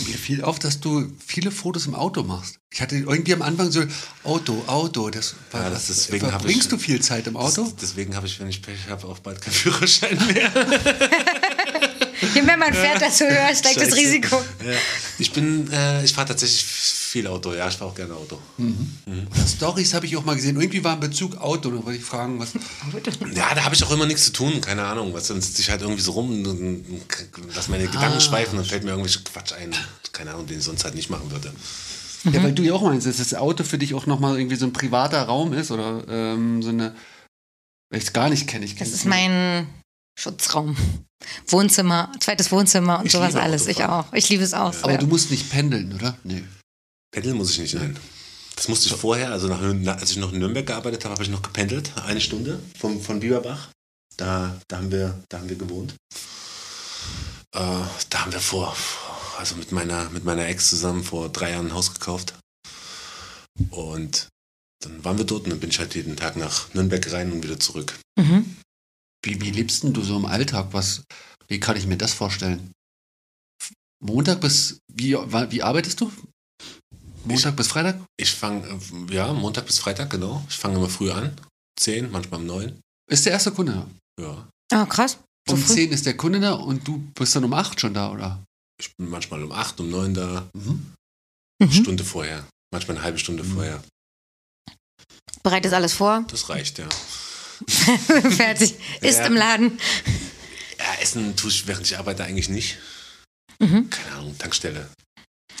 C: mir fiel auf, dass du viele Fotos im Auto machst. Ich hatte irgendwie am Anfang so Auto, Auto. Das war,
D: Ja, das ist- deswegen hab
C: verbringst
D: ich-
C: du viel Zeit im Auto?
D: Das, deswegen habe ich, wenn ich Pech habe, auch bald keinen Führerschein mehr.
A: Je mehr man fährt, desto höher steigt das
D: Scheiße.
A: Risiko.
D: Ja. Ich bin, äh, ich fahre tatsächlich viel Auto, ja. Ich fahre auch gerne Auto.
C: Oder Stories habe ich auch mal gesehen. Irgendwie war in Bezug Auto. Da wollte ich fragen, was.
D: Ja, da habe ich auch immer nichts zu tun, keine Ahnung. Was, dann sitze ich halt irgendwie so rum und, und, und lass meine Gedanken schweifen, dann fällt mir irgendwelche Quatsch ein. Keine Ahnung, den ich sonst halt nicht machen würde.
A: Mhm.
C: Ja, weil du ja auch meinst, dass das Auto für dich auch nochmal irgendwie so ein privater Raum ist oder ähm, so eine. Weil ich es gar nicht kenne. Ich
A: Das
C: kenn's
A: ist
C: nur.
A: mein Schutzraum. Wohnzimmer, zweites Wohnzimmer und
D: Ich
A: sowas
D: liebe
A: alles. Ich
D: Autofahren.
A: auch. Ich liebe es auch.
C: Aber
A: ja.
C: du musst nicht pendeln, oder? Nee.
D: Pendeln muss ich nicht, nein. Das musste ich vorher, also nach, Nürn- als ich noch in Nürnberg gearbeitet habe, habe ich noch gependelt, eine Stunde von, von Bieberbach. Da, da, haben wir, da haben wir gewohnt. Äh, da haben wir vor, also mit meiner, mit meiner Ex zusammen vor drei Jahren ein Haus gekauft. Und dann waren wir dort und dann bin ich halt jeden Tag nach Nürnberg rein und wieder zurück.
A: Mhm.
C: Wie, wie lebst denn du so im Alltag? Was, wie kann ich mir das vorstellen? Montag bis, wie, wa- wie arbeitest du? Montag bis Freitag?
D: Ich fange, äh, ja, Montag bis Freitag, genau. Ich fange immer früh an. Zehn, manchmal um neun.
C: Ist der erste Kunde da?
D: Ja.
A: Ah, krass. So
C: Um
A: früh?
C: 10 ist der Kunde da und du bist dann um 8 schon da, oder?
D: Ich bin manchmal um acht, um neun da,
C: Mhm.
A: Mhm.
D: Stunde vorher. Manchmal eine halbe Stunde vorher.
A: Bereit ist alles vor.
D: Das reicht, ja.
A: Fertig. Ist
D: Ja.
A: im Laden.
D: Ja, Essen tue ich, während ich arbeite, eigentlich nicht.
A: Mhm.
D: Keine Ahnung, Tankstelle.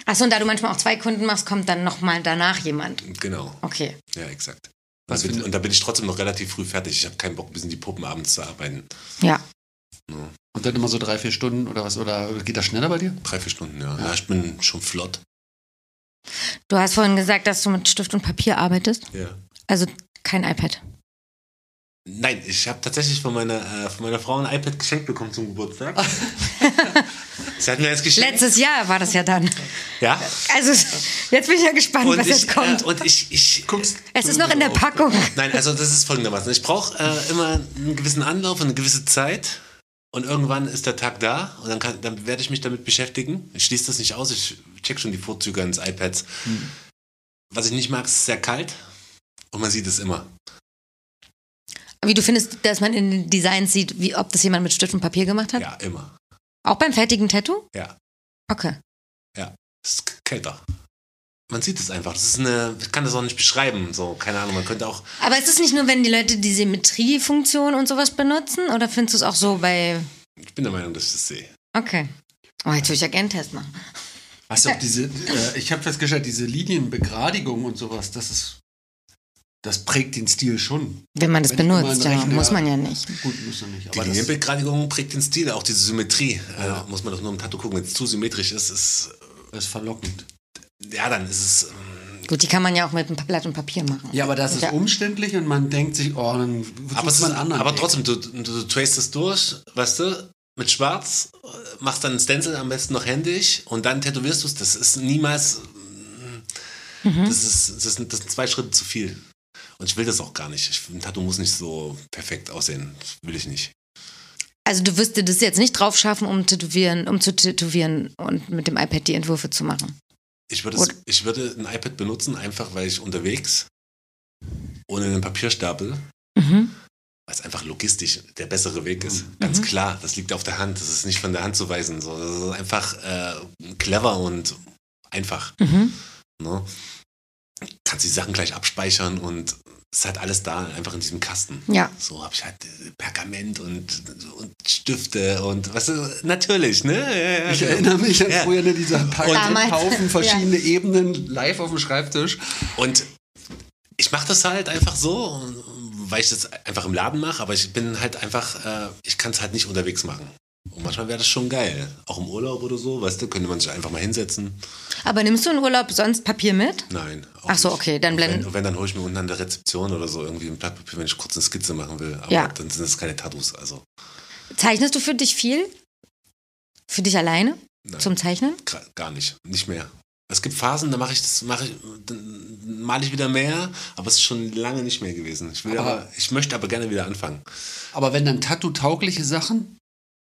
A: Achso, und da du manchmal auch zwei Kunden machst, kommt dann nochmal danach jemand.
D: Genau,
A: Okay.
D: ja, exakt.
C: Was
D: Was
C: findest-
D: bin, und da bin ich trotzdem noch relativ früh fertig. Ich habe keinen Bock, bis in die Puppen abends zu arbeiten.
A: Ja.
C: Und dann immer so drei, vier Stunden oder was? Oder geht das schneller bei dir?
D: Drei, vier Stunden, ja. ja ich bin schon flott.
A: Du hast vorhin gesagt, dass du mit Stift und Papier arbeitest.
D: Ja.
A: Also kein iPad.
D: Nein, ich habe tatsächlich von meiner, äh, von meiner Frau ein iPad geschenkt bekommen zum Geburtstag. Sie hat mir das geschenkt.
A: Letztes Jahr war das ja dann.
D: Ja.
A: Also jetzt bin ich ja gespannt,
D: Und
A: was
D: ich,
A: jetzt kommt.
D: äh, und ich, ich
A: es ist noch in der Packung.
D: Nein, also das ist folgendermaßen. Ich brauche äh, immer einen gewissen Anlauf und eine gewisse Zeit. Und irgendwann ist der Tag da und dann, kann, dann werde ich mich damit beschäftigen. Ich schließe das nicht aus, ich check schon die Vorzüge eines iPads.
A: Hm.
D: Was ich nicht mag, ist sehr kalt und man sieht es immer.
A: Wie du findest, dass man in den Designs sieht, wie, ob das jemand mit Stift und Papier gemacht hat?
D: Ja, immer.
A: Auch beim fertigen Tattoo?
D: Ja.
A: Okay.
D: Es ist k- kälter. Man sieht es einfach. Das ist eine, ich kann das auch nicht beschreiben. So, keine Ahnung, man könnte auch.
A: Aber ist es nicht nur, wenn die Leute die Symmetriefunktion und sowas benutzen? Oder findest du es auch so bei.
D: Ich bin der Meinung, dass ich das sehe.
A: Okay. Oh, jetzt will ich ja gerne einen Test machen.
C: Hast du auch diese, äh, ich habe festgestellt, diese Linienbegradigung und sowas, das ist, das prägt den Stil schon.
A: Wenn man das
C: Wenn ich mal
A: benutzt,
C: einen
A: ja,
C: Rechner-
A: muss man ja nicht.
C: Gut, muss er nicht.
D: Die
C: Aber das,
D: Linienbegradigung prägt den Stil, auch diese Symmetrie. Äh, muss man doch nur im Tattoo gucken. Wenn es zu symmetrisch ist, ist
C: das ist verlockend.
D: Ja, dann ist es. ähm,
A: Gut, die kann man ja auch mit einem Blatt und Papier machen.
C: Ja, aber das ist
A: Ja.
C: umständlich und man denkt sich, oh, dann sucht
D: Aber, es ist,
C: man einen anderen
D: aber
C: Weg.
D: trotzdem, du, du, du tracest es durch, weißt du, mit Schwarz, äh, machst dann ein Stencil am besten noch händisch und dann tätowierst du es. Das ist niemals. ähm,
C: Mhm.
D: Das, ist, das, sind, das sind zwei Schritte zu viel. Und ich will das auch gar nicht. Ich, ein Tattoo muss nicht so perfekt aussehen. Das will ich nicht.
A: Also du wirst dir das jetzt nicht drauf schaffen, um, tätowieren, um zu tätowieren und mit dem iPad die Entwürfe zu machen.
D: Ich würde, es,
A: Gut.
D: ich würde ein iPad benutzen, einfach weil ich unterwegs ohne einen Papierstapel
A: Mhm.
D: weil es einfach logistisch der bessere Weg ist.
C: Mhm.
D: Ganz klar, das liegt auf der Hand, das ist nicht von der Hand zu weisen. So. Das ist einfach äh, clever und einfach.
A: Mhm.
D: Ne? Kannst die Sachen gleich abspeichern und es ist halt alles da, einfach in diesem Kasten.
A: Ja.
D: So habe ich halt äh, Pergament und, und Stifte und was äh, natürlich, ne? Ja, ja,
C: Ich
D: genau.
C: erinnere mich an
D: Ja.
C: früher ne, dieser Packung
A: Damals.
C: mit Haufen verschiedene Ebenen live auf dem Schreibtisch.
D: Und ich mache das halt einfach so, weil ich das einfach im Laden mache, aber ich bin halt einfach, äh, ich kann es halt nicht unterwegs machen. Und manchmal wäre das schon geil. Auch im Urlaub oder so, weißt du, könnte man sich einfach mal hinsetzen.
A: Aber nimmst du in Urlaub sonst Papier mit?
D: Nein. auch
A: Ach so,
D: nicht.
A: okay, dann
D: Und
A: blenden-
D: Wenn, und wenn, dann hole ich mir unten an der Rezeption oder so irgendwie ein Blatt Papier, wenn ich kurz eine Skizze machen will. Aber
A: Ja.
D: dann sind es keine Tattoos. Also,
A: Zeichnest du für dich viel? Für dich alleine?
D: nein,
A: Zum Zeichnen?
D: gra- gar nicht. Nicht mehr. Es gibt Phasen, da mache ich das, mache ich, dann male ich wieder mehr, aber es ist schon lange nicht mehr gewesen. Ich, will
C: Aber-
D: aber, ich möchte aber gerne wieder anfangen.
C: Aber wenn dann Tattoo-taugliche Sachen,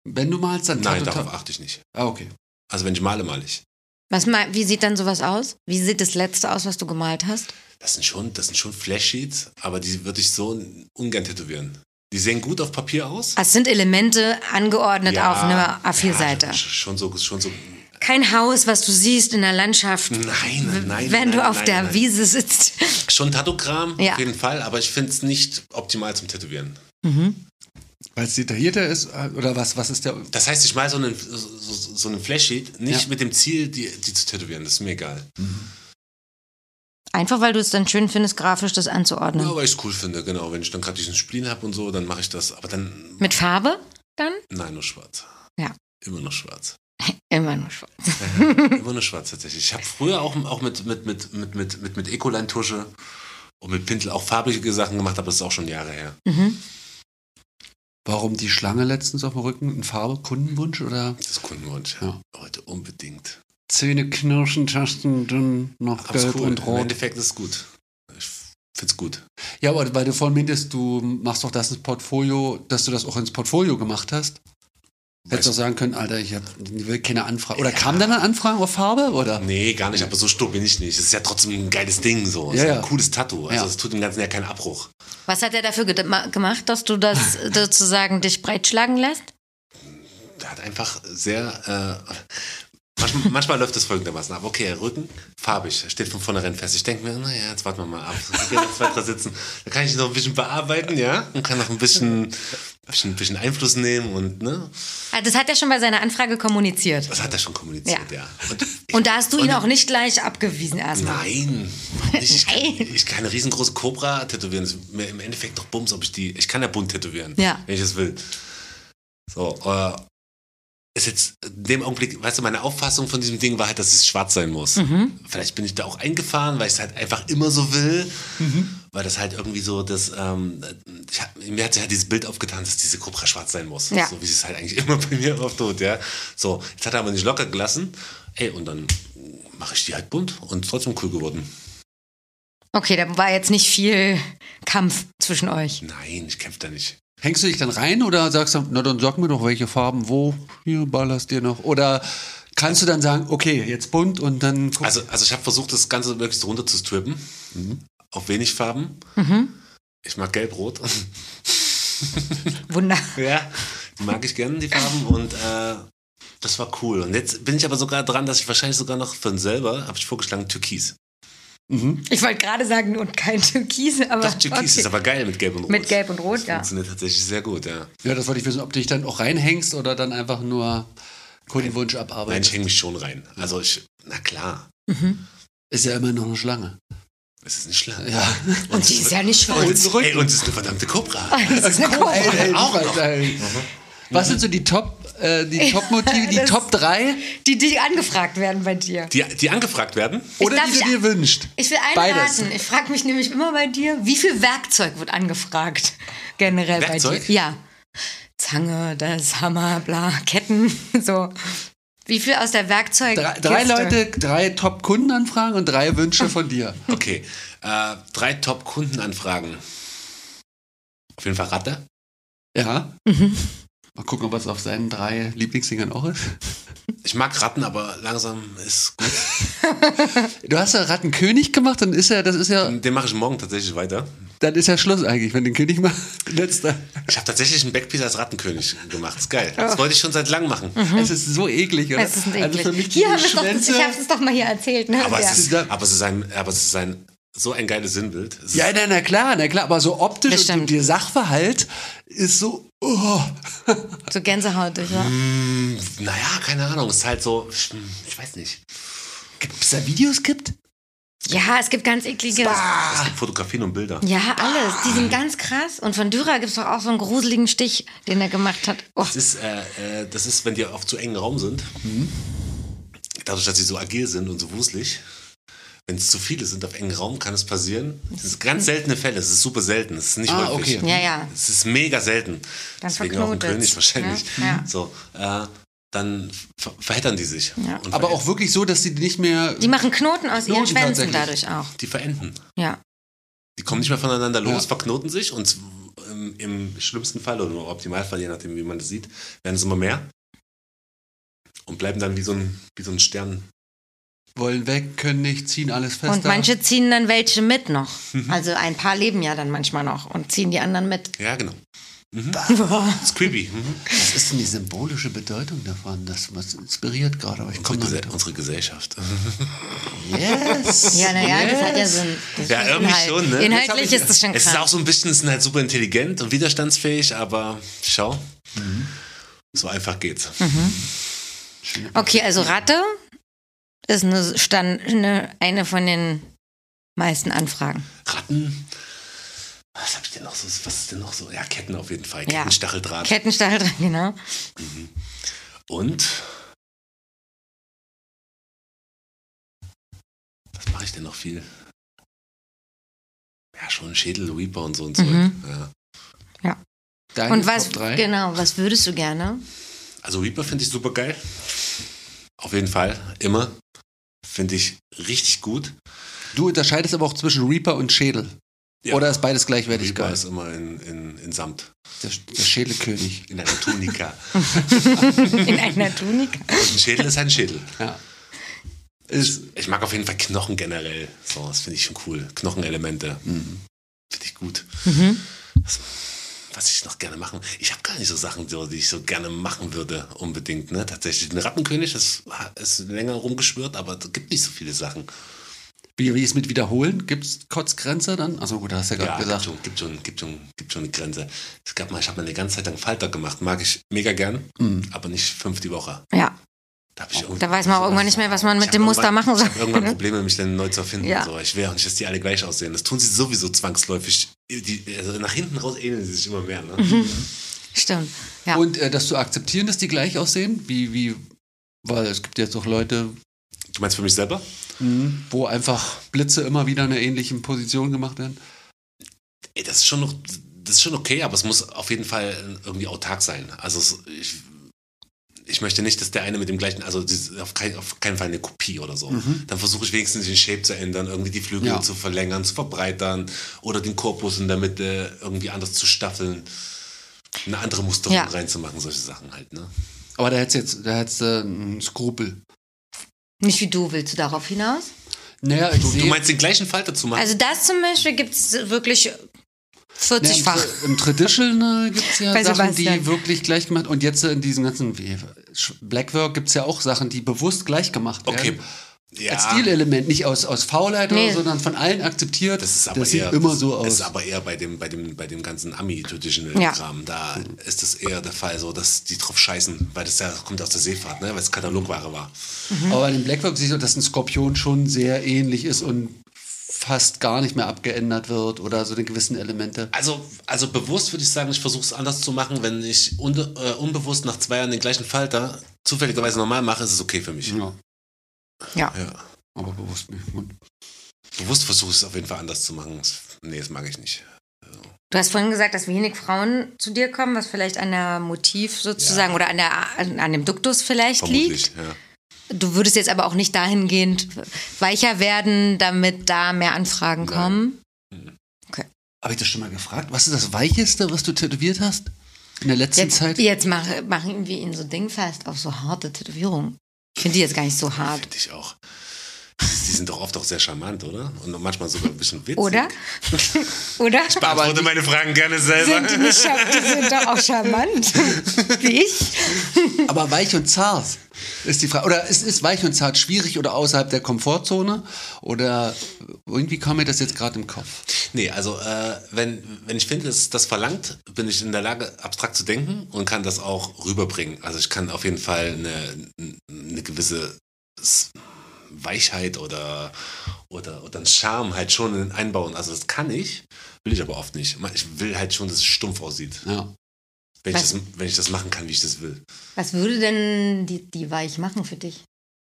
C: wenn du malst, dann
D: Nein,
C: Tattoo-taug-
D: darauf achte ich nicht.
C: Ah, okay.
D: Also wenn ich male, male ich.
A: Was, mal- wie sieht dann sowas aus? Wie sieht das letzte aus, was du gemalt hast?
D: Das sind schon, das sind schon Flashsheets, aber die würde ich so ungern tätowieren. Die sehen gut auf Papier aus.
A: Es sind Elemente angeordnet
D: Ja,
A: Äh, auf einer A4-Seite.
D: Ja, schon so, schon so.
A: Kein Haus, was du siehst in der Landschaft,
D: Nein, nein, nein.
A: wenn du
D: nein,
A: auf
D: nein,
A: der
D: nein.
A: Wiese sitzt.
D: Schon Tattogramm,
A: Ja.
D: auf jeden Fall, aber ich finde es nicht optimal zum Tätowieren.
C: Weil es detaillierter ist, äh, oder was, was ist der.
D: Das heißt, ich male so einen, so, so so einen Flashsheet nicht
C: Ja.
D: mit dem Ziel, die, die zu tätowieren. Das ist mir egal.
A: Einfach weil du es dann schön findest, grafisch das
D: Ja,
A: anzuordnen.
D: aber ich es cool finde, genau. Wenn ich dann gerade diesen Splin habe und so, dann mache ich das. Aber dann,
A: Mit Farbe dann?
D: nein, nur schwarz.
A: Mhm. Ja.
D: Immer nur schwarz.
A: Immer nur schwarz.
D: Immer nur schwarz Mhm. tatsächlich. Ich habe früher auch, auch mit, mit, mit, mit, mit, mit, mit Ecoline-Tusche und mit Pinsel auch farbige Sachen gemacht, aber das ist auch schon Jahre her.
A: Mhm.
C: Warum die Schlange letztens auf dem Rücken in Farbe? Kundenwunsch oder?
D: Das ist Kundenwunsch.
C: Ja.
D: Heute unbedingt.
B: Zähne knirschen, tasten, dann noch
D: Aber
B: gelb
D: ist cool.
B: und
D: Im
B: rot.
D: Endeffekt ist es gut. Ich find's gut.
C: Ja, aber weil du vorhin meintest, du machst doch das ins Portfolio, dass du das auch ins Portfolio gemacht hast. Hättest du auch sagen können, Alter, ich hab, ich will keine Anfrage. Oder kam dann eine Anfrage auf Farbe? Oder?
D: Nee, gar nicht, aber so stumpf bin ich nicht. Es ist ja trotzdem ein geiles Ding so. Es
C: Ja,
D: ist
C: ja.
D: ein cooles Tattoo. Also
C: Ja.
D: es tut dem Ganzen ja keinen Abbruch.
A: Was hat er dafür ged- ma- gemacht, dass du das sozusagen dich breitschlagen lässt?
D: Der hat einfach sehr. Äh, manchmal, manchmal läuft es folgendermaßen ab. Okay, Rücken, farbig, steht von vornherein fest. Ich denke mir, naja, jetzt warten wir mal ab. Ich gehe noch zwei, drei Sitzen. Da kann ich noch ein bisschen bearbeiten, ja? Und kann noch ein bisschen, bisschen, bisschen Einfluss nehmen und, ne?
A: Ah, Das hat er schon bei seiner Anfrage kommuniziert.
D: Das hat er schon kommuniziert,
A: Ja.
D: ja. Und,
A: Und da hast du ihn auch nicht gleich abgewiesen erstmal.
D: Nein, ich,
A: Nein.
D: ich kann eine riesengroße Cobra tätowieren. Das ist mir im Endeffekt doch Bums, ob ich die. Ich kann ja bunt tätowieren,
A: Ja.
D: wenn ich es will. So, äh, ist jetzt in dem Augenblick, weißt du, meine Auffassung von diesem Ding war halt, dass es schwarz sein muss. Vielleicht bin ich da auch eingefahren, weil ich es halt einfach immer so will. Weil das halt irgendwie so, das, ähm, ich hab, mir hat sich halt dieses Bild aufgetan, dass diese Cobra schwarz sein muss.
A: Ja.
D: So wie sie es halt eigentlich immer bei mir oft tut, ja. So, jetzt hat er aber nicht locker gelassen. Ey, und dann mache ich die halt bunt und trotzdem cool geworden.
A: Okay, da war jetzt nicht viel Kampf zwischen euch.
D: Nein, ich kämpfe da nicht.
C: Hängst du dich dann rein oder sagst du, na dann sag mir doch, welche Farben, wo, hier ballerst dir noch. Oder kannst du dann sagen, okay, jetzt bunt und dann guck,
D: Also, also ich habe versucht, das Ganze möglichst runter zu strippen. Auf wenig Farben. Ich mag gelb-rot.
A: Wunder.
D: Ja. Die mag ich gerne, die Farben. Und äh, das war cool. Und jetzt bin ich aber sogar dran, dass ich wahrscheinlich sogar noch von selber, habe ich vorgeschlagen, Türkis.
A: Ich wollte gerade sagen, und kein Türkis, aber.
D: Doch, Türkis ist aber geil mit Gelb und Rot.
A: Mit Gelb und Rot,
D: das
A: ja.
D: Funktioniert tatsächlich sehr gut, ja.
C: ja, das wollte ich wissen, ob du dich dann auch reinhängst oder dann einfach nur Kundenwunsch
D: Nein, ich
C: abarbeitest.
D: hänge mich schon rein. Also ich, na klar,
C: Ist ja immer noch eine Schlange.
D: es ist ein Schlange.
C: Ja.
A: Und die ist ja nicht
D: Und,
A: schwarz.
D: es- ey, und es ist eine verdammte Cobra.
A: Das ist eine Cobra.
C: Ey, ey,
D: Auch noch. Mhm.
C: ey. Was sind so die Top, äh, die Top-Motive, die
A: das-
C: Top 3
A: Die, die angefragt werden bei dir.
D: Die, die angefragt werden?
C: oder
A: darf
C: die du
A: ich-
C: dir wünscht?
A: Ich will einen
C: Beides.
A: raten. Ich frage mich nämlich immer bei dir, wie viel Werkzeug wird angefragt? Generell bei
D: Werkzeug?
A: dir. Ja. Zange, das Hammer, bla, Ketten, so. Wie viel aus der Werkzeug.
C: Drei, drei Leute, drei Top-Kundenanfragen und drei
A: Ah.
C: Wünsche von dir.
D: Okay. Äh, drei Top-Kundenanfragen. Auf jeden Fall Ratte.
C: Ja.
A: Mhm.
C: Mal gucken, ob es auf seinen drei Lieblingssingern auch ist.
D: Ich mag Ratten, aber langsam ist gut.
C: Du hast ja Rattenkönig gemacht, dann ist ja, das ist
A: Mhm.
C: ja,
D: Den mache ich morgen tatsächlich weiter.
C: dann ist ja Schluss eigentlich, wenn den König mal letzter.
D: Ich habe tatsächlich einen Backpiece als Rattenkönig gemacht. Ist geil.
C: Oh.
D: Das wollte ich schon seit langem machen.
C: Es ist so eklig, oder?
A: Das Mhm. ist nicht
C: Also
A: eklig.
C: für
A: hier
C: mich diese
A: haben wir es doch,
C: Schwänze.
A: ich habe es doch mal hier erzählt. Ne?
D: Aber,
A: ja.
D: es ist, aber es ist ein, aber es ist ein, so ein geiles Sinnbild. Es ist,
C: ja, na, na klar, na klar, aber so optisch
A: Das
C: und
A: stimmt.
C: der Sachverhalt ist so, oh.
A: so Gänsehaut, ja.
D: mh, naja, mm, keine Ahnung. Es ist halt so, ich, ich weiß nicht.
C: Gibt es da Videos gibt?
A: Ja, es gibt ganz eklige.
C: Ah.
D: Es gibt Fotografien und Bilder.
A: Ja, alles. Die sind ganz krass. Und von Dürer gibt es doch auch so einen gruseligen Stich, den er gemacht hat. Oh.
D: Das ist, äh, äh, das ist, wenn die auf zu engen Raum sind,
C: Mhm.
D: dadurch, dass sie so agil sind und so wuselig, wenn es zu viele sind auf engen Raum, kann es passieren. Das sind ganz seltene Fälle, es ist super selten, es ist nicht
C: Ah,
D: häufig.
C: okay.
A: Ja, ja.
D: Es ist mega selten.
A: Dann
D: Deswegen auch ein
A: verknotet's,
D: König wahrscheinlich.
A: ne? Ja.
D: So, äh, dann ver verheddern die sich.
A: Ja.
D: Und
C: Aber
D: verenden-
C: auch wirklich so, dass sie nicht mehr.
A: Die machen Knoten aus ihren
C: Knoten
A: Schwänzen
C: tatsächlich.
A: dadurch auch.
D: Die verenden.
A: Ja.
D: Die kommen nicht mehr voneinander los,
C: Ja.
D: verknoten sich und im, im schlimmsten Fall oder im Optimalfall, je nachdem, wie man das sieht, werden es immer mehr und bleiben dann wie so ein, wie so ein Stern.
C: wollen weg, können nicht, ziehen alles fest.
A: Und manche ziehen dann welche mit noch. Also ein paar leben ja dann manchmal noch und ziehen die anderen mit.
D: Ja, genau. Mhm. Das ist creepy. Mhm.
C: Was ist denn die symbolische Bedeutung davon? Das was inspiriert gerade, aber ich
D: Unsere,
C: komme
D: Gese
C: nicht drauf.
D: unsere Gesellschaft.
C: Yes!
A: Ja, naja, das hat ja so ein. das
D: Ja,
A: ist halt
D: irgendwie schon, ne?
A: Inhaltlich
C: Jetzt hab ich-
A: ist das schon
D: Es ist auch
A: krass.
D: so ein bisschen, es sind halt super intelligent und widerstandsfähig, aber schau,
A: Mhm.
D: so einfach geht's.
A: Hm. Okay, also Ratte ist eine, Stand, eine, eine von den meisten Anfragen.
D: Ratten. Was hab ich denn noch so? Was ist denn noch so? Ja, Ketten auf jeden Fall.
A: Ja.
D: Ketten, Stacheldraht.
A: Kettenstahl dran, genau.
D: Und was mache ich denn noch viel? Ja, schon Schädel, Reaper und so und so.
A: Mhm.
D: Ja.
C: Deine
A: Und was,
C: Top drei?
A: genau, was würdest du gerne?
D: Also Reaper finde ich super geil. Auf jeden Fall, immer. Finde ich richtig gut.
C: Du unterscheidest aber auch zwischen Reaper und Schädel.
D: Ja.
C: Oder ist beides gleichwertig
D: Reaper
C: geil?
D: ist immer in, in, in Samt,
C: Der, der Schädelkönig.
D: in einer Tunika.
A: In einer Tunika.
D: Und ein Schädel ist ein Schädel.
C: Ja.
D: Ich, ich mag auf jeden Fall Knochen generell. So, das finde ich schon cool. Knochenelemente.
C: Mhm.
D: Finde ich gut. Was, was ich noch gerne machen. Ich habe gar nicht so Sachen, so, die ich so gerne machen würde, unbedingt. Ne? Tatsächlich. Den Rattenkönig das ha- ist länger rumgeschwört, aber es gibt nicht so viele Sachen.
C: Wie, wie ist mit Wiederholen? Gibt es Kotzgrenze dann? Achso, gut, hast du ja
D: Ja,
C: gerade
D: gibt
C: gesagt.
D: schon, gibt, schon, gibt, schon, gibt schon eine Grenze. Es gab mal, ich habe mal eine ganze Zeit lang Falter gemacht. Mag ich mega gern,
C: Mhm.
D: aber nicht fünf die Woche.
A: Ja,
D: Da, hab ich irgendwie-
A: da weiß man auch irgendwann nicht mehr, was man
D: Ich
A: mit
D: hab
A: dem Muster
D: irgendwann-
A: machen soll.
D: Ich habe irgendwann Probleme, mich dann neu zu erfinden.
A: Ja.
D: So, ich will auch nicht, dass die alle gleich aussehen. Das tun sie sowieso zwangsläufig. Die, also nach hinten raus ähneln sie sich immer mehr. Ne?
A: Mhm. Stimmt. Ja.
C: Und äh, das zu akzeptieren, dass die gleich aussehen? Wie, wie, weil es gibt jetzt auch Leute,
D: Du meinst für mich selber?
C: wo einfach Blitze immer wieder in einer ähnlichen Position gemacht werden.
D: Ey, das ist schon noch, das ist schon okay, aber es muss auf jeden Fall äh, irgendwie autark sein. Also es, ich, ich möchte nicht, dass der eine mit dem gleichen, also dieses- auf, kein, auf keinen Fall eine Kopie oder so. Dann versuche ich wenigstens den Shape zu ändern, irgendwie die Flügel
C: Mhm. Ja.
D: zu verlängern, zu verbreitern oder den Korpus in der Mitte irgendwie anders zu staffeln, eine andere Musterung
A: Ja.
D: reinzumachen, solche Sachen halt. Ne?
C: Aber da hättest du jetzt, da hättest du einen Skrupel.
A: Nicht wie du, willst du darauf hinaus?
C: Naja, ich
D: Du, du
C: sehe-
D: meinst den gleichen Falter zu machen?
A: Also das zum Beispiel gibt es wirklich
C: Ja, im
A: 40-fach.
C: Tra- Im Traditional gibt es ja
A: Bei
C: Sachen,
A: Sebastian.
C: die wirklich gleich gemacht Und jetzt in diesem ganzen wie- Sch- Blackwork gibt es ja auch Sachen, die bewusst gleich gemacht werden.
D: okay. Ja,
C: Als Stilelement, nicht aus, aus Faulheit
A: Nee.
C: oder so, sondern von allen akzeptiert.
D: das ist aber
C: das
D: eher,
C: sieht immer
D: das
C: so aus.
D: ist aber eher bei dem, bei dem, bei dem ganzen
A: Ja.
D: Ami-Traditional-Kram. Da ist das eher der Fall, so dass die drauf scheißen, weil das ja kommt aus der Seefahrt, ne? weil es Katalogware war.
C: Mhm. Aber in Blackwork sieht man, dass ein Skorpion schon sehr ähnlich ist und fast gar nicht mehr abgeändert wird oder so eine gewissen Elemente.
D: Also, also bewusst würde ich sagen, ich versuche es anders zu machen. Wenn ich un äh, unbewusst nach zwei Jahren den gleichen Falter zufälligerweise normal mache, ist es okay für mich.
C: Ja,
A: Ja.
D: Ja.
C: aber bewusst nicht. Gut.
D: Bewusst versuche ich es auf jeden Fall anders zu machen. Das- Nee, das mag ich nicht.
A: Du hast vorhin gesagt, dass wenig Frauen zu dir kommen, was vielleicht an der Motiv sozusagen oder an, der, an, an dem Duktus vielleicht liegt.
D: Vermutlich. Ja.
A: Du würdest jetzt aber auch nicht dahingehend weicher werden, damit da mehr Anfragen kommen.
C: Habe ich das schon mal gefragt? Was ist das Weicheste, was du tätowiert hast? In der letzten
A: Jetzt,
C: Zeit?
A: jetzt mach, machen wir ihn so dingfest auf so harte Tätowierungen. Ich finde die jetzt gar nicht so hart.
D: Finde ich auch. Die die sind doch oft auch sehr charmant, oder? Und manchmal sogar ein bisschen witzig.
A: Oder? Oder?
D: Beantworte meine Fragen gerne selber.
A: Sind die, nicht, char- die sind doch auch charmant. Wie ich.
C: Aber weich und zart ist die Frage. Oder ist, ist weich und zart schwierig oder außerhalb der Komfortzone? Oder irgendwie kam mir das jetzt gerade im Kopf.
D: Nee, also äh, wenn, wenn ich finde, dass das verlangt, bin ich in der Lage, abstrakt zu denken und kann das auch rüberbringen. Also ich kann auf jeden Fall eine, eine gewisse S- Weichheit oder, oder, oder einen Charme halt schon einbauen. Also das kann ich, will ich aber oft nicht. Ich will halt schon, dass es stumpf aussieht.
C: Ja.
D: Wenn ich,
A: Was-
D: das, wenn ich das machen kann, wie ich das will.
A: Was würde denn die, die weich machen für dich?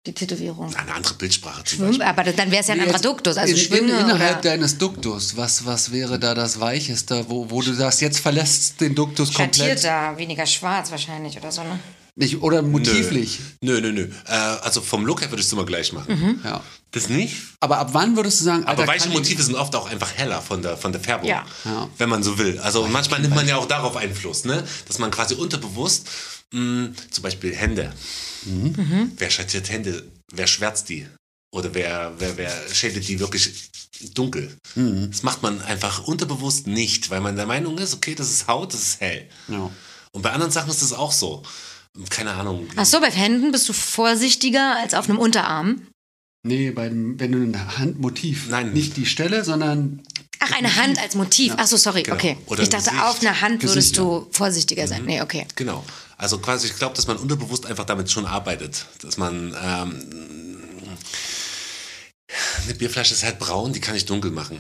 A: Die Tätowierung.
D: Eine andere Bildsprache zum
A: Schwimm,
D: Beispiel.
A: aber dann wäre es ja ein anderer
C: Jetzt
A: Duktus. Also
C: in,
A: Schwimme
C: in, innerhalb
A: oder
C: deines Duktus, was, was wäre da das Weicheste, wo, wo du sagst, jetzt verlässt den Duktus komplett?
A: schattierter, weniger schwarz wahrscheinlich oder so. Ne?
C: Nicht, oder motivlich.
D: Nö, nö, nö. Äh, also vom Look her würde ich es immer gleich machen.
A: Hm?
C: Ja.
D: Das nicht?
C: Aber ab wann würdest du sagen,
D: Aber
C: Alter,
D: weiche
C: kann ich-
D: Motive sind oft auch einfach heller von der, von der Färbung,
A: Ja.
C: Ja.
D: wenn man so will. Also manchmal nimmt man ja auch darauf Einfluss, ne? dass man quasi unterbewusst, mh, zum Beispiel Hände.
C: Mhm.
D: Wer schattiert Hände? Wer schwärzt die? Oder wer, wer, wer schädet die wirklich dunkel?
C: Mhm.
D: Das macht man einfach unterbewusst nicht, weil man der Meinung ist, okay, das ist Haut, das ist hell.
C: Ja.
D: Und bei anderen Sachen ist das auch so. Keine Ahnung.
A: Achso, bei Händen bist du vorsichtiger als auf einem Unterarm.
C: Nee, bei, dem- wenn du ein Handmotiv,
D: Nein.
C: nicht die Stelle, sondern
A: Ach, eine Hand als Motiv. Achso, sorry,
D: Mhm. Genau.
A: okay.
D: Oder
A: ich dachte,
D: Gesicht.
A: auf einer Hand würdest
C: Gesicht,
A: du vorsichtiger sein. Nee, okay.
D: Genau. Also quasi, ich glaube, dass man unterbewusst einfach damit schon arbeitet. Dass man ähm, eine Bierflasche ist halt braun, die kann ich dunkel machen.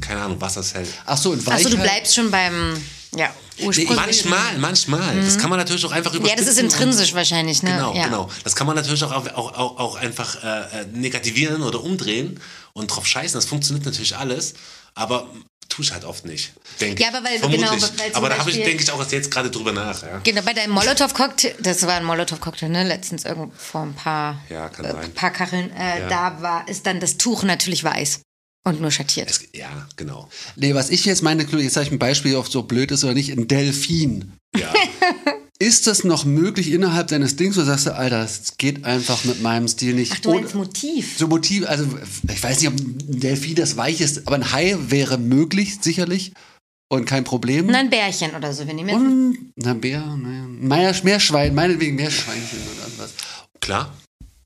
D: Keine Ahnung, Wasser ist hell.
C: ach so, und Weichheit.
A: Achso, du bleibst schon beim ja,
D: halt. Nee,
A: ursprünglichen.
D: manchmal, manchmal. Das kann man natürlich auch einfach
A: Mhm. Ja,
D: überspitzen.
A: das ist
D: und-
A: intrinsisch wahrscheinlich, ne?
D: Genau,
A: ja.
D: genau. Das kann man natürlich auch, auch, auch, auch einfach äh, äh, negativieren oder umdrehen und drauf scheißen. Das funktioniert natürlich alles. Aber tue ich halt oft nicht. Denk,
A: Ja, aber weil-
D: vermutlich.
A: genau, weil zum
D: aber da habe ich,
A: Beispiel-
D: denke ich auch erst jetzt gerade drüber nach. Ja.
A: Genau, bei deinem Molotow-Cocktail, das war ein Molotow-Cocktail, ne? Letztens irgendwo vor ein paar,
D: Ja, kann
A: äh,
D: sein.
A: paar Kacheln. Äh,
D: Ja.
A: Da war, ist dann das Tuch natürlich weiß und nur schattiert.
D: Es, ja, genau.
C: Nee, was ich jetzt meine, jetzt sage ich ein Beispiel, ob so blöd ist oder nicht, ein Delfin.
D: Ja.
C: Ist das noch möglich innerhalb deines Dings, oder sagst du, Alter, das geht einfach mit meinem Stil nicht?
A: Ach, du
C: Und
A: meinst Motiv.
C: so Motiv, also ich weiß nicht, ob ein Delfin das weich ist, aber ein Hai wäre möglich, sicherlich. Und kein Problem.
A: Na, ein Bärchen oder so. Wir nehmen jetzt
C: Und na, Bär, naja. Meier, Meerschwein, meinetwegen Meerschweinchen oder was.
D: Klar.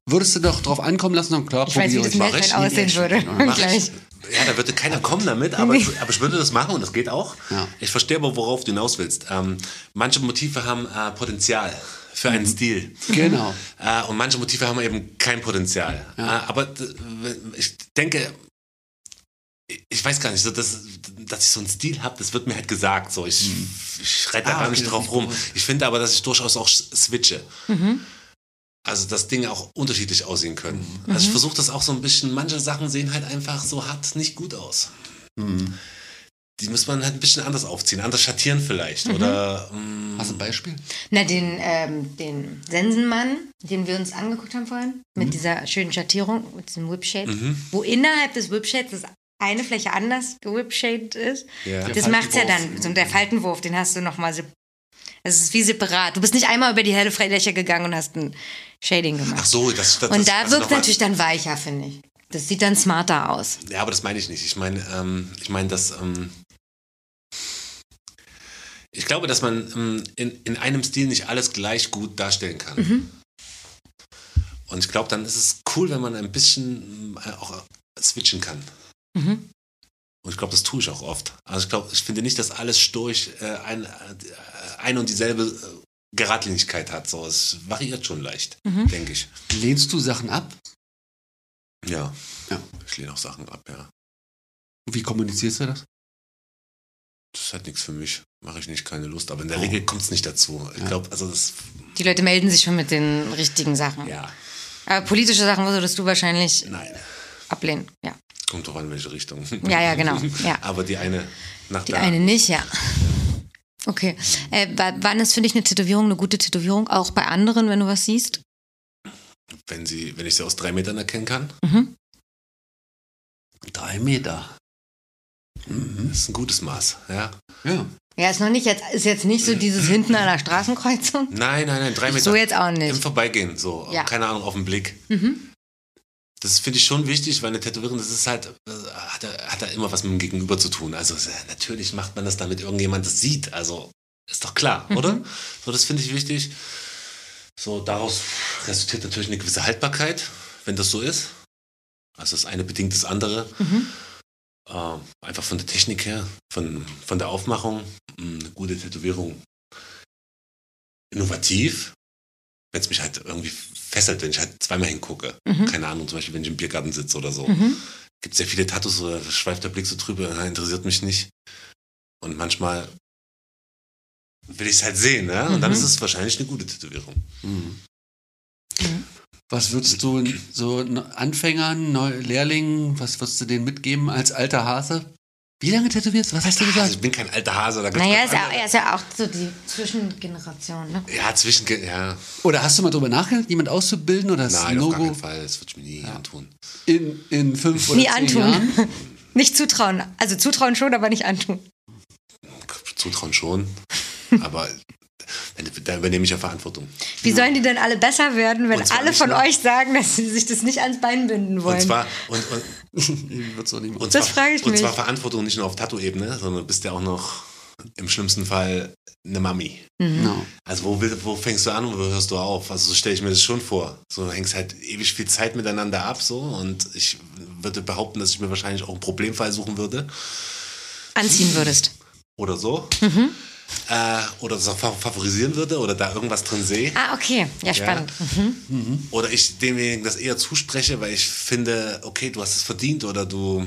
C: Würdest du doch drauf ankommen lassen und klar
A: Ich weiß, wie
C: probieren.
A: das
D: mach
A: Meerschwein aussehen
D: ich.
A: würde.
D: Mach
A: Gleich.
D: Ich. Ja, da würde keiner kommen damit, aber, aber ich würde das machen und das geht auch.
C: Ja.
D: Ich verstehe aber, worauf du hinaus willst. Ähm, manche Motive haben äh, Potenzial für einen Stil.
C: Genau.
D: Äh, und manche Motive haben eben kein Potenzial. Äh, aber d- w- ich denke, ich- ich weiß gar nicht, so, dass, dass ich so einen Stil habe, das wird mir halt gesagt. So. Ich, ich reite da
C: Ah,
D: gar
C: okay,
D: nicht
C: das ist
D: drauf rum.
C: bewusst.
D: Ich finde aber, dass ich durchaus auch s- switche. Also, dass Dinge auch unterschiedlich aussehen können. Also, ich versuche das auch so ein bisschen. Manche Sachen sehen halt einfach so hart nicht gut aus. Die muss man halt ein bisschen anders aufziehen, anders schattieren vielleicht. Oder. mm,
C: Hast du ein Beispiel?
A: Na, den, ähm, den Sensenmann, den wir uns angeguckt haben vorhin,
D: Mhm.
A: mit dieser schönen Schattierung, mit diesem Whipshade, wo innerhalb des Whipshades das eine Fläche anders gewhipshaded ist.
D: Ja.
A: Das macht's ja dann. So, der Faltenwurf, den hast du nochmal. Es ist wie separat. Du bist nicht einmal über die helle Fläche gegangen und hast ein Shading
D: Ach
A: gemacht.
D: so, das, das
A: und da
D: also
A: wirkt es
D: nochmal-
A: natürlich dann weicher, finde ich. Das sieht dann smarter aus.
D: Ja, aber das meine ich nicht. Ich meine, ähm, ich meine, dass ähm, ich glaube, dass man ähm, in, in einem Stil nicht alles gleich gut darstellen kann. Und ich glaube, dann ist es cool, wenn man ein bisschen äh, auch switchen kann.
A: Mhm.
D: Und ich glaube, das tue ich auch oft. Also ich glaube, ich finde nicht, dass alles durch äh, ein, äh, ein und dieselbe äh, Geradlinigkeit hat. So, es variiert schon leicht, denke ich.
C: Lehnst du Sachen ab?
D: Ja.
C: Ja.
D: Ich lehne auch Sachen ab, ja.
C: Wie kommunizierst du das?
D: das hat nichts für mich, mache ich nicht, keine Lust. Aber in der Regel kommt es nicht dazu. Ich glaube, also das,
A: Die Leute melden sich schon mit den richtigen Sachen.
D: ja,
A: Aber politische Sachen würdest du wahrscheinlich
D: nein.
A: ablehnen. Ja,
D: Kommt drauf an, welche Richtung.
A: ja, ja genau. Ja.
D: Aber die eine nach
A: Die
D: der
A: eine nicht, ja. Okay. Äh, wa- wann ist für dich eine Tätowierung eine gute Tätowierung? Auch bei anderen, wenn du was siehst?
D: Wenn, sie, wenn ich sie aus drei Metern erkennen kann,
C: Drei Meter.
A: Hm?
D: das ist ein gutes Maß. Ja.
C: Ja.
A: Ja, ist noch nicht jetzt, ist jetzt nicht so dieses hinten an der Straßenkreuzung.
D: Nein, nein, nein, drei Meter.
A: So jetzt auch
D: Im
A: nicht.
D: Vorbeigehen, so,
A: Ja. Mhm.
D: keine Ahnung, auf den Blick. Das finde ich schon wichtig, weil eine Tätowierung, das ist halt, äh, hat da hat da immer was mit dem Gegenüber zu tun. Also es- natürlich macht man das, damit irgendjemand das sieht. Also ist doch klar,
A: Mhm.
D: oder? So, das finde ich wichtig. So, daraus resultiert natürlich eine gewisse Haltbarkeit, wenn das so ist. Also das eine bedingt das andere.
A: Mhm.
D: Ähm, einfach von der Technik her, von, von der Aufmachung, mh, eine gute Tätowierung. Innovativ, wenn es mich halt irgendwie fesselt, wenn ich halt zweimal hingucke.
A: Mhm.
D: Keine Ahnung, zum Beispiel, wenn ich im Biergarten sitze oder so. Gibt es ja viele Tattoos, oder schweift der Blick so drüber, na, interessiert mich nicht. Und manchmal will ich es halt sehen, ne? Und
A: Mhm.
D: dann ist es wahrscheinlich eine gute Tätowierung.
C: Was würdest du so ne, Anfängern, Neu Lehrlingen, was würdest du denen mitgeben als alter Hase? Wie lange tätowierst du? Was hast du
D: Also
C: gesagt?
D: ich bin kein alter Hase. Da gibt's
A: Naja,
D: ganz
A: ist ja,
D: andere-
A: er ist ja auch so die Zwischengeneration, ne?
D: ja, zwischen, ja,
C: Oder hast du mal drüber nachgedacht, jemand auszubilden oder das
D: nein, auf gar
C: No-Go
D: keinen Fall, das würde ich mir nie antun.
C: in, in fünf oder
A: Nie
C: zehn
A: antun.
C: Jahren?
A: Nicht zutrauen. Also zutrauen schon, aber nicht antun.
D: Zutrauen schon, aber dann, dann übernehme ich ja Verantwortung.
A: Wie sollen die denn alle besser werden, wenn
D: Genau. Und zwar
A: alle
D: nicht
A: von
D: nur-
A: euch sagen, dass sie sich das nicht ans Bein binden wollen?
D: Und zwar, und, und,
C: Ich würd's auch nicht machen.
D: und
A: Das
D: zwar,
A: frage ich
D: Und
A: mich.
D: zwar Verantwortung nicht nur auf Tattoo-Ebene, sondern du bist ja auch noch im schlimmsten Fall eine Mami.
A: Mhm.
C: No.
D: Also wo, will- wo fängst du an und wo hörst du auf? Also so stelle ich mir das schon vor. So du hängst halt ewig viel Zeit miteinander ab so und ich würde behaupten, dass ich mir wahrscheinlich auch einen Problemfall suchen würde
A: Anziehen würdest.
D: oder so.
A: Mhm.
D: Äh, oder das auch fa- favorisieren würde oder da irgendwas drin sehe.
A: Ah, okay. Ja, spannend.
D: Oder ich demjenigen das eher zuspreche, weil ich finde, okay, du hast es verdient oder du.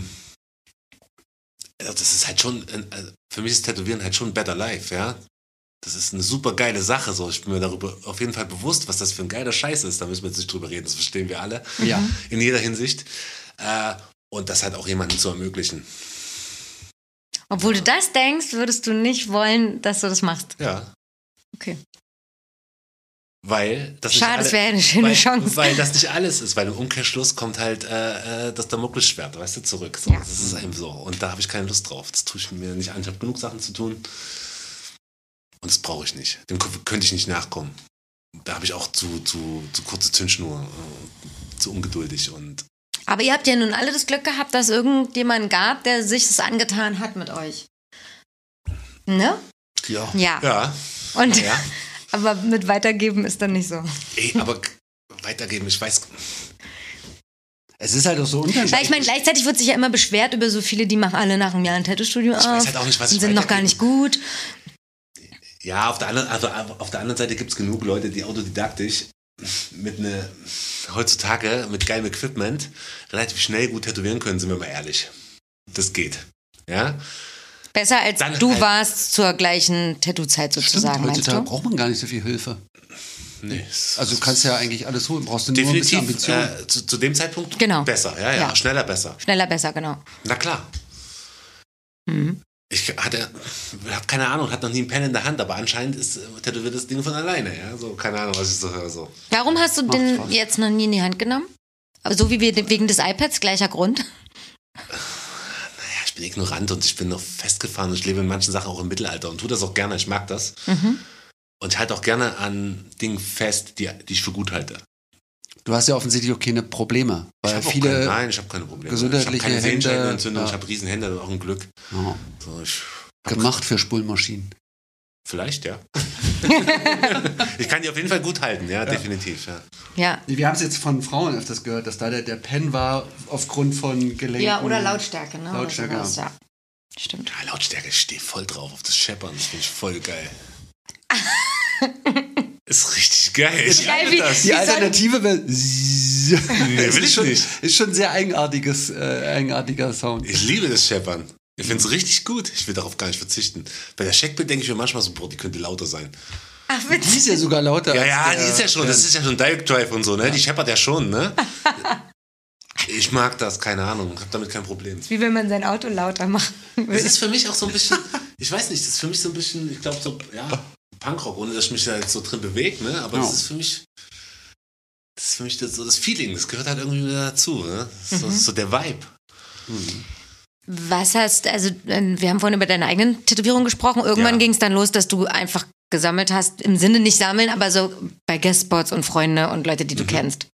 D: Also Das ist halt schon, ein- also für mich ist Tätowieren halt schon Better Life, ja. Das ist eine super geile Sache, so. Ich bin mir darüber auf jeden Fall bewusst, was das für ein geiler Scheiß ist. Da müssen wir jetzt nicht drüber reden, das verstehen wir alle.
C: Ja.
A: Mhm.
D: In jeder Hinsicht. Äh, und das halt auch jemandem zu ermöglichen.
A: Obwohl du das denkst, würdest du nicht wollen, dass du das machst.
D: Ja.
A: Okay.
D: Weil das
A: Schade,
D: nicht
A: es wäre eine schöne
D: weil,
A: Chance.
D: Weil das nicht alles ist, weil im Umkehrschluss kommt halt äh, äh, das Damoklesschwert, weißt du, zurück. So,
A: Ja.
D: Das ist eben so. Und da habe ich keine Lust drauf. Das tue ich mir nicht an. Ich habe genug Sachen zu tun. Und das brauche ich nicht. Dem k- könnte ich nicht nachkommen. Da habe ich auch zu, zu, zu kurze Zündschnur, äh, zu ungeduldig und
A: Aber ihr habt ja nun alle das Glück gehabt, dass irgendjemand gab, der sich das angetan hat mit euch. Ne?
D: ja.
A: Ja.
D: Ja.
A: Und
D: ja.
A: aber mit weitergeben ist dann nicht so.
D: Ey, aber k- weitergeben, ich weiß.
C: Es ist halt auch so unschön.
A: Weil ich meine, gleichzeitig wird sich ja immer beschwert über so viele, die machen alle nach einem Jahr ein Tattoo-Studio auf
D: weiß halt auch nicht, was
A: und
D: ich
A: sind noch gar
D: weitergeben-
A: nicht gut.
D: Ja, auf der anderen, also auf der anderen Seite gibt es genug Leute, die autodidaktisch mit ne, heutzutage mit geilem Equipment relativ schnell gut tätowieren können, sind wir mal ehrlich. Das geht. Ja?
A: Besser als
D: Dann
A: du
D: halt-
A: warst zur gleichen Tattoo-Zeit sozusagen, meinst
C: heutzutage
A: du?
C: braucht man gar nicht so viel Hilfe.
D: Nee.
C: Also du kannst ja eigentlich alles holen, brauchst du nur ein bisschen
D: definitiv
C: Ambition.
D: äh, zu, zu dem Zeitpunkt
A: Genau.
D: besser, ja, ja,
A: Ja.
D: schneller besser.
A: Schneller, besser, genau.
D: Na klar.
A: Mhm.
D: Ich hatte, hab keine Ahnung, hat noch nie einen Pen in der Hand, aber anscheinend ist äh, tätowiert das Ding von alleine, ja, so keine Ahnung, was ich so höre so.
A: Warum hast du den jetzt noch nie in die Hand genommen? Aber so wie wir de- wegen des iPads, gleicher Grund.
D: Naja, ich bin ignorant und ich bin noch festgefahren und ich lebe in manchen Sachen auch im Mittelalter und tue das auch gerne, ich mag das.
C: Mhm.
D: Und ich halte auch gerne an Dingen fest, die, die ich für gut halte.
C: Du hast ja offensichtlich auch keine Probleme.
D: ich
C: Weil
D: hab auch keine,
C: viele.
D: nein, ich habe keine Probleme. Ich habe
C: gesundheitliche
D: keine
C: Hände,
D: Sehenscheidenentzündung,
C: ja.
D: ich habe riesen Hände und auch ein Glück.
C: Ja,
D: So, ich,
C: gemacht für Spulmaschinen.
D: vielleicht, ja. ich kann die auf jeden Fall gut halten, ja, definitiv. Ja.
A: Ja.
C: Wir haben es jetzt von Frauen öfters gehört, dass da der, der Pen war aufgrund von Gelenken.
A: Ja, oder Lautstärke, ne?
C: Lautstärke,
A: Oder sowas,
C: ja.
A: ja. Stimmt.
D: ja, Lautstärke, ich stehe voll drauf auf das Scheppern, das finde ich voll geil. Ist richtig geil. Ich
A: Geil,
D: liebe
A: wie-
D: das.
A: wie
C: Die
A: soll-
C: Alternative wäre. Nee,
D: will ich
C: schon,
D: nicht.
C: Ist schon ein sehr eigenartiges, äh, eigenartiger Sound.
D: Ich liebe das Scheppern. Ich finde es richtig gut. Ich will darauf gar nicht verzichten. Bei der Scheckbild denke ich mir manchmal so, boah, die könnte lauter sein.
A: Ach,
C: Die
A: witzig.
C: ist ja sogar lauter.
D: Ja,
C: als
D: ja,
C: der
D: die ist ja schon, das
C: Pen.
D: ist ja schon Direct Drive und so, ne? Die scheppert ja schon, ne? Ich mag das, keine Ahnung, habe damit kein Problem.
A: Wie will man sein Auto lauter machen?
D: Es ist für mich auch so ein bisschen, ich weiß nicht, das ist für mich so ein bisschen, ich glaube so, ja, Punkrock, ohne dass ich mich da jetzt so drin bewege, ne? Aber
C: Ja.
D: das ist für mich, das ist für mich das, so das Feeling, das gehört halt irgendwie dazu, ne? So, so der Vibe.
A: Was hast, also ähm, wir haben vorhin über deine eigenen Tätowierungen gesprochen. Irgendwann
D: Ja.
A: ging es dann los, dass du einfach gesammelt hast, im Sinne nicht sammeln, aber so bei Guestspots und Freunde und Leute, die du kennst.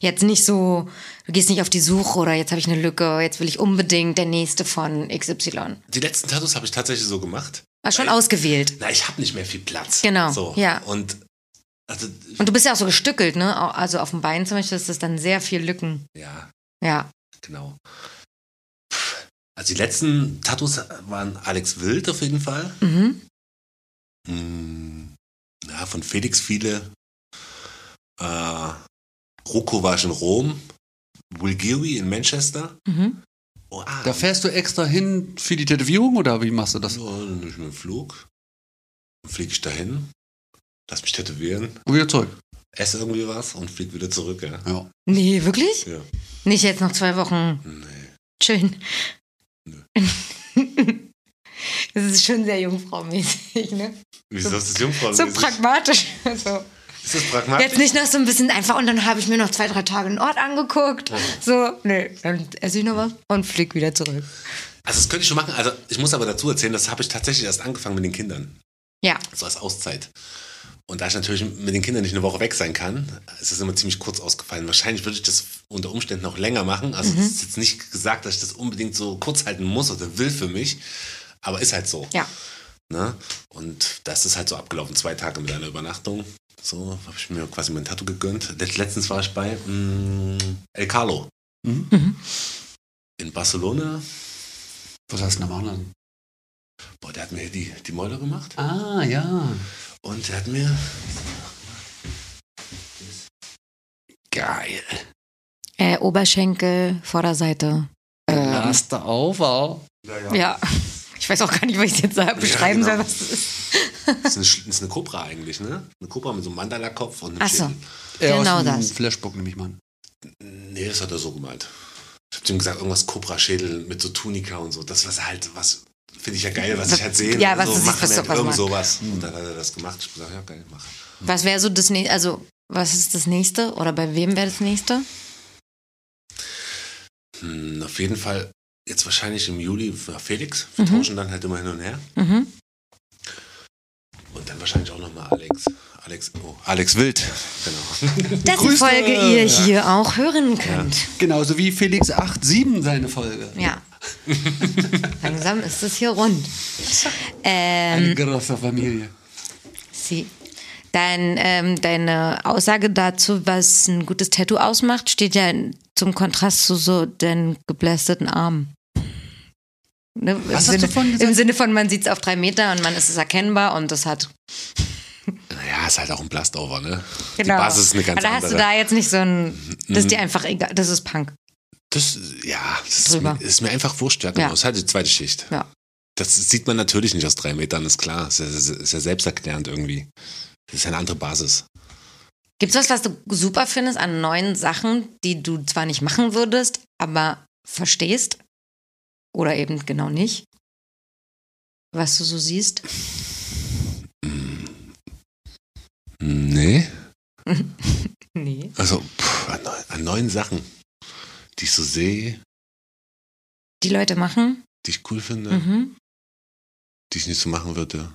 A: Jetzt nicht so, du gehst nicht auf die Suche oder jetzt habe ich eine Lücke, jetzt will ich unbedingt der nächste von XY.
D: Die letzten Tattoos habe ich tatsächlich so gemacht.
A: War schon
D: Weil-
A: ausgewählt.
D: Na, ich habe nicht mehr viel Platz.
A: Genau,
D: So.
A: ja.
D: Und also,
A: Und du bist ja auch so gestückelt, ne? Au- Also auf dem Bein zum Beispiel ist das dann sehr viel Lücken.
D: ja,
A: Ja.
D: genau. Pff, Also die letzten Tattoos waren Alex Wild auf jeden Fall.
A: Mhm.
D: Hm, ja, von Felix viele. Äh, Rocco war ich in Rom. Will Geary in Manchester.
A: Mhm.
D: Oh, ah,
C: Da fährst du extra hin für die Tätowierung oder wie machst du das?
D: so, dann nehme ich mir einen Flug. Dann fliege ich dahin. Lass mich tätowieren.
C: Und wieder zurück.
D: Esse irgendwie was und flieg wieder zurück, ja.
C: Ja.
A: Nee, wirklich?
D: Ja.
A: Nicht jetzt noch zwei Wochen
D: Nee.
A: chillen. Das ist schon sehr jungfraumäßig, ne?
D: Wieso Also ist das Jungfrau?
A: So pragmatisch. So.
D: Ist das pragmatisch?
A: Jetzt nicht noch so ein bisschen einfach und dann habe ich mir noch zwei, drei Tage einen Ort angeguckt. So, nee, dann esse ich noch was und flieg wieder zurück.
D: Also das könnte ich schon machen. Also ich muss aber dazu erzählen, das habe ich tatsächlich erst angefangen mit den Kindern.
A: Ja.
D: So als Auszeit. Und da ich natürlich mit den Kindern nicht eine Woche weg sein kann, ist das immer ziemlich kurz ausgefallen. Wahrscheinlich würde ich das unter Umständen noch länger machen. Also es
A: Mhm.
D: ist jetzt nicht gesagt, dass ich das unbedingt so kurz halten muss oder will für mich. Aber ist halt so.
A: Ja.
D: Ne? Und das ist halt so abgelaufen, zwei Tage mit einer Übernachtung. So habe ich mir quasi mein Tattoo gegönnt. Letz- Letztens war ich bei mm, El Carlo.
A: Mhm.
D: In Barcelona.
C: Was hast du denn am anderen?
D: Boah, der hat mir die, die Mäuler gemacht.
C: Ah, ja.
D: Und der hat mir. Geil.
A: Äh, Oberschenkel, Vorderseite. Ähm.
C: Last auf, wow.
A: Ja. Ich weiß auch gar nicht, was ich jetzt sag- beschreiben
D: genau.
A: soll. Was das ist.
D: Das ist eine, Sch- das ist eine Kobra eigentlich, ne? Eine Kobra mit so einem Mandala-Kopf und einem
A: Ach so.
D: Schädel.
C: Äh,
A: Genau
C: aus dem
A: das.
C: Flashbook nehme ich mal an.
D: Nee, das hat er so gemalt. Ich hab zu ihm gesagt, irgendwas Kobra-Schädel mit so Tunika und so. Das, was er halt, was Finde ich ja geil, was ich halt sehe.
A: Ja, was
D: so,
A: ist-
D: machen
A: was
D: wir
A: sowas
D: irgend
A: machen.
D: sowas. Und dann hat er das gemacht. Ich sage, ja, geil, mach.
A: Was wäre so das nächste, also was ist das nächste oder bei wem wäre das nächste?
D: Hm, auf jeden Fall, jetzt wahrscheinlich im Juli war Felix. Wir tauschen dann halt immer hin und her.
A: Mhm.
D: Und dann wahrscheinlich auch nochmal Alex. Alex, oh, Alex Wild. Genau.
A: Dessen
C: Grüße!
A: Folge ihr hier auch hören könnt.
C: Genauso wie Felix 8.7 seine Folge.
A: Ja. Langsam ist es hier rund.
C: Eine
A: Ähm,
C: große Familie.
A: sie. Dein, ähm, deine Aussage dazu, was ein gutes Tattoo ausmacht, steht ja in- zum Kontrast zu so den geblästeten Armen. Ne, im,
C: hast du
A: Sinne,
C: vorhin gesagt?
A: Im Sinne von, man sieht es auf drei Meter und man ist es erkennbar und das hat.
D: naja, ist halt auch ein Blastover, ne? Die
A: Genau.
D: Basis ist eine ganz
A: Aber da
D: andere. Mhm.
A: hast du da jetzt nicht so ein. Das ist dir einfach egal. Das ist Punk.
D: Das, ja, das ist
A: Drüber.
D: mir, ist mir einfach wurscht. Ja, genau.
A: Ja.
D: Das ist halt die zweite Schicht.
A: Ja.
D: Das sieht man natürlich nicht aus drei Metern, ist klar. Ist ja, ist ja selbsterklärend irgendwie. Das ist ja eine andere Basis.
A: Gibt's was, was du super findest an neuen Sachen, die du zwar nicht machen würdest, aber verstehst? Oder eben genau nicht? Was du so siehst?
D: Nee.
A: Nee.
D: Also pff, an, neu- an neuen Sachen, die ich so sehe,
A: Die Leute machen?
D: die ich cool finde,
A: Mhm.
D: die ich nicht so machen würde.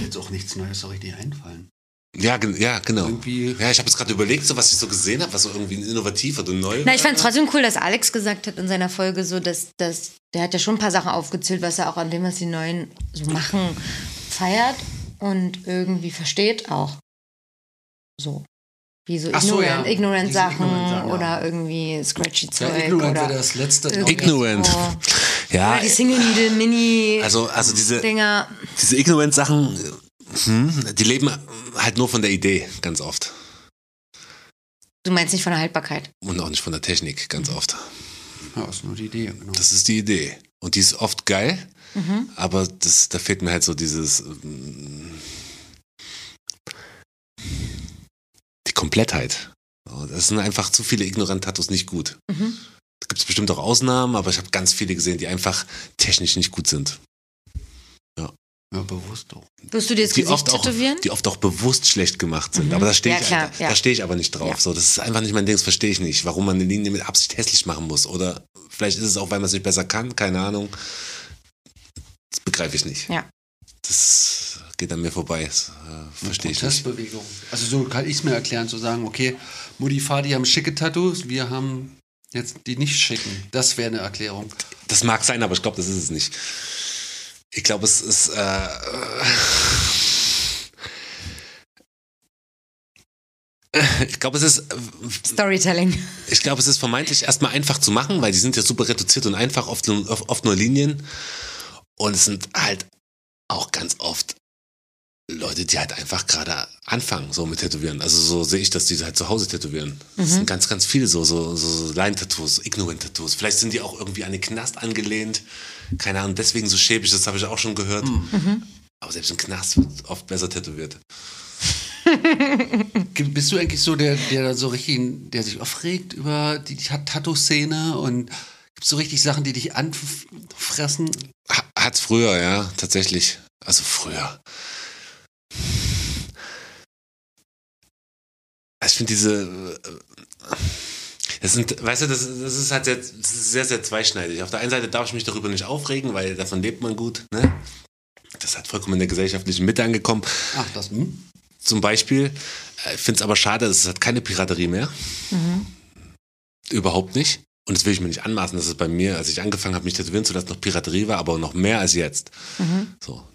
C: Jetzt auch nichts Neues so richtig einfallen.
D: Ja, gen- ja genau.
C: Irgendwie-
D: Ja, ich habe jetzt gerade überlegt, so was ich so gesehen habe, was so irgendwie innovativ oder neu
A: Na, ich fand's trotzdem cool, dass Alex gesagt hat in seiner Folge so, dass, dass der hat ja schon ein paar Sachen aufgezählt, was er auch an dem, was die Neuen so machen, feiert und irgendwie versteht auch. So. Wie so
C: Ach so, ja.
A: ignorant, ignorant
C: Diese
A: Sachen
C: ignorant Sachen, ja.
A: oder irgendwie scratchy
C: Ja,
A: Zeug. oder
C: Ignorant
A: Äh.
C: wäre das letzte.
A: irgendwie
D: Ignorant.
A: so.
D: Ja,
A: Oder Genau. Oh. die Single Needle Mini
D: also, also diese,
A: Dinger.
D: diese Ignorant-Sachen, hm, die leben halt nur von der Idee, ganz oft.
A: Du meinst nicht von der Haltbarkeit.
D: Und auch nicht von der Technik, ganz oft.
C: Ja, ist nur die Idee. Genau.
D: Das ist die Idee. Und die ist oft geil, aber das, da fehlt mir halt so dieses. ähm, Die Komplettheit. So, Das sind einfach zu viele Ignorant-Tattoos nicht gut.
A: Mhm.
D: Da gibt es bestimmt auch Ausnahmen, aber ich habe ganz viele gesehen, die einfach technisch nicht gut sind.
C: Ja, bewusst auch.
A: Wirst du dir das
D: die,
A: Gesicht
D: oft auch,
A: tätowieren? Mhm.
D: die oft auch bewusst schlecht gemacht sind. Aber da stehe
A: Ja,
D: ich,
A: klar,
D: einfach-
A: ja.
D: da stehe ich aber nicht drauf.
A: Ja.
D: So, das ist einfach nicht mein Ding, das verstehe ich nicht, warum man eine Linie mit Absicht hässlich machen muss. Oder vielleicht ist es auch, weil man es nicht besser kann, keine Ahnung. Das begreife ich nicht.
A: Ja.
D: Das geht an mir vorbei. Das äh, verstehe ich nicht.
C: Protestbewegung. Also so kann ich es mir erklären, zu sagen, okay, Mutti, Fadi haben schicke Tattoos, wir haben jetzt die nicht schicken. Das wäre eine Erklärung.
D: Das mag sein, aber ich glaube, das ist es nicht. Ich glaube, es ist. Äh, ich glaube, es ist äh,
A: Storytelling.
D: Ich glaube, es ist vermeintlich erstmal einfach zu machen, weil die sind ja super reduziert und einfach, oft, nur- oft nur Linien. Und es sind halt auch ganz oft Leute, die halt einfach gerade anfangen, so mit Tätowieren. Also so sehe ich das, die halt zu Hause tätowieren. Das sind ganz, ganz viele so, so, so Line-Tattoos, Ignorant-Tattoos. Vielleicht sind die auch irgendwie an den Knast angelehnt. Keine Ahnung, deswegen so schäbig, das habe ich auch schon gehört. Aber selbst im Knast wird oft besser tätowiert.
C: Ge- Bist du eigentlich so der, der da so richtig, der sich aufregt über die Tat- Tattoo-Szene und gibt es so richtig Sachen, die dich anfressen?
D: Ha- Hat's früher, ja, tatsächlich. Also früher. Ich finde diese. äh, Das sind, weißt du, das, das ist halt sehr, das ist sehr, sehr zweischneidig. Auf der einen Seite darf ich mich darüber nicht aufregen, weil davon lebt man gut. Ne? Das hat vollkommen in der gesellschaftlichen Mitte angekommen.
C: Ach, das, hm?
D: Zum Beispiel, ich finde es aber schade, es hat keine Piraterie mehr. Überhaupt nicht. Und das will ich mir nicht anmaßen, dass es bei mir, als ich angefangen habe, mich tätowieren zu lassen, noch Piraterie war, aber noch mehr als jetzt. So.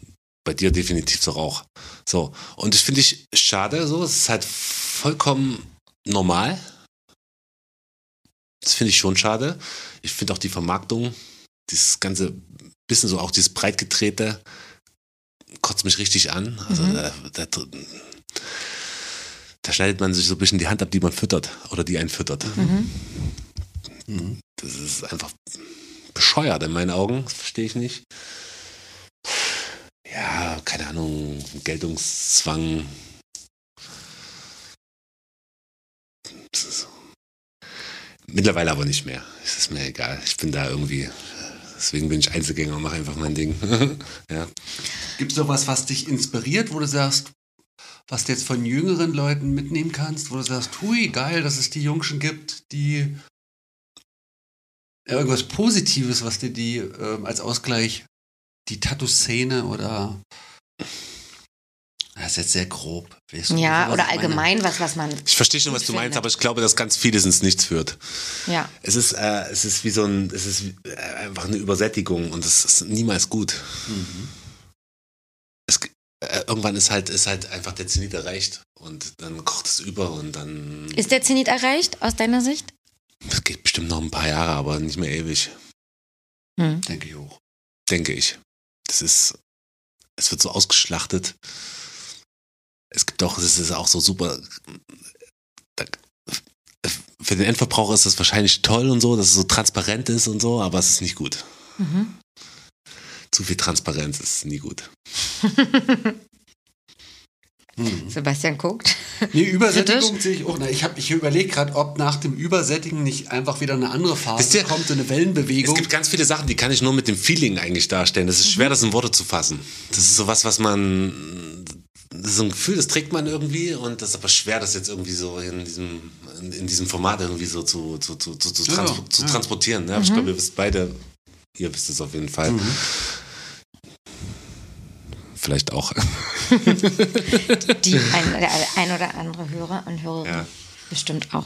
D: Bei dir definitiv so Rauch. So. Und das finde ich schade, so. Es ist halt vollkommen normal. Das finde ich schon schade. Ich finde auch die Vermarktung, dieses ganze bisschen so auch dieses breitgetrete, kotzt mich richtig an. Also da, da, da schneidet man sich so ein bisschen die Hand ab, die man füttert oder die einen füttert.
A: Mhm.
D: Das ist einfach bescheuert in meinen Augen, das verstehe ich nicht. Ja, keine Ahnung, Geltungszwang. Das ist so. Mittlerweile aber nicht mehr. Es ist mir egal. Ich bin da irgendwie. Deswegen bin ich Einzelgänger und mache einfach mein Ding. ja.
C: Gibt es noch was, was dich inspiriert, wo du sagst, was du jetzt von jüngeren Leuten mitnehmen kannst, wo du sagst, hui, geil, dass es die Jungschen gibt, die ja, irgendwas Positives, was dir die ähm, als Ausgleich, die Tattoo-Szene oder das ist jetzt sehr grob. weißt du,
A: Ja,
C: was
A: oder
C: ich meine?
A: allgemein was, was man.
D: Ich verstehe schon, was du meinst, aber ich glaube, dass ganz vieles ins Nichts führt.
A: Ja.
D: Es ist, äh, es ist wie so ein, es ist wie, äh, einfach eine Übersättigung und es ist niemals gut. Es, g- äh, irgendwann ist halt, ist halt einfach der Zenit erreicht und dann kocht es über und dann
A: Ist der Zenit erreicht, aus deiner Sicht?
D: es geht bestimmt noch ein paar Jahre, aber nicht mehr ewig,
A: Hm.
C: Denke ich auch.
D: denke ich. Das ist, es wird so ausgeschlachtet. Es gibt auch, es ist auch so super. da- Für den Endverbraucher ist das wahrscheinlich toll und so, dass es so transparent ist und so, aber es ist nicht gut.
A: Mhm.
D: zu viel Transparenz ist nie gut.
C: Hm.
A: Sebastian guckt.
C: Nee, Übersättigung
A: Kritisch?
C: sehe ich auch. Na, ich hab- ich überlege gerade, ob nach dem Übersättigen nicht einfach wieder eine andere
D: Wisst
C: Phase
D: ihr,
C: kommt, so eine
D: Es
C: Wellenbewegung.
D: gibt ganz viele Sachen, die kann ich nur mit dem Feeling eigentlich darstellen. Das ist schwer, das in Worte zu fassen. Das ist sowas, was man. Das ist so ein Gefühl, das trägt man irgendwie und das ist aber schwer, das jetzt irgendwie so in diesem, in, in diesem Format irgendwie so zu, zu, zu, zu, zu,
C: Ja,
D: trans zu
C: ja.
D: transportieren. Ne? Aber Ich glaube, ihr wisst beide, ihr wisst es auf jeden Fall.
C: Mhm.
D: Vielleicht auch.
A: Die ein, der ein oder andere Hörer und Hörerin
D: Ja. Mhm.
A: bestimmt auch.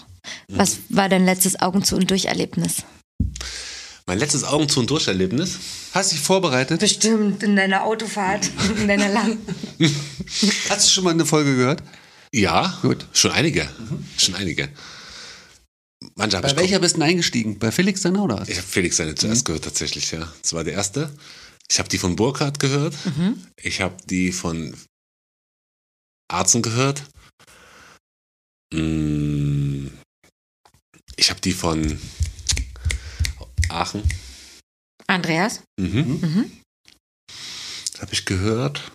A: Was war dein letztes Augen zu und durch-Erlebnis?
D: Mein letztes Augen zu und Durcherlebnis.
C: Hast du dich vorbereitet?
A: Bestimmt in deiner Autofahrt, in deiner Land.
C: Hast du schon mal eine Folge gehört?
D: Ja,
C: Gut. Mhm.
D: schon einige. Schon einige. Manche habe
C: Bei
D: ich
C: welcher bist du denn eingestiegen? Bei Felix dann oder?
D: Ich habe Felix seine zuerst gehört, tatsächlich, ja. Das war der erste. Ich habe die von Burkhardt gehört.
A: Mhm.
D: Ich habe die von Arzen gehört. Mm, Ich habe die von Aachen.
A: Andreas?
D: Mhm.
A: Mhm.
D: Habe ich gehört.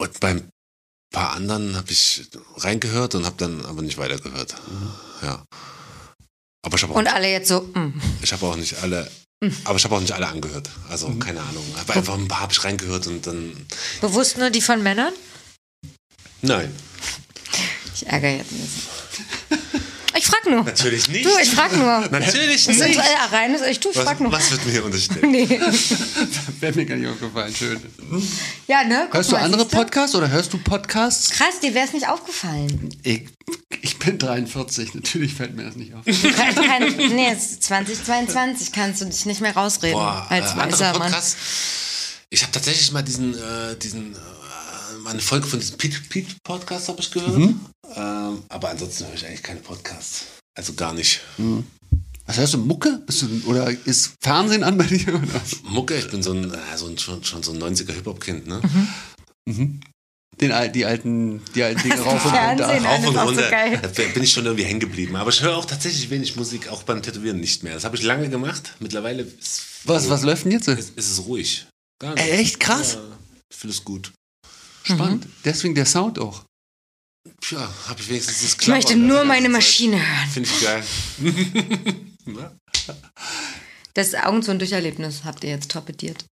D: Und beim paar anderen habe ich reingehört und habe dann aber nicht weitergehört. Ja. Aber ich habe auch
A: Und alle jetzt so, mm.
D: Ich habe auch nicht alle,
A: Hm.
D: aber ich habe auch nicht alle angehört. Also
A: Mhm.
D: keine Ahnung. Aber einfach ein paar habe ich reingehört und dann.
A: bewusst nur die von Männern?
D: Nein,
A: Ich ärgere jetzt ein bisschen. Ich frag nur.
D: natürlich nicht.
A: Du, ich frag nur.
D: natürlich
A: Das ist
D: nicht.
A: ein reines, ich tu, ich
D: Was,
A: frag nur.
D: was wird mir hier unterstellt?
A: Nee.
C: Wäre mir gar nicht aufgefallen, schön.
A: Ja, ne? Guck
C: Hörst du
A: mal,
C: andere
A: siehst
C: Podcasts oder hörst du Podcasts?
A: Krass, dir wär's nicht aufgefallen.
C: Ich, ich bin 43, natürlich fällt mir das nicht auf.
A: Kein, kein, nee, es ist 2022 kannst du dich nicht mehr rausreden
D: Boah,
A: als
D: äh, anderer
A: weißer Mann.
D: Podcast. Ich habe tatsächlich mal diesen, äh, diesen, äh, mal eine Folge von diesem Pete, Pete Podcast habe ich gehört.
A: Mhm.
D: Ähm, aber ansonsten höre ich eigentlich keine Podcasts. Also gar nicht.
A: Mhm.
C: Was hörst du, Mucke? Bist du, oder ist Fernsehen an bei dir? Oder?
D: Mucke, ich bin so ein, äh, so ein schon, schon so ein 90er Hip-Hop-Kind, ne?
A: Mhm.
C: Den, al- die alten, die alten Dinge rauf und
A: Fernsehen
C: runter.
D: Rauf
A: Nein, das
D: und
A: ist auch so
D: runter.
A: geil.
D: Da bin ich schon irgendwie hängen geblieben. Aber ich höre auch tatsächlich wenig Musik, auch beim Tätowieren nicht mehr. Das habe ich lange gemacht. Mittlerweile ist,
C: Was, was läuft denn jetzt?
D: ist, ist es ruhig. Gar nicht.
C: Echt krass.
D: Ja, ich finde es gut.
C: Spannend. Deswegen der Sound auch.
D: Tja, habe ich wenigstens das
A: Ich möchte nur meine Maschine hören.
D: Finde ich geil.
A: Das Augen zu und Durcherlebnis habt ihr jetzt torpediert.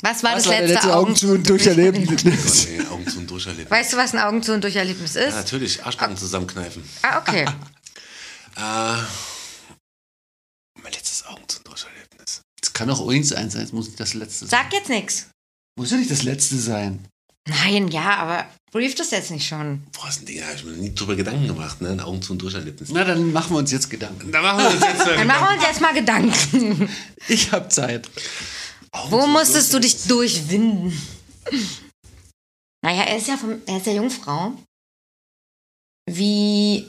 A: Was war
C: Was
A: das
C: war der
A: letzte,
C: letzte Augen zu und
A: Durcherlebnis?
C: durcherleben?
D: Gott, ey, Oh, Augen zum Durcherleben.
A: Weißt du, was ein Augen zu und Durcherlebnis
D: ja,
A: ist?
D: natürlich, Arschbacken zusammenkneifen.
A: Ah, okay.
D: Äh, mein letztes Augen zum Durcherlebnis.
C: Es kann auch eins sein, es muss nicht das letzte sein.
A: Sag jetzt nichts.
C: Muss ja nicht das letzte sein.
A: Nein, ja, aber brief das jetzt nicht schon.
D: Boah, das ist ein Ding, da habe ich mir nie drüber Gedanken gemacht, ne? Ein Augen zum Durcherlebnis.
C: Na, dann machen wir uns jetzt Gedanken.
D: Da machen wir uns jetzt
C: Genau.
A: Dann machen wir uns jetzt mal Gedanken.
C: Ich habe Zeit.
A: Wo musstest du dich durchwinden? Naja, er ist ja, vom, er ist ja Jungfrau. Wie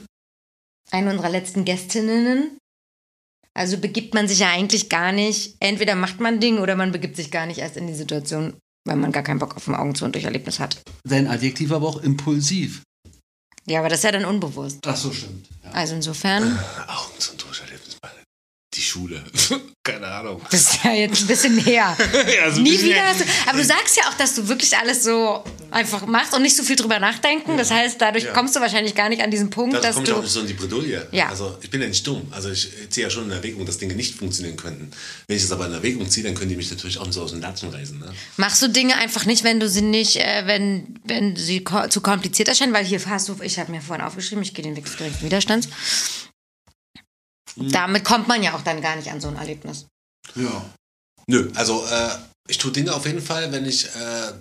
A: eine unserer letzten Gästinnen. Also begibt man sich ja eigentlich gar nicht. Entweder macht man Ding oder man begibt sich gar nicht erst in die Situation, weil man gar keinen Bock auf ein Augen zu und Durcherlebnis hat.
C: Sein Adjektiv aber auch impulsiv.
A: Ja, aber das ist ja dann unbewusst.
C: Ach so, stimmt. Ja.
A: Also insofern,
D: Augen zum Durcherlebnis. Mann. Die Schule. Keine Ahnung.
A: das ist ja jetzt ein bisschen näher.
D: Ja, so ein
A: Nie also,
D: bisschen-
A: wieder. Hast du, aber du sagst ja auch, dass du wirklich alles so einfach machst und nicht so viel drüber nachdenken. Das heißt, dadurch
D: Ja.
A: kommst du wahrscheinlich gar nicht an diesen Punkt,
D: Da
A: dass
D: komme ich auch
A: du.
D: nicht so in die Bredouille.
A: Ja.
D: Also ich bin ja nicht dumm. Also ich ziehe ja schon in Erwägung, dass Dinge nicht funktionieren könnten. Wenn ich das aber in Erwägung ziehe, dann können die mich natürlich auch nicht so aus den Latschen reißen. Ne?
A: Machst du Dinge einfach nicht, wenn du sie nicht, äh, wenn, wenn sie ko zu kompliziert erscheinen, weil hier hast du, ich habe mir vorhin aufgeschrieben, ich gehe den Weg des geringsten Widerstands.
D: Hm.
A: Damit kommt man ja auch dann gar nicht an so ein Erlebnis.
E: Ja.
D: Nö, also äh, ich tue Dinge auf jeden Fall, wenn ich äh,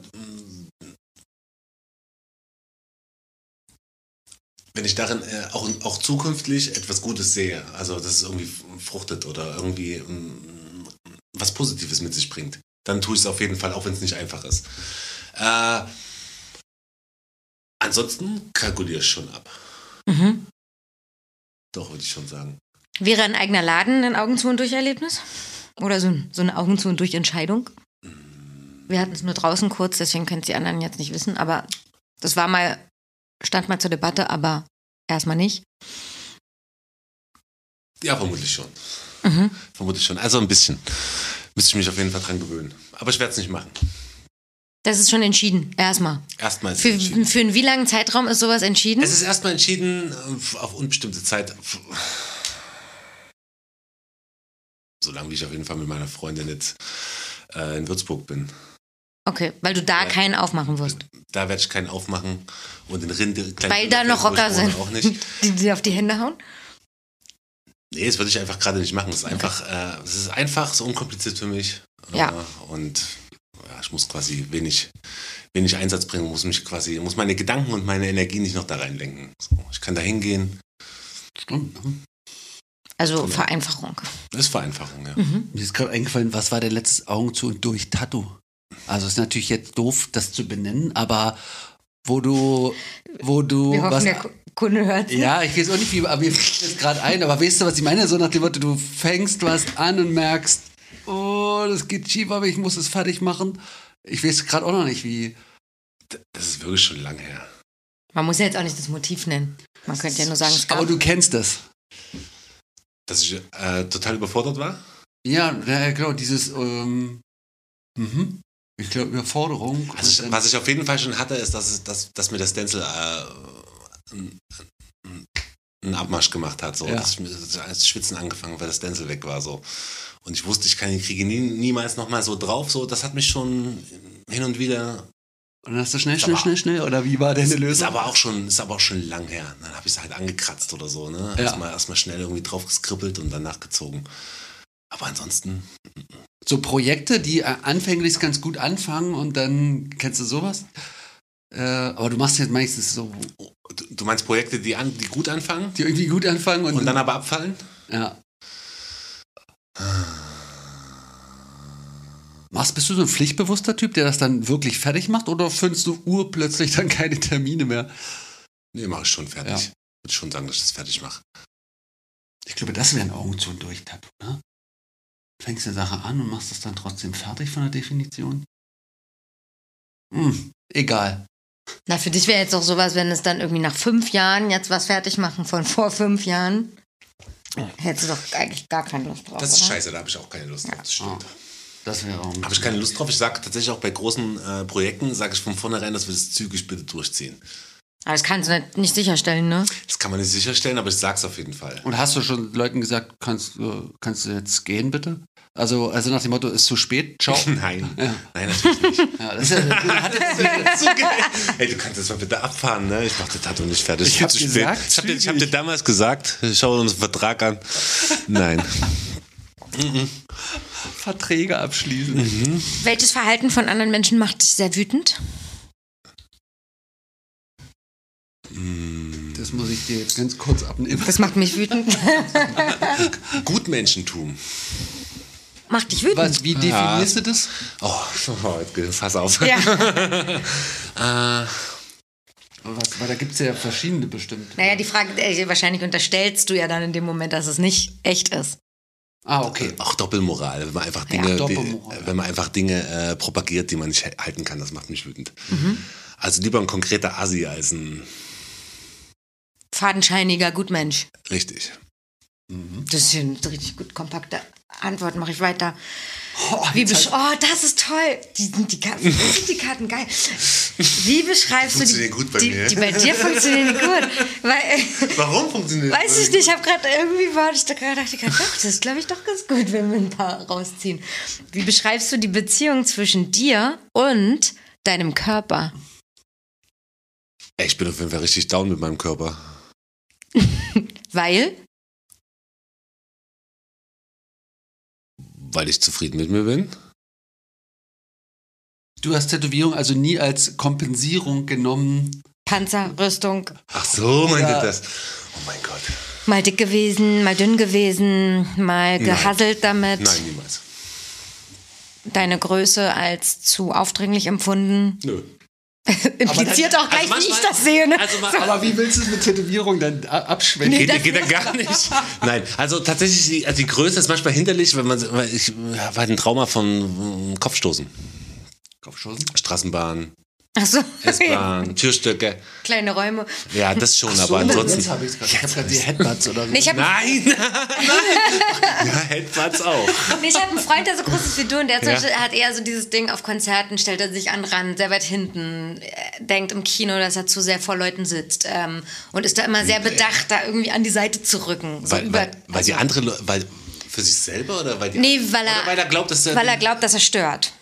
D: wenn ich darin äh, auch, auch zukünftig etwas Gutes sehe, also dass es irgendwie fruchtet oder irgendwie mm, was Positives mit sich bringt, dann tue ich es auf jeden Fall, auch wenn es nicht einfach ist. Äh, ansonsten kalkuliere ich schon ab.
A: Mhm.
D: Doch, würde ich schon sagen.
A: Wäre ein eigener Laden ein Augen zu und durch Erlebnis? Oder so, ein, so eine Augen zu und durch Entscheidung? Wir hatten es nur draußen kurz, deswegen können es die anderen jetzt nicht wissen, aber das war mal, stand mal zur Debatte, aber erstmal nicht.
D: Ja, vermutlich schon.
A: Mhm.
D: Vermutlich schon. Also ein bisschen. Müsste ich mich auf jeden Fall dran gewöhnen. Aber ich werde es nicht machen.
A: Das ist schon entschieden, erstmal.
D: Erstmal ist es
A: Für,
D: entschieden.
A: für einen wie langen Zeitraum ist sowas entschieden?
D: Es ist erstmal entschieden äh, auf unbestimmte Zeit. Solange wie ich auf jeden Fall mit meiner Freundin jetzt äh, in Würzburg bin.
A: Okay, weil du da
D: Ja.
A: keinen aufmachen wirst.
D: Da werde ich keinen aufmachen und den Rinde. kleinen
A: Weil da
D: Rinderfeld,
A: noch
D: wo ich
A: Rocker
D: wohne,
A: sind.
D: Also Auch nicht.
A: Die dir auf die Hände hauen?
D: Nee, das würde ich einfach gerade nicht machen. Es ist einfach, äh, es ist einfach so unkompliziert für mich.
A: Ja.
D: Äh, und ja, ich muss quasi wenig, wenig Einsatz bringen, muss mich quasi, muss meine Gedanken und meine Energie nicht noch da reinlenken. So, ich kann da hingehen.
C: Stimmt. ne?
D: Genau.
A: Also Vereinfachung.
D: Das ist Vereinfachung, ja.
C: Mir ist gerade eingefallen, was war der letztes Augen zu und durch Tattoo? Also ist natürlich jetzt doof, das zu benennen, aber wo du, wo du
A: Wir hoffen,
C: was.
A: der Ku- Kunde hört.
C: Ja, ich weiß auch nicht, wie, aber mir fällt jetzt gerade ein, aber weißt du, was ich meine? So nach dem Motto, du fängst was an und merkst, oh, das geht schief, aber ich muss es fertig machen. Ich weiß gerade auch noch nicht, wie.
D: Das ist wirklich schon lange her.
A: Man muss ja jetzt auch nicht das Motiv nennen. Man könnte ja nur sagen, es gab.
C: Aber du kennst das.
D: Dass ich äh, total überfordert war.
C: Ja, na, genau, dieses, ähm, mhm. Ich glaube, Überforderung.
D: Also, ich-
C: Und dann-
D: was ich auf jeden Fall schon hatte, ist, dass, es- dass, dass mir das Denzel äh, einen- einen- einen Abmarsch gemacht hat. So.
C: Ja.
D: Dass ich mir als Schwitzen angefangen habe, weil das Denzel weg war. So. Und ich wusste, ich kann den Kriege nie, niemals nochmal so drauf. So. Das hat mich schon hin und wieder.
C: Und dann hast du schnell, schnell,
D: Aber-
C: schnell, schnell, oder wie war deine
D: Ist
C: Lösung?
D: aber auch schon, ist aber auch schon lang her. Dann habe ich es halt angekratzt oder so. Ne?
C: Ja.
D: Erstmal, erstmal schnell irgendwie drauf geskribbelt und danach gezogen. Aber ansonsten,
C: so Projekte, die äh, anfänglich ganz gut anfangen und dann kennst du sowas. Äh, aber du machst jetzt meistens so,
D: oh, du, du meinst Projekte, die, an, die gut anfangen
C: die irgendwie gut anfangen und,
D: und dann aber abfallen?
C: ja. Machst, bist du so ein pflichtbewusster Typ, der das dann wirklich fertig macht oder findest du urplötzlich dann keine Termine mehr?
D: Nee, mache ich schon fertig.
C: Ja.
D: Würde schon sagen, dass ich das fertig mache.
C: Ich glaube, das wäre ein Augen zu und durch Tattoo, ne? Fängst eine Sache an und machst das dann trotzdem fertig von der Definition? Hm, egal.
A: Na, für dich wäre jetzt auch sowas, wenn es dann irgendwie nach fünf Jahren jetzt was fertig machen von vor fünf Jahren. Hättest du doch eigentlich gar keine Lust drauf.
D: Das ist
A: oder?
D: scheiße, da habe ich auch keine Lust drauf. Das stimmt.
C: Oh. Das wäre Augen.
D: Habe ich keine Lust drauf. Ich sage tatsächlich auch bei großen äh, Projekten, sage ich von vornherein, dass wir das zügig bitte durchziehen.
A: Aber das kannst du nicht, nicht sicherstellen, ne?
D: Das kann man nicht sicherstellen, aber ich sage es auf jeden Fall.
C: Und hast du schon Leuten gesagt, kannst, du- kannst du jetzt gehen, bitte? Also, also nach dem Motto, ist zu spät, ciao.
D: Nein, nein, natürlich nicht.
C: ja, das ist ja, hat jetzt-
D: So geil. Ey, du kannst das mal bitte abfahren, ne? Ich mach das Tattoo nicht fertig.
C: Ich
D: Viel
C: hab
D: zu spät.
C: gesagt,
D: ich hab, dir, ich hab dir
C: zügig.
D: damals gesagt, schau uns den Vertrag an. Nein.
C: Verträge abschließen.
A: Welches Verhalten von anderen Menschen macht dich sehr wütend?
C: Das muss ich dir jetzt ganz kurz abnehmen.
A: Das macht mich wütend.
D: Gutmenschentum.
A: macht dich wütend.
C: Was, wie definierst du das?
D: Oh, jetzt geht's- pass auf.
A: Ja.
D: Äh,
C: Was, weil da gibt es ja verschiedene bestimmt.
A: Naja, die Frage, äh, wahrscheinlich unterstellst du ja dann in dem Moment, dass es nicht echt ist.
C: Ah, okay.
D: Äh, Auch Doppelmoral, wenn man einfach Dinge,
C: Doppelmoral.
D: die, wenn man einfach Dinge äh, propagiert, die man nicht he- halten kann, das macht mich wütend.
A: Mhm.
D: Also lieber ein konkreter Assi als ein
A: Fadenscheiniger Gutmensch.
D: richtig.
A: Das ist ja eine richtig gut kompakte Antwort, mache ich weiter. Wie besch oh, das ist toll. Die, sind die, Karten, sind die Karten geil. Wie beschreibst du die?
F: Funktionieren gut bei
A: die,
F: mir.
A: die bei dir funktionieren die gut. Weil,
F: Warum funktioniert das?
A: weiß ich nicht, ich habe gerade irgendwie war ich da gerade dachte gerade, doch, das ist glaube ich doch ganz gut, wenn wir ein paar rausziehen. Wie beschreibst du die Beziehung zwischen dir und deinem Körper?
D: Ey, ich bin auf jeden Fall richtig down mit meinem Körper.
A: Weil
D: Weil ich zufrieden mit mir bin.
C: Du hast Tätowierung also nie als Kompensierung genommen.
A: Panzerrüstung
F: Ach so, meint
C: Ja.
F: ihr das. Oh mein Gott.
A: mal dick gewesen, mal dünn gewesen, mal gehasselt damit,
D: Nein, niemals.
A: deine Größe als zu aufdringlich empfunden.
D: Nö.
A: Impliziert auch gleich, wie ich
D: also manchmal-
A: das sehe. Ne?
D: Also mal,
C: Aber wie willst du es mit Tätowierung dann a- abschwächen?
A: Nee, das-
D: geht, geht ja gar nicht. Nein, also tatsächlich, die, also die Größe ist manchmal hinderlich, wenn man, weil ich habe halt ein Trauma von mm, Kopfstoßen.
C: Kopfschossen.
D: Straßenbahn,
A: Ach so.
D: S-Bahn, Türstöcke.
A: kleine Räume.
D: äh, Ja, das schon, aber ansonsten.
C: Jetzt habe ich es gerade. Ich habe gerade die Headbutts oder so.
A: Nee, ich habe
D: Nein! ja, Headbutts auch.
A: Nee, Ich habe einen Freund, der so groß ist wie du und der zum
D: Ja.
A: Beispiel hat eher so dieses Ding auf Konzerten, stellt er sich an ran, sehr weit hinten, äh, denkt im Kino, dass er zu sehr vor Leuten sitzt ähm, und ist da immer sehr bedacht, da irgendwie an die Seite zu rücken. So
D: Weil,
A: über, also-
D: weil, weil die andere Leute, weil für sich selber oder weil die
A: nee, weil er,
D: oder weil er glaubt, dass er
A: weil er glaubt, dass er stört.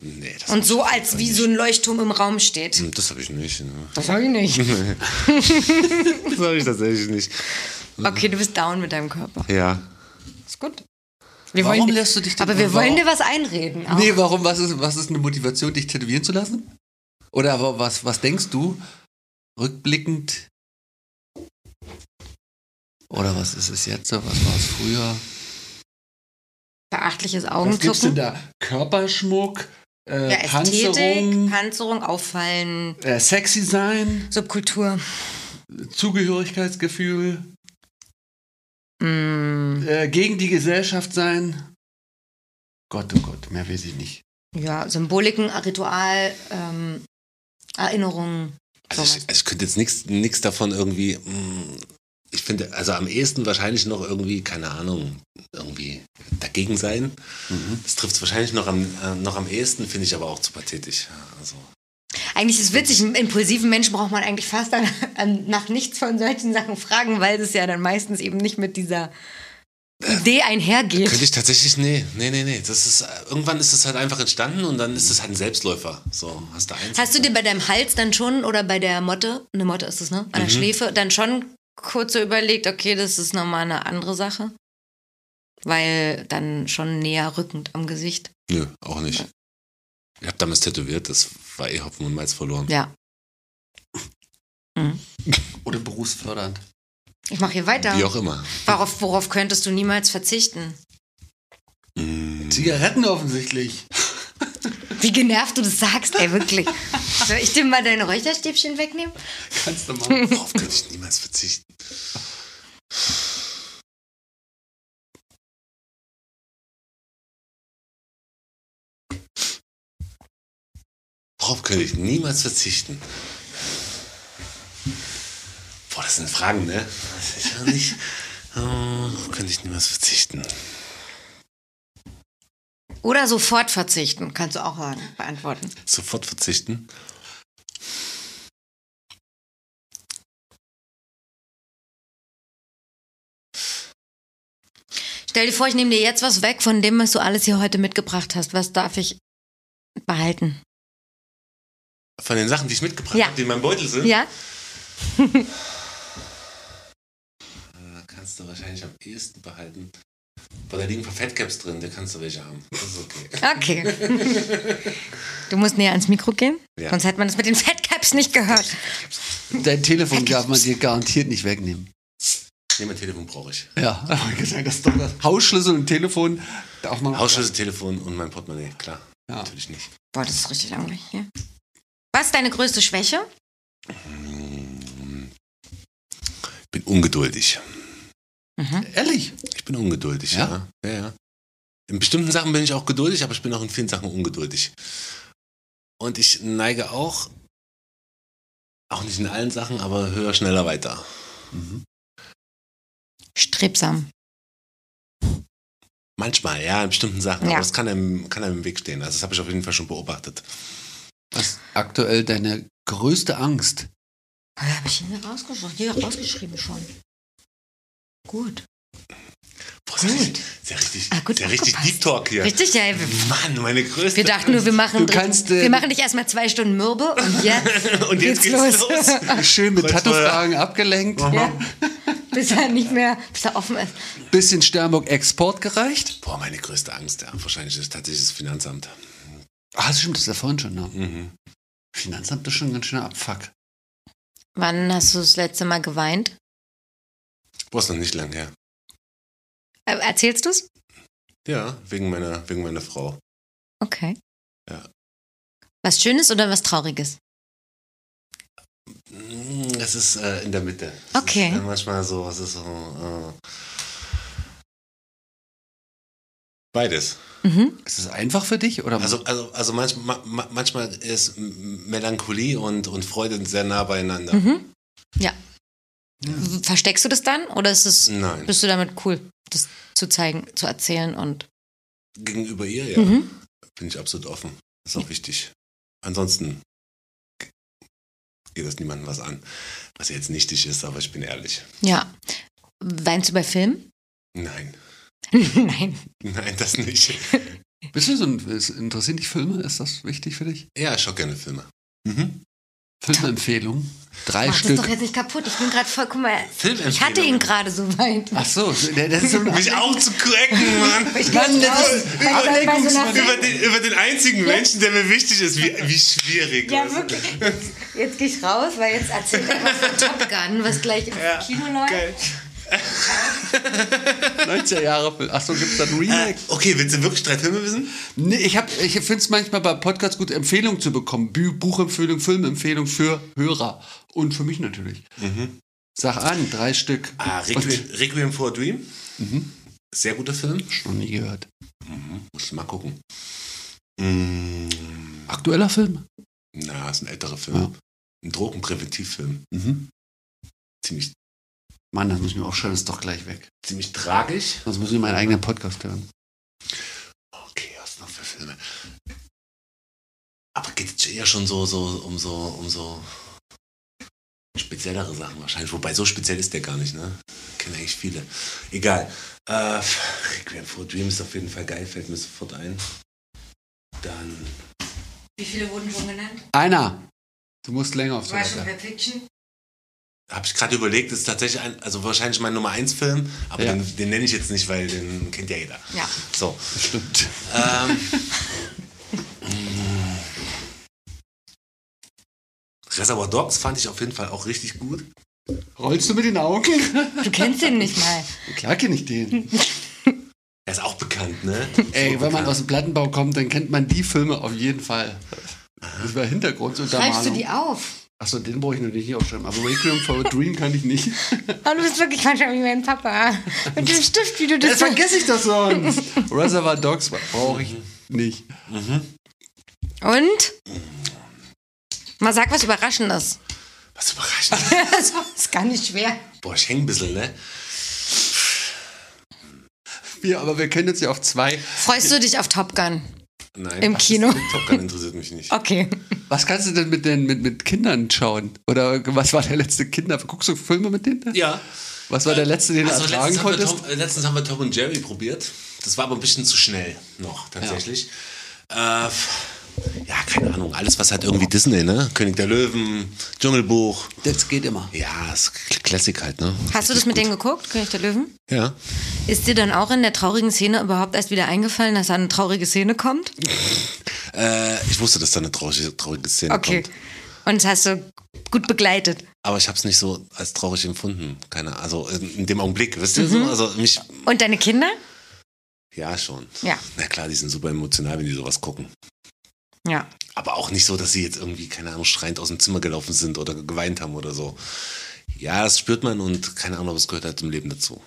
D: nee, das
A: Und so als wie so ein Leuchtturm im Raum steht.
D: Hm, das habe ich nicht. Ne?
A: Das habe ich nicht.
D: Das habe ich tatsächlich nicht.
A: Okay, du bist down mit deinem Körper.
D: Mhm. Ja.
A: Ist gut. Wir
C: Warum
A: wollen,
C: lässt du dich denn-
A: Aber wir
C: warum-
A: wollen dir was einreden. Auch.
C: Nee, warum? Was ist, was ist eine Motivation, dich tätowieren zu lassen? Oder wa- was, was denkst du rückblickend? Oder was ist es jetzt? Was war es früher?
A: Beachtliches
C: Was gibt's denn
A: Augenzucken.
C: da? Körperschmuck, äh,
A: Ja, Ästhetik,
C: Panzerung,
A: Panzerung, Auffallen,
C: äh, sexy sein,
A: Subkultur.
C: Zugehörigkeitsgefühl,
A: Mm,
C: äh, gegen die Gesellschaft sein. Gott, oh Gott, mehr weiß ich nicht.
A: ja, Symboliken, Ritual, ähm, Erinnerungen.
D: Also ich,
A: sowas.
D: also ich könnte jetzt nichts nichts davon irgendwie. mm, Ich finde, also am ehesten wahrscheinlich noch irgendwie, keine Ahnung, irgendwie dagegen sein.
A: Mhm.
D: Das trifft es wahrscheinlich noch am, äh, noch am ehesten, finde ich aber auch zu pathetisch. Ja, Also,
A: Eigentlich ist es witzig, einen impulsiven Menschen braucht man eigentlich fast an, an, nach nichts von solchen Sachen fragen, weil es ja dann meistens eben nicht mit dieser Idee einhergeht.
D: könnte ich tatsächlich, nee, nee, nee, nee. Das ist, äh, irgendwann ist es halt einfach entstanden und dann ist es halt ein Selbstläufer. So, hast du eins.
A: Hast du dir bei deinem Hals dann schon oder bei der Motte, eine Motte ist es, ne? An der
C: Mhm.
A: Schläfe, dann schon kurz so überlegt, okay, das ist nochmal eine andere Sache? Weil dann schon näher rückend am Gesicht.
D: Nö, auch nicht. Ich habe damals tätowiert, das war eh Hopfen und Malz verloren.
A: Ja.
C: Oder berufsfördernd.
A: Ich mache hier weiter.
D: Wie auch immer.
A: Worauf, worauf könntest du niemals verzichten?
D: Hm.
C: Zigaretten offensichtlich.
A: Wie genervt du das sagst, ey, wirklich. Soll ich dir mal deine Räucherstäbchen wegnehmen?
C: Kannst du machen.
D: Worauf könnte ich niemals verzichten? Worauf könnte ich niemals verzichten? Boah, das sind Fragen, ne? Das ist ja nicht. Oh, worauf könnte ich niemals verzichten?
A: Oder sofort verzichten, kannst du auch sagen, beantworten.
D: Sofort verzichten?
A: Stell dir vor, ich nehme dir jetzt was weg von dem, was du alles hier heute mitgebracht hast. Was darf ich behalten?
D: Von den Sachen, die ich mitgebracht
A: Ja.
D: habe, die in meinem Beutel sind?
A: Ja?
D: Da kannst du wahrscheinlich am ehesten behalten. Weil da liegen ein paar Fatcaps drin, da kannst du welche haben. Das ist okay.
A: Okay. Du musst näher ans Mikro gehen,
D: Ja.
A: sonst hätte man das mit den Fatcaps nicht gehört.
C: Dein Telefon darf man dir garantiert nicht wegnehmen.
D: Nee, mein Telefon brauche ich.
C: Ja, aber gesagt, das ist doch das Hausschlüssel und Telefon. Auch mal
D: Hausschlüssel, Telefon und mein Portemonnaie, klar.
C: Ja.
D: Natürlich nicht.
A: Boah, das ist richtig langweilig. Ja. Was ist deine größte Schwäche?
D: Ich bin ungeduldig.
C: Ehrlich?
D: Ich bin ungeduldig,
C: Ja?
D: ja. ja. ja, In bestimmten Sachen bin ich auch geduldig, aber ich bin auch in vielen Sachen ungeduldig. Und ich neige auch, auch nicht in allen Sachen, aber höher, schneller, weiter.
A: Strebsam.
D: Manchmal, ja, in bestimmten Sachen.
A: Ja.
D: Aber das kann einem, kann einem im Weg stehen. Also das habe ich auf jeden Fall schon beobachtet.
C: Was ist aktuell deine größte Angst?
A: Ja, habe ich mir rausgeschrieben, hier rausgeschrieben schon. Gut.
D: Boah, ist richtig, ist ja richtig,
A: Ah, gut
D: ist ja richtig
A: aufgepasst.
D: Deep Talk hier.
A: Richtig, ja. Wir,
D: Mann, meine größte.
A: wir dachten nur, wir machen,
C: Du kannst, äh,
A: wir machen dich erstmal zwei Stunden mürbe und jetzt
D: Und jetzt geht's los.
C: Schön mit
D: Kreuzfeuer.
C: Tattoo-Fragen abgelenkt.
A: ja, bis er nicht mehr, bis er offen ist.
C: Bisschen Sternburg Export gereicht.
D: Boah, meine größte Angst, ja, wahrscheinlich ist tatsächlich das Finanzamt. Mhm.
C: Ah, das stimmt, das ist ja vorhin schon. Ne? Finanzamt ist schon ein ganz schöner Abfuck.
A: Wann hast du das letzte Mal geweint?
D: Boah, ist noch nicht lang her.
A: Äh, Erzählst du's?
D: Ja, wegen meiner, wegen meiner Frau.
A: Okay.
D: Ja.
A: Was Schönes oder was Trauriges?
D: Mm, Es ist äh, in der Mitte. Es
A: Okay.
D: Ist, äh, manchmal so, es ist so. Äh, beides.
A: Mhm.
C: Ist das einfach für dich?
A: Ähm.
C: Oder
D: Also, also, also manchmal, ma- manchmal ist M- Melancholie und, und Freude sehr nah beieinander.
A: Mhm. Ja. W- Versteckst du das dann oder ist es,
D: Nein.
A: bist du damit cool, das zu zeigen, zu erzählen und.
D: Gegenüber ihr, ja,
A: Mhm.
D: bin ich absolut offen. Ist auch wichtig. Ansonsten geht das niemandem was an. Was jetzt nichtig ist, aber ich bin ehrlich.
A: Ja. Weinst du bei Filmen?
D: Nein.
A: Nein.
D: Nein, das nicht.
C: bist du so ein, ist- interessieren dich Filme? Ist das wichtig für dich?
D: Ja, ich schaue gerne Filme.
C: Filmempfehlung? Drei
A: Mach das doch
C: Stück.
A: jetzt nicht kaputt. Ich bin gerade voll, guck mal. Ich hatte
D: Filmempfehlungen.
A: ihn gerade so weit.
C: Ach so, der- das ist so
D: Mich auch zu cracken, Mann.
C: Mann, das ist
A: Bei so- bei so einer Film-
D: Über den, über den einzigen Menschen, der mir wichtig ist, wie, wie schwierig.
A: Ja,
D: weißt du?
A: wirklich. Jetzt gehe ich raus, weil jetzt erzählt er was von Top Gun, was gleich im Kino läuft.
D: Geil.
C: 90er Jahre Film. Ach so, gibt's da ein
D: Äh,
C: Remake?
D: okay, willst du wirklich drei Filme wissen?
C: Nee, ich, hab- ich finde es manchmal bei Podcasts gut, Empfehlungen zu bekommen. Bü Buchempfehlung, Filmempfehlung für Hörer. Und für mich natürlich. Sag an, drei Stück.
D: Ah, Requiem,
C: Und-
D: Requiem for a Dream. Sehr guter Film.
C: Noch nie gehört.
D: Mhm. Muss ich mal gucken. Mm,
C: Aktueller Film?
D: na, ist ein älterer Film. Ein Drogenpräventivfilm.
C: Mhm.
D: Ziemlich,
C: Mann, das muss ich mir aufschreiben, ist doch gleich weg.
D: ziemlich tragisch.
C: Sonst muss ich meinen eigenen Podcast hören.
D: Okay, was noch für Filme? Aber geht es eher schon so, so, um so, um so speziellere Sachen wahrscheinlich. Wobei, so speziell ist der gar nicht, ne? Kennen eigentlich viele. Egal. Äh, Requiem for a Dream ist auf jeden Fall geil, fällt mir sofort ein. Dann
A: Wie viele wurden schon genannt?
C: Einer. Du musst länger auf
A: Rush und
C: Toilette.
A: Pulp Fiction?
D: Habe ich gerade überlegt, ist tatsächlich ein, also wahrscheinlich mein Nummer 1 Film, aber
C: Ja.
D: den, den nenne ich jetzt nicht, weil den kennt ja jeder.
A: Ja.
D: So.
C: Das stimmt.
D: Ähm, mm. Reservoir Dogs fand ich auf jeden Fall auch richtig gut.
C: Rollst du mit den Augen?
A: Du kennst ihn nicht mal.
C: Klar kenne ich den.
D: Er ist auch bekannt, ne?
C: Ey,
D: So
C: wenn man
D: bekannt.
C: aus dem Plattenbau kommt, dann kennt man die Filme auf jeden Fall. Das war
A: Schreibst du
C: Hintergrundsuntermalung.
A: die auf?
C: Achso, den brauche ich natürlich nicht aufschreiben. Aber Requiem for a Dream kann ich nicht.
A: Oh, du bist wirklich manchmal wie mein Papa. Mit dem Stift, wie du
C: Dann
A: das
C: vergesse ich das sonst. Reservoir Dogs brauche ich nicht.
A: Und? Mal sag was Überraschendes.
D: Was überraschend.
A: Das ist gar nicht schwer.
D: Boah, ich häng ein bisschen, ne?
C: Wir, aber wir können jetzt ja auf zwei.
A: Freust du dich auf Top Gun?
D: Nein.
A: Im
D: das ist-
A: Kino.
D: Top Gun interessiert mich
C: Ah.
D: nicht.
A: Okay.
C: Was kannst du denn mit, den, mit, mit Kindern schauen? Oder was war der letzte Kinder? Guckst du Filme mit denen?
D: Ja.
C: Was war der letzte, den du
D: Also
C: ertragen
D: letztens haben, wir
C: konntest?
D: Tom, äh, letztens haben wir Tom und Jerry probiert. Das war aber ein bisschen zu schnell noch, tatsächlich. Ja, äh, ja keine Ahnung. Alles, was halt irgendwie Disney, ne? König der Löwen, Dschungelbuch.
C: Das geht immer.
D: Ja, ist K- Klassik halt, ne?
A: Hast du das mit denen geguckt, König der Löwen?
D: Ja.
A: Ist dir dann auch in der traurigen Szene überhaupt erst wieder eingefallen, dass da eine traurige Szene kommt?
D: Äh, ich wusste, dass da eine traurige, traurige Szene
A: Okay.
D: kommt.
A: Und das hast du gut begleitet.
D: Aber ich habe es nicht so als traurig empfunden. Keine Also in in dem Augenblick, wisst ihr so?
A: Mhm.
D: Also mich,
A: Und deine Kinder?
D: ja schon.
A: Ja.
D: Na klar, die sind super emotional, wenn die sowas gucken.
A: Ja.
D: Aber auch nicht so, dass sie jetzt irgendwie, keine Ahnung, schreiend aus dem Zimmer gelaufen sind oder geweint haben oder so. Ja, das spürt man und keine Ahnung, aber es gehört halt im Leben dazu.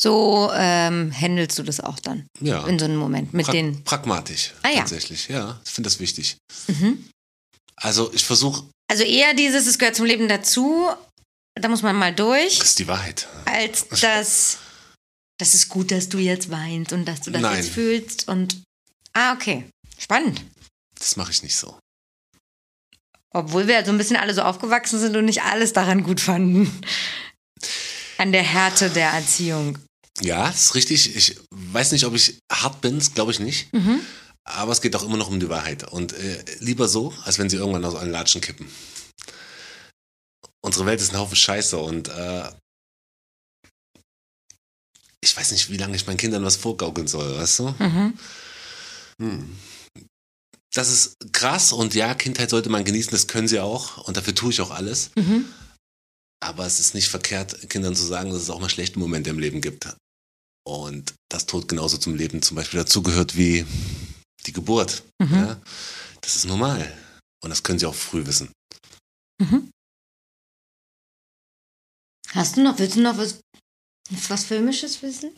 A: So ähm, handelst du das auch dann
D: Ja.
A: in so einem Moment mit
D: Pra-
A: denen.
D: Pragmatisch.
A: Ah, ja. Mhm.
D: Tatsächlich, ja. Ich finde das wichtig. Also ich versuche,
A: Also eher dieses, es gehört zum Leben dazu, da muss man mal durch,
D: das ist die Wahrheit.
A: als das, das ist gut, dass du jetzt weinst und dass du das
D: Nein.
A: jetzt fühlst und ah, okay. Spannend.
D: Das mache ich nicht so.
A: Obwohl wir so ein bisschen alle so aufgewachsen sind und nicht alles daran gut fanden. An der Härte der Erziehung.
D: Ja, das ist richtig. Ich weiß nicht, ob ich hart bin, das glaube ich nicht. Aber es geht auch immer noch um die Wahrheit. Und äh, lieber so, als wenn sie irgendwann aus einem Latschen kippen. Unsere Welt ist ein Haufen Scheiße und äh, ich weiß nicht, wie lange ich meinen Kindern was vorgaukeln soll, weißt du? Hm.
A: Mhm.
D: Das ist krass und ja, Kindheit sollte man genießen, das können sie auch und dafür tue ich auch alles.
A: Mhm.
D: Aber es ist nicht verkehrt, Kindern zu sagen, dass es auch mal schlechte Momente im Leben gibt. Und dass Tod genauso zum Leben zum Beispiel dazugehört wie die Geburt.
A: Mhm.
D: Ja? Das ist normal. Und das können sie auch früh wissen.
A: Hast du noch, willst du noch was, was Filmisches wissen?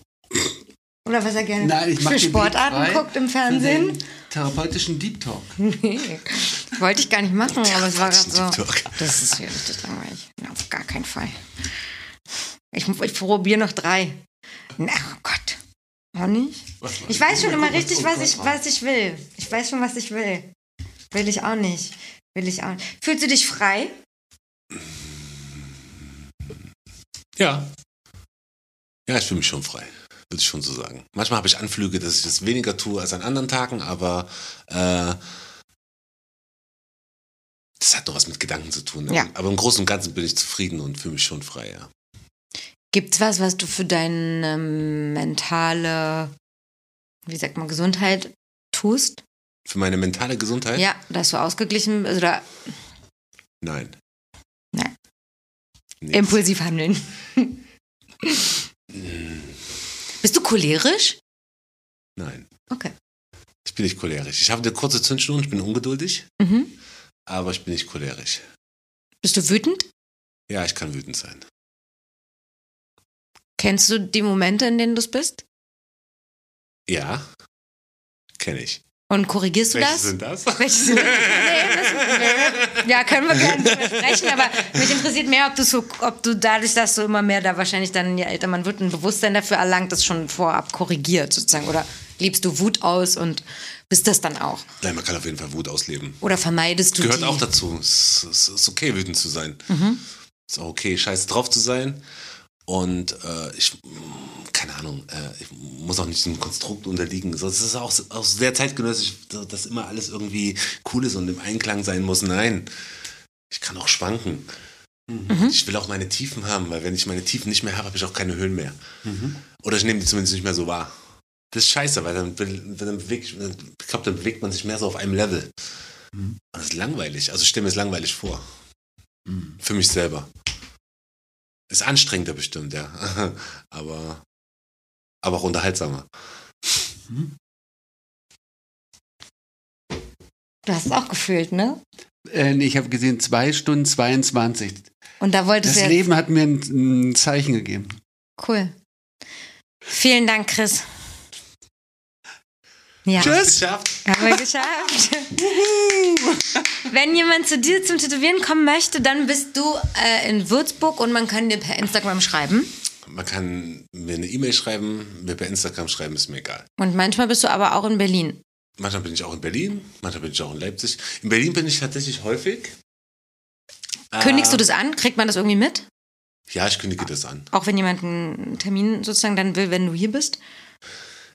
A: Oder was er gerne
B: Nein, ich mach
A: für
B: den Weg frei
A: Sportarten guckt im
B: Für
A: Fernsehen?
B: den therapeutischen Deep Talk.
A: Nee. Wollte ich gar nicht machen, aber es war
D: Quatsch,
A: gerade so.
D: TikTok.
A: Das ist hier richtig langweilig. Na, auf gar keinen Fall. Ich, ich probiere noch drei. Na, oh Gott. Auch nicht? Ich weiß schon immer richtig, was ich, was ich will. Ich weiß schon, was ich will. Will ich auch nicht. Will ich auch nicht. Fühlst du dich frei?
D: Ja. Ja, ich fühle mich schon frei. Würde ich schon so sagen. Manchmal habe ich Anflüge, dass ich das weniger tue als an anderen Tagen, aber äh, das hat doch was mit Gedanken zu tun.
A: Ja.
D: Aber im Großen und Ganzen bin ich zufrieden und fühle mich schon frei, ja.
A: Gibt's was, was du für deine ähm, mentale, wie sagt man, Gesundheit tust?
D: Für meine mentale Gesundheit?
A: Ja, dass du ausgeglichen bist oder
D: Nein.
A: Nein.
D: Nee.
A: impulsiv handeln. Bist du cholerisch?
D: Nein.
A: Okay.
D: Ich bin nicht cholerisch. Ich habe eine kurze Zündschnur und ich bin ungeduldig,
A: Mhm.
D: aber ich bin nicht cholerisch.
A: Bist du wütend?
D: Ja, ich kann wütend sein.
A: Kennst du die Momente, in denen du es bist?
D: Ja. Kenne ich.
A: Und korrigierst du
D: Welche
A: das?
D: sind das?
A: Welche sind das? Nee, das- ja, können wir gerne drüber sprechen, aber mich interessiert mehr, ob du so, ob du dadurch, dass du immer mehr da wahrscheinlich dann, je älter man wird, ein Bewusstsein dafür erlangt, das schon vorab korrigiert sozusagen. Oder lebst du Wut aus und bist das dann auch?
D: Nein, man kann auf jeden Fall Wut ausleben.
A: Oder vermeidest du
D: Gehört
A: die? Mhm.
D: auch dazu. Es, es ist okay, wütend zu sein. Ist auch okay, scheiße drauf zu sein. Und äh, ich, mm, keine Ahnung, äh, ich muss auch nicht diesem Konstrukt unterliegen. So, Es ist auch, auch sehr zeitgenössisch, so, dass immer alles irgendwie cool ist und im Einklang sein muss. Nein, ich kann auch schwanken.
A: Mhm.
D: Ich will auch meine Tiefen haben, weil wenn ich meine Tiefen nicht mehr habe, habe ich auch keine Höhen mehr. Oder ich nehme die zumindest nicht mehr so wahr. Das ist scheiße, weil dann, be- dann, bewegt, ich glaube, dann bewegt man sich mehr so auf einem Level. Und Das ist langweilig. Also ich stelle mir es langweilig vor.
A: Mhm.
D: Für mich selber. Ist anstrengender bestimmt, ja. aber, aber auch unterhaltsamer.
A: Du hast es auch gefühlt, ne?
B: Äh, nee, ich habe gesehen, 2 Stunden 22.
A: Und da wolltest
B: Das
A: du jetzt.
B: Leben hat mir ein, ein Zeichen gegeben.
A: Cool. Vielen Dank, Chris. Ja,
D: Tschüss! Geschafft.
A: haben wir geschafft. Wenn jemand zu dir zum Tätowieren kommen möchte, dann bist du äh, in Würzburg und man kann dir per Instagram schreiben.
D: Man kann mir eine E-Mail schreiben, mir bei Instagram schreiben, ist mir egal.
A: Und manchmal bist du aber auch in Berlin.
D: Manchmal bin ich auch in Berlin, manchmal bin ich auch in Leipzig. In Berlin bin ich tatsächlich häufig.
A: Kündigst du
D: Ähm,
A: das an? Kriegt man das irgendwie mit?
D: Ja, ich kündige das an.
A: Auch wenn jemand einen Termin sozusagen dann will, wenn du hier bist?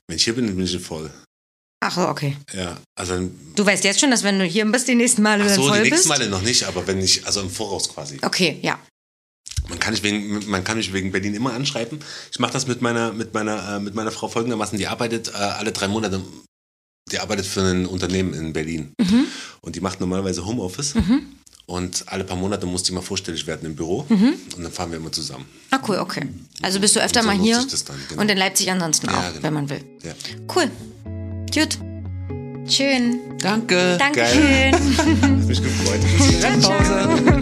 D: Wenn ich hier bin, bin ich hier voll.
A: Ach, so, okay.
D: Ja, also dann,
A: Du weißt jetzt schon, dass wenn du hier bist, die nächsten Male
D: ach
A: dann
D: so, die
A: voll
D: nächsten
A: bist?
D: Male noch nicht, aber wenn ich, also im Voraus quasi.
A: Okay, ja.
D: Man kann, mich wegen, man kann mich wegen Berlin immer anschreiben. Ich mache das mit meiner, mit, meiner, äh, mit meiner Frau folgendermaßen. Die arbeitet äh, alle drei Monate, die arbeitet für ein Unternehmen in Berlin. Und die macht normalerweise Homeoffice. Und alle paar Monate muss die mal vorstellig werden im Büro. Und dann fahren wir immer zusammen.
A: Ah, cool, okay. Also bist du öfter
D: So
A: mal
D: nutze
A: hier
D: ich das dann, genau.
A: und in Leipzig ansonsten
D: Ja,
A: auch,
D: genau.
A: wenn man will.
D: Ja.
A: Cool. Gut. Schön.
B: Danke.
A: Dankeschön.
D: Hat mich gefreut.
A: Ciao, ciao.